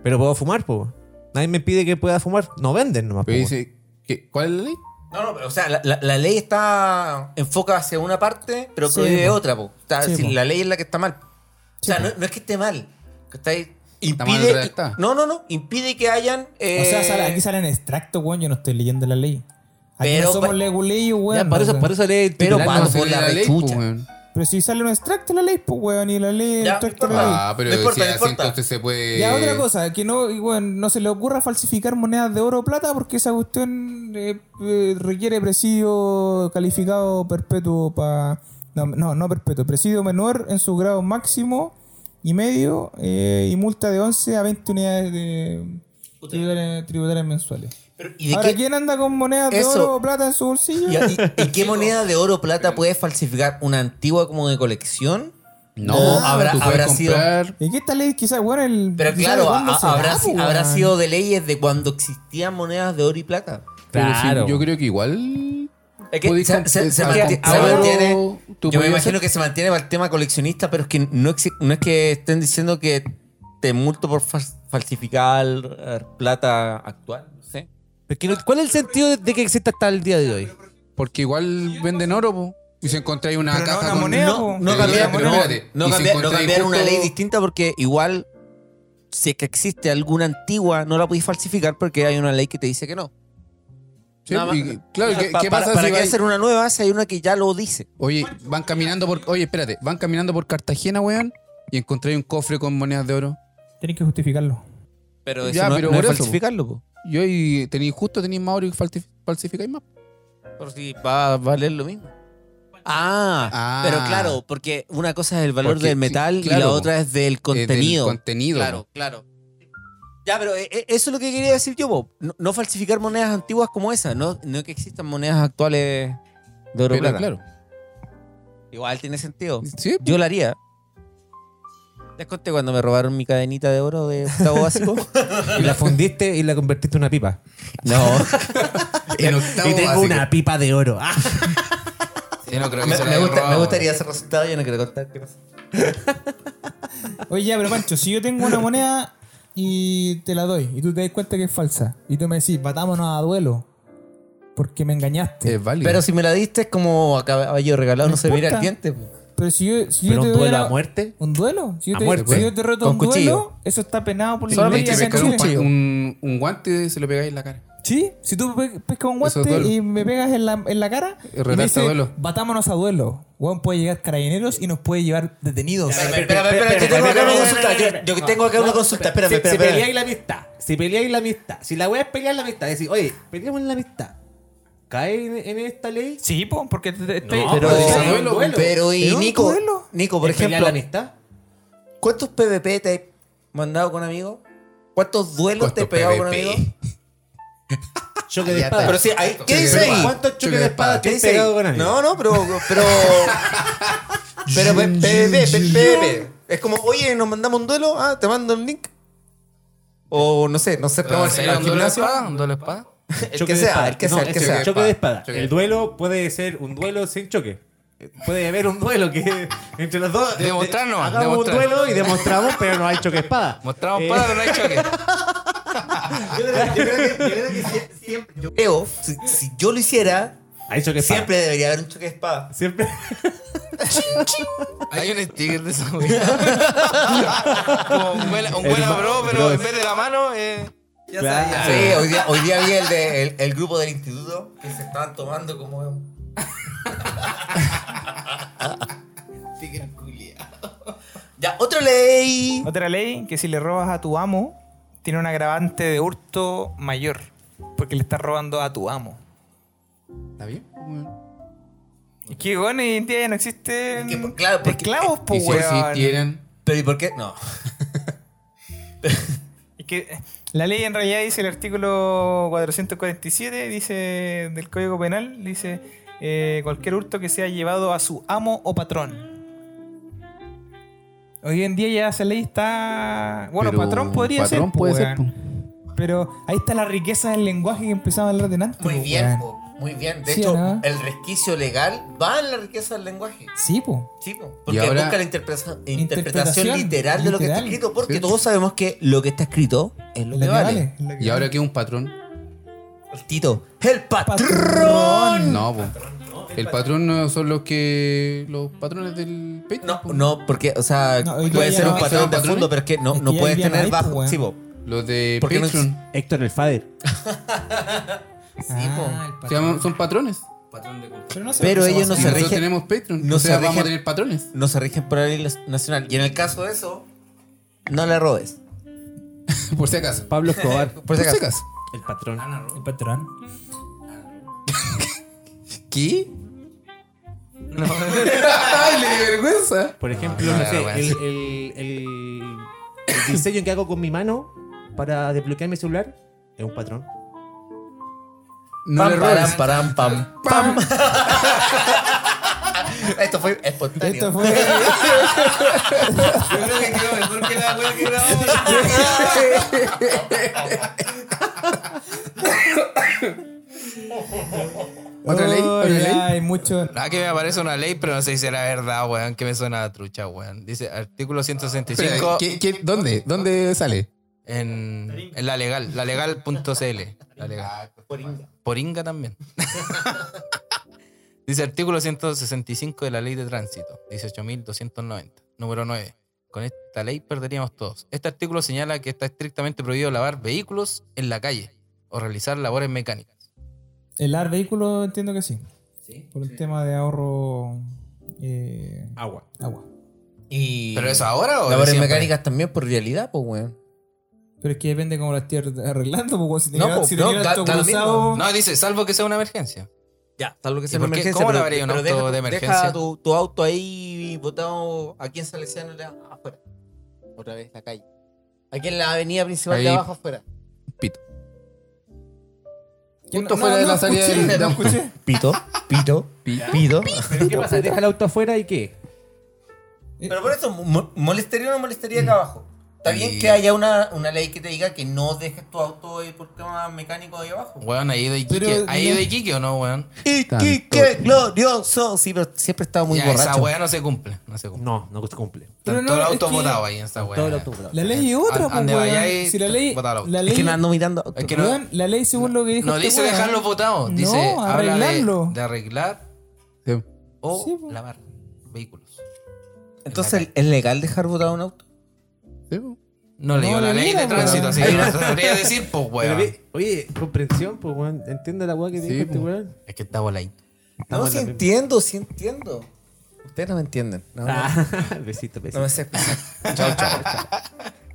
Speaker 4: Pero puedo fumar, pues. Nadie me pide que pueda fumar. No venden nomás, po,
Speaker 2: Pero
Speaker 4: weón.
Speaker 2: dice, ¿qué- ¿cuál es la ley?
Speaker 3: No, no, pero, o sea, la, la- la ley está enfoca hacia una parte, pero
Speaker 1: Sí,
Speaker 3: prohíbe
Speaker 1: po.
Speaker 3: otra, po. Está-
Speaker 1: Sí,
Speaker 3: si
Speaker 1: po.
Speaker 3: La ley es la que está mal. O sea,
Speaker 1: Sí,
Speaker 3: no, no es que esté mal. Que está ahí-
Speaker 2: mal
Speaker 3: impide,
Speaker 2: redactada.
Speaker 3: no, no, no. Impide que hayan. eh,
Speaker 1: O sea, sale- aquí salen extractos, weón. Yo no estoy leyendo la ley. Aquí
Speaker 3: Pero
Speaker 1: no somos
Speaker 3: pa-
Speaker 1: leguleyos, weón.
Speaker 4: Ya, por,
Speaker 1: o
Speaker 4: eso,
Speaker 1: sea.
Speaker 4: por eso lee el
Speaker 3: Pero
Speaker 4: titular,
Speaker 3: pa-
Speaker 4: no
Speaker 2: si
Speaker 4: sé.
Speaker 3: por
Speaker 2: lee
Speaker 3: la
Speaker 2: po,
Speaker 3: rechucha.
Speaker 2: weón.
Speaker 1: Pero si sale un extracto la ley, pues, weón, y la ley, el
Speaker 3: Ya,
Speaker 1: extracto de la ley.
Speaker 2: Ah, pero
Speaker 3: No importa,
Speaker 2: si
Speaker 3: no
Speaker 2: así
Speaker 3: importa.
Speaker 2: entonces se puede...
Speaker 1: Ya, otra cosa, que no, y bueno, no se le ocurra falsificar monedas de oro o plata porque esa cuestión eh, eh, requiere presidio calificado perpetuo para... No, no, no perpetuo, presidio menor en su grado máximo y medio eh, y multa de 11 a 20 unidades de tributarias, tributarias mensuales.
Speaker 3: pero, ¿Y de
Speaker 1: Ahora,
Speaker 3: qué,
Speaker 1: ¿quién anda con monedas
Speaker 3: Eso.
Speaker 1: de oro o plata en su bolsillo?
Speaker 3: y- y- y qué moneda de oro o plata puede falsificar? ¿Una antigua como de colección?
Speaker 2: No,
Speaker 3: ¿O habrá,
Speaker 2: tú puedes
Speaker 3: habrá sido.
Speaker 2: comprar...
Speaker 1: ¿Y qué esta ley quizás, bueno, el...
Speaker 3: Pero
Speaker 1: quizás
Speaker 3: claro,
Speaker 1: de cuándo
Speaker 3: ha-
Speaker 1: será,
Speaker 3: habrá, si-
Speaker 1: pues,
Speaker 3: habrá
Speaker 1: weón?
Speaker 3: sido de leyes de cuando existían monedas de oro y plata.
Speaker 2: Pero sí,
Speaker 4: Claro.
Speaker 2: yo creo que igual.
Speaker 3: Es que
Speaker 2: podéis
Speaker 3: se-
Speaker 2: comp-
Speaker 1: eh,
Speaker 3: se- se
Speaker 2: al
Speaker 3: mantiene- se
Speaker 2: comprarlo,
Speaker 3: mantiene-
Speaker 2: tú
Speaker 3: Yo me
Speaker 2: podías
Speaker 3: imagino
Speaker 2: hacer-
Speaker 3: que se mantiene para el tema coleccionista, pero es que no, exi- no es que estén diciendo que te multo por fas- falsificar eh, plata actual. No sé.
Speaker 4: Es que no- ¿Cuál es el sentido de- de que exista hasta el día de hoy?
Speaker 2: Porque igual venden oro, po. Y si encontráis una
Speaker 1: Pero no
Speaker 2: caja
Speaker 1: una
Speaker 2: con-
Speaker 1: moneda, po.
Speaker 2: Pero
Speaker 1: No
Speaker 2: espérate,
Speaker 1: cambiar-
Speaker 2: pero
Speaker 1: no-
Speaker 2: espérate.
Speaker 3: No,
Speaker 2: Y si
Speaker 3: cambiar, no
Speaker 2: encontráis
Speaker 3: cambiar una
Speaker 2: justo-
Speaker 3: ley distinta porque igual, si es que existe alguna antigua, no la podéis falsificar porque hay una ley que te dice que no.
Speaker 2: Sí,
Speaker 3: Nada más.
Speaker 2: y- claro, ¿qué,
Speaker 3: Pa-
Speaker 2: qué
Speaker 3: para,
Speaker 2: pasa
Speaker 3: para
Speaker 2: si
Speaker 3: qué
Speaker 2: vais-
Speaker 3: hacer una nueva si hay una que ya lo dice?
Speaker 2: Oye, van caminando por... Oye, espérate. Van caminando por Cartagena, weón, y encontráis un cofre con monedas de oro.
Speaker 1: Tienes que justificarlo.
Speaker 3: Pero
Speaker 2: Ya, pero por eso,
Speaker 3: po.
Speaker 2: Y hoy tenéis justo, tenéis más oro y falti- falsificáis más. Eh,
Speaker 3: Pero si va a valer lo mismo. Ah,
Speaker 2: Ah.
Speaker 3: pero claro, porque una cosa es el valor
Speaker 2: Porque
Speaker 3: del
Speaker 2: sí,
Speaker 3: metal y la
Speaker 2: claro,
Speaker 3: otra es del
Speaker 2: Eh, del
Speaker 3: contenido.
Speaker 2: contenido.
Speaker 3: Claro, claro. Ya, pero eh, eh, eso es lo que quería decir yo, po. No, no falsificar monedas antiguas como esa, no, no que existan monedas actuales de oro
Speaker 2: Pero,
Speaker 3: y plata.
Speaker 2: claro.
Speaker 3: Igual tiene sentido.
Speaker 2: Sí,
Speaker 3: Yo la haría. ¿Les conté cuando me robaron mi cadenita de oro de octavo básico?
Speaker 4: Y la fundiste y la convertiste en una pipa.
Speaker 3: no.
Speaker 2: en octavo
Speaker 4: y tengo
Speaker 2: básico.
Speaker 4: una pipa de oro. Ah,
Speaker 2: Yo no creo que
Speaker 3: Me,
Speaker 2: se la
Speaker 3: me
Speaker 2: haya
Speaker 3: gusta- me
Speaker 2: robado.
Speaker 3: gustaría ese resultado, yo no quiero contar qué pasa.
Speaker 1: Oye, ya, pero Pancho, si yo tengo una moneda y te la doy y tú te das cuenta que es falsa y tú me decís, batámonos a duelo porque me engañaste.
Speaker 2: Es válido.
Speaker 3: Pero si me la diste es como a caballo regalado,
Speaker 1: No
Speaker 3: no se mira al
Speaker 1: importa.
Speaker 3: cliente. po.
Speaker 1: pero si yo, si yo
Speaker 4: pero
Speaker 1: te
Speaker 4: un
Speaker 1: doy
Speaker 4: duelo
Speaker 1: una-
Speaker 4: a muerte.
Speaker 1: ¿Un duelo? Si yo
Speaker 4: A
Speaker 1: te,
Speaker 4: muerte.
Speaker 1: si yo te reto
Speaker 3: Con
Speaker 1: un
Speaker 3: cuchillo.
Speaker 1: duelo, eso está penado por la ley
Speaker 2: Solamente
Speaker 1: acá en
Speaker 2: pescar un,
Speaker 1: Chile.
Speaker 2: pa- un, un guante y se lo pegáis en la cara.
Speaker 1: Sí, si tú pe- pescas un
Speaker 2: Eso es
Speaker 1: guante
Speaker 2: duelo.
Speaker 1: y me pegas en la, en la cara,
Speaker 2: Y
Speaker 1: y me
Speaker 2: retarse
Speaker 1: dice,
Speaker 2: a duelo.
Speaker 1: batámonos a duelo. Juan puede llegar carabineros y nos puede llevar detenidos.
Speaker 3: Espérame, espérame, yo tengo acá una consulta. Yo yo tengo acá una consulta. Espérame,
Speaker 4: si,
Speaker 3: espérame. espérame.
Speaker 4: peleáis la amistad. Si peleáis la amistad. Si la wea es pelear la amistad. Decir, oye, peleamos en la amistad. ¿Cae en, en esta ley?
Speaker 1: Sí, po, porque te- te- estoy...
Speaker 4: pero-
Speaker 1: estoy-
Speaker 4: Pero-
Speaker 3: Pero,
Speaker 4: duelo,
Speaker 3: pero y
Speaker 1: pero un
Speaker 3: Nico,
Speaker 1: duelo.
Speaker 3: Nico, por
Speaker 4: ¿Es pelear la
Speaker 3: ejemplo,
Speaker 4: amistad?
Speaker 3: ¿cuántos PvP te has mandado con amigos? ¿Cuántos duelos te he
Speaker 2: ¿Cuántos
Speaker 3: pegado con
Speaker 2: PvP?
Speaker 3: amigos?
Speaker 4: Choque
Speaker 2: Ah,
Speaker 4: de espada.
Speaker 3: Pero sí, ahí- ¿qué
Speaker 2: Choque
Speaker 3: dice
Speaker 2: de
Speaker 3: ahí?
Speaker 2: espada.
Speaker 4: ¿Cuántos choques de espada
Speaker 3: ¿Qué
Speaker 4: te has
Speaker 3: dice ahí?
Speaker 4: pegado con alguien?
Speaker 3: No, no, pero. Pero. pero pe- PvP, pe- PvP. Es como, oye, nos mandamos un duelo, ah, te mando un link. O no sé, no sé,
Speaker 2: Pero,
Speaker 3: pero
Speaker 2: ¿en serio?
Speaker 3: al
Speaker 2: ¿Un doble
Speaker 3: gimnasio.
Speaker 2: espada? ¿Un doble espada?
Speaker 6: Eh.
Speaker 3: El
Speaker 4: Choque
Speaker 3: que
Speaker 4: de
Speaker 3: sea,
Speaker 4: espada.
Speaker 3: el que
Speaker 4: No,
Speaker 3: sea, el que
Speaker 4: es
Speaker 3: sea.
Speaker 4: Choque de espada.
Speaker 2: Choque de
Speaker 3: Eh.
Speaker 4: El duelo puede ser un duelo sin choque. Puede haber un duelo que entre los dos. eh,
Speaker 2: Demostrar nomás,
Speaker 4: Hagamos un
Speaker 2: demostrar.
Speaker 4: duelo y demostramos, pero no hay choque de espada. Eh,
Speaker 2: Mostramos espada, pero no hay choque.
Speaker 3: Yo creo, si, si yo lo hiciera,
Speaker 4: Hay choque de espada.
Speaker 3: siempre debería haber un choque de espada.
Speaker 4: Siempre.
Speaker 2: Hay un sticker de esa wea.
Speaker 6: Como un buena, un buena bro, pero en vez de la mano, eh,
Speaker 4: Claro.
Speaker 3: Sí, hoy día, hoy día vi el, de, el, el grupo del instituto que se estaban tomando como. Tigre culiao. Ya, otra ley.
Speaker 1: Otra ley que si le robas a tu amo, tiene un agravante de hurto mayor. Porque le estás robando a tu amo.
Speaker 2: ¿Está bien?
Speaker 1: Es que, bueno, hoy en día ya no existen
Speaker 3: Es que, claro, porque-
Speaker 1: esclavos,
Speaker 2: Y
Speaker 1: pues,
Speaker 2: si existieran...
Speaker 3: Pero ¿y por qué? No.
Speaker 1: Es que eh, la ley en realidad dice el artículo 447, dice del Código Penal, dice eh, cualquier hurto que sea llevado a su amo o patrón. Hoy en día ya esa ley está... Bueno,
Speaker 2: pero
Speaker 1: patrón podría
Speaker 2: patrón
Speaker 1: ser. po,
Speaker 2: puede ser, pues.
Speaker 1: weón. Pero ahí está la riqueza del lenguaje que empezaba a hablar delante.
Speaker 3: Muy
Speaker 1: po,
Speaker 3: bien,
Speaker 1: weón.
Speaker 3: po, muy bien. De
Speaker 1: Sí,
Speaker 3: hecho,
Speaker 1: ¿no?
Speaker 3: el resquicio legal va en la riqueza del lenguaje.
Speaker 1: Sí, pues.
Speaker 3: Sí, po, porque
Speaker 2: ahora-
Speaker 3: busca la interpreta- interpretación,
Speaker 1: Interpretación,
Speaker 3: literal de lo que está
Speaker 1: literal.
Speaker 3: escrito, porque
Speaker 2: Sí.
Speaker 3: todos sabemos que lo que está escrito es lo, que, vale.
Speaker 2: ¿Y ahora qué es un patrón?
Speaker 3: El Tito, el patrón.
Speaker 1: Mm.
Speaker 2: No, po. El patrón no son los que. los patrones del Patreon. pues.
Speaker 3: No,
Speaker 2: po.
Speaker 3: no, porque, o sea,
Speaker 1: No, hoy
Speaker 3: puede
Speaker 1: día
Speaker 3: ser
Speaker 1: ya no
Speaker 3: un
Speaker 1: hay-
Speaker 3: patrón de
Speaker 2: ¿Patrones?
Speaker 3: fondo, pero es que no,
Speaker 1: Es que
Speaker 3: no
Speaker 1: ya
Speaker 3: puedes
Speaker 1: hoy día
Speaker 3: tener
Speaker 1: no hay,
Speaker 3: bajo.
Speaker 1: po, weón.
Speaker 3: Sí, po.
Speaker 2: Los de
Speaker 3: Porque no
Speaker 2: Patreon.
Speaker 4: Héctor el Fader.
Speaker 1: Ah,
Speaker 2: Se llaman- son patrones.
Speaker 3: Pero ellos no
Speaker 2: Y
Speaker 3: se
Speaker 2: nosotros
Speaker 3: rigen,
Speaker 2: tenemos Patreon.
Speaker 3: no
Speaker 2: o sea,
Speaker 3: se
Speaker 2: vamos a
Speaker 3: rigen-
Speaker 2: tener patrones.
Speaker 3: no se rigen por la ley nacional. Y en el caso de eso, no le robes.
Speaker 2: Por si acaso.
Speaker 4: Pablo Escobar.
Speaker 3: Por si acaso.
Speaker 4: El patrón.
Speaker 1: El patrón.
Speaker 2: ¿Qué? Ay, le di vergüenza.
Speaker 4: Por ejemplo,
Speaker 2: Ah,
Speaker 4: no
Speaker 2: claro,
Speaker 4: sé,
Speaker 2: bueno,
Speaker 4: el,
Speaker 2: sí.
Speaker 4: el- el- el diseño que hago con mi mano para desbloquear mi celular es un patrón.
Speaker 2: No
Speaker 3: pam,
Speaker 2: le robes.
Speaker 3: param, param, pam, pam. Esto fue espontáneo.
Speaker 1: Esto fue.
Speaker 2: Yo creo que quedó mejor que la wea que grabamos. ¿Otra ley? ¿Otra
Speaker 1: Ay,
Speaker 2: ley?
Speaker 1: Hay mucho.
Speaker 6: Ah, que me aparece una ley, pero no sé si será verdad, weón. Que me suena a trucha, weón. Dice artículo
Speaker 2: Espera,
Speaker 6: 165
Speaker 2: ¿qué- qué- dónde? ¿Dónde sale?
Speaker 6: en, en la legal, la legal.cl. La legal. Poringa. también. Dice artículo 165 de la ley de tránsito, 18.290, número 9. Con esta ley perderíamos todos. Este artículo señala que está estrictamente prohibido lavar vehículos en la calle o realizar labores mecánicas.
Speaker 1: El ar vehículo entiendo que sí. Por un tema de ahorro. eh,
Speaker 4: Agua.
Speaker 1: agua.
Speaker 3: Y
Speaker 6: ¿Pero eso ahora o de
Speaker 3: labores
Speaker 6: siempre?
Speaker 3: mecánicas también por realidad, pues, weón.
Speaker 1: Pero es que depende cómo lo estés arreglando. Pues, si te
Speaker 3: No,
Speaker 1: queda-
Speaker 3: pues,
Speaker 1: si te
Speaker 3: no,
Speaker 1: queda
Speaker 3: da-
Speaker 1: auto
Speaker 3: da lo
Speaker 1: cruzado,
Speaker 6: No, dice, salvo que sea una emergencia.
Speaker 3: Ya, salvo que
Speaker 6: ¿Y por qué? ¿Cómo
Speaker 3: pero-
Speaker 6: lavaría un
Speaker 3: pero
Speaker 6: auto
Speaker 3: deja tu-
Speaker 6: de
Speaker 3: Deja
Speaker 6: emergencia?
Speaker 3: tu, tu auto ahí botado aquí en Salesiano le- afuera. Otra vez la calle. Aquí en la avenida principal de
Speaker 2: Ahí.
Speaker 3: abajo afuera.
Speaker 1: que no-
Speaker 2: Justo
Speaker 1: no,
Speaker 2: fuera de
Speaker 1: no
Speaker 2: la salida
Speaker 1: escuché,
Speaker 2: del-
Speaker 1: No escuché.
Speaker 3: Pito, pito, pito.
Speaker 4: ¿Pero qué pasa? ¿Deja el auto afuera y qué?
Speaker 10: Pero por eso, mo- ¿molestaría o no molestaría
Speaker 3: Mm.
Speaker 10: acá abajo? Está bien
Speaker 6: Y-
Speaker 10: que haya una, una ley que te diga que no dejes tu auto ahí por temas mecánicos ahí abajo.
Speaker 6: Weón, ¿ha ido a Iquique?
Speaker 1: Pero,
Speaker 6: ¿Ha ido a
Speaker 1: no-
Speaker 6: Iquique o no, weón?
Speaker 3: ¡Qué glorioso! Sí, pero siempre estaba muy
Speaker 6: Ya, esa
Speaker 3: borracho.
Speaker 6: weá no se cumple, no se cumple.
Speaker 4: No, no se cumple.
Speaker 1: Pero
Speaker 6: Están todo el
Speaker 1: no, es
Speaker 6: auto
Speaker 1: que-
Speaker 6: botado ahí en esa weá.
Speaker 4: Todo el auto volado.
Speaker 1: La ley es otra,
Speaker 6: An-
Speaker 1: pues,
Speaker 6: ande
Speaker 1: weón.
Speaker 6: vayáis,
Speaker 1: Si la ley.
Speaker 6: bota el auto.
Speaker 1: La
Speaker 3: Es que
Speaker 1: ley
Speaker 3: no ando mirando.
Speaker 6: Es que no-
Speaker 1: weón, la ley, según lo que dijo.
Speaker 6: No
Speaker 1: este
Speaker 6: dice
Speaker 1: weón,
Speaker 6: dejarlo botado,
Speaker 1: No,
Speaker 6: dice habla de,
Speaker 1: arreglarlo.
Speaker 6: de arreglar
Speaker 2: Sí.
Speaker 6: o
Speaker 1: Sí, po.
Speaker 6: lavar vehículos.
Speaker 3: Entonces, ¿es legal dejar botado un auto?
Speaker 6: No le digo la ley de
Speaker 1: mira, weón.
Speaker 6: tránsito, así que no sabría decir, pues
Speaker 4: Pero
Speaker 6: weón.
Speaker 4: ve- Oye, comprensión, pues, weón. Entiende la weá que
Speaker 2: Sí,
Speaker 4: dijo este
Speaker 2: po.
Speaker 4: weón.
Speaker 6: Es que está voladito.
Speaker 3: No,
Speaker 4: Estamos
Speaker 3: sí
Speaker 4: en la misma.
Speaker 3: entiendo, sí entiendo. Ustedes no me entienden. No, no,
Speaker 4: Ah, besito, besito.
Speaker 3: no me sé expresar.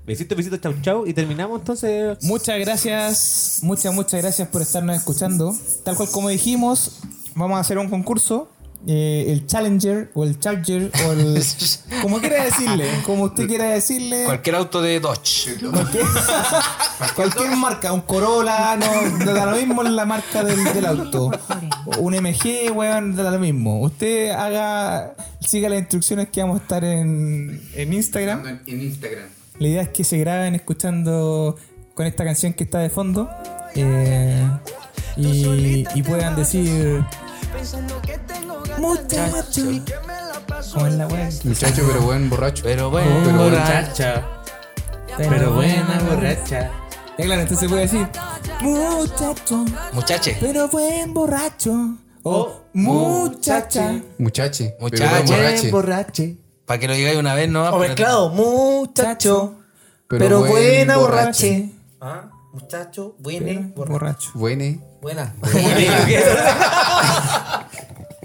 Speaker 4: Besito, besito, chau, chau. Y terminamos entonces.
Speaker 1: Muchas gracias, muchas, muchas gracias por estarnos escuchando. Tal cual como dijimos, vamos a hacer un concurso. Eh, el Challenger o el Charger o el... como quiera decirle, como usted quiera decirle.
Speaker 6: Cualquier auto de Dodge.
Speaker 1: Cualquier marca, un Corolla, no, da lo mismo la marca del, del auto. Un MG, weón, da lo mismo. Usted haga, siga las instrucciones que vamos a estar en, en Instagram.
Speaker 2: En Instagram.
Speaker 1: La idea es que se graben escuchando con esta canción que está de fondo eh, y, y puedan decir muchacho como en la web
Speaker 2: Muchacho, pero buen borracho.
Speaker 6: Oh, Pero bueno,
Speaker 2: Pero bueno.
Speaker 4: borracha. Pero buena borracha.
Speaker 1: Ya, claro entonces puede decir muchacho
Speaker 6: muchache.
Speaker 1: pero buen borracho o Oh, muchacha
Speaker 2: Muchache. pero
Speaker 6: Muchache.
Speaker 2: buen borrache.
Speaker 4: Borrache.
Speaker 6: Para que lo digáis una vez, no.
Speaker 3: O
Speaker 6: Pero-
Speaker 3: mezclado, muchacho, pero,
Speaker 2: buen
Speaker 3: buena
Speaker 2: borrache.
Speaker 3: borrache. Ah, muchacho, buena borrache.
Speaker 1: borracho
Speaker 2: Buene.
Speaker 3: Buena.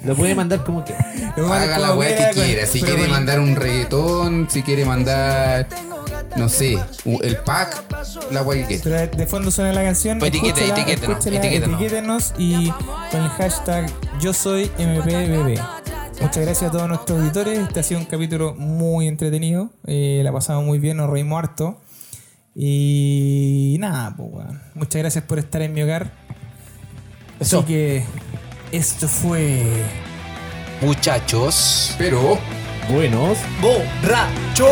Speaker 4: Lo puede mandar como que.
Speaker 2: Haga la weá que quiera. Si quiere mandar un reggaetón, si quiere mandar, no sé, un- el pack, la weá que quiera.
Speaker 1: Pero de fondo suena la canción.
Speaker 6: Pues etiqueta,
Speaker 1: escúchala,
Speaker 6: etiquétenos,
Speaker 1: escúchala,
Speaker 6: etiquétenos.
Speaker 1: etiquétenos y con el hashtag yo soy MPBB. Muchas gracias a todos nuestros auditores. Este ha sido un capítulo muy entretenido. Eh, la pasamos muy bien, nos reímos harto. Y nada, pues, weón. muchas gracias por estar en mi hogar. Así que esto fue.
Speaker 6: Muchachos.
Speaker 2: Pero.
Speaker 4: Buenos.
Speaker 3: Borracho.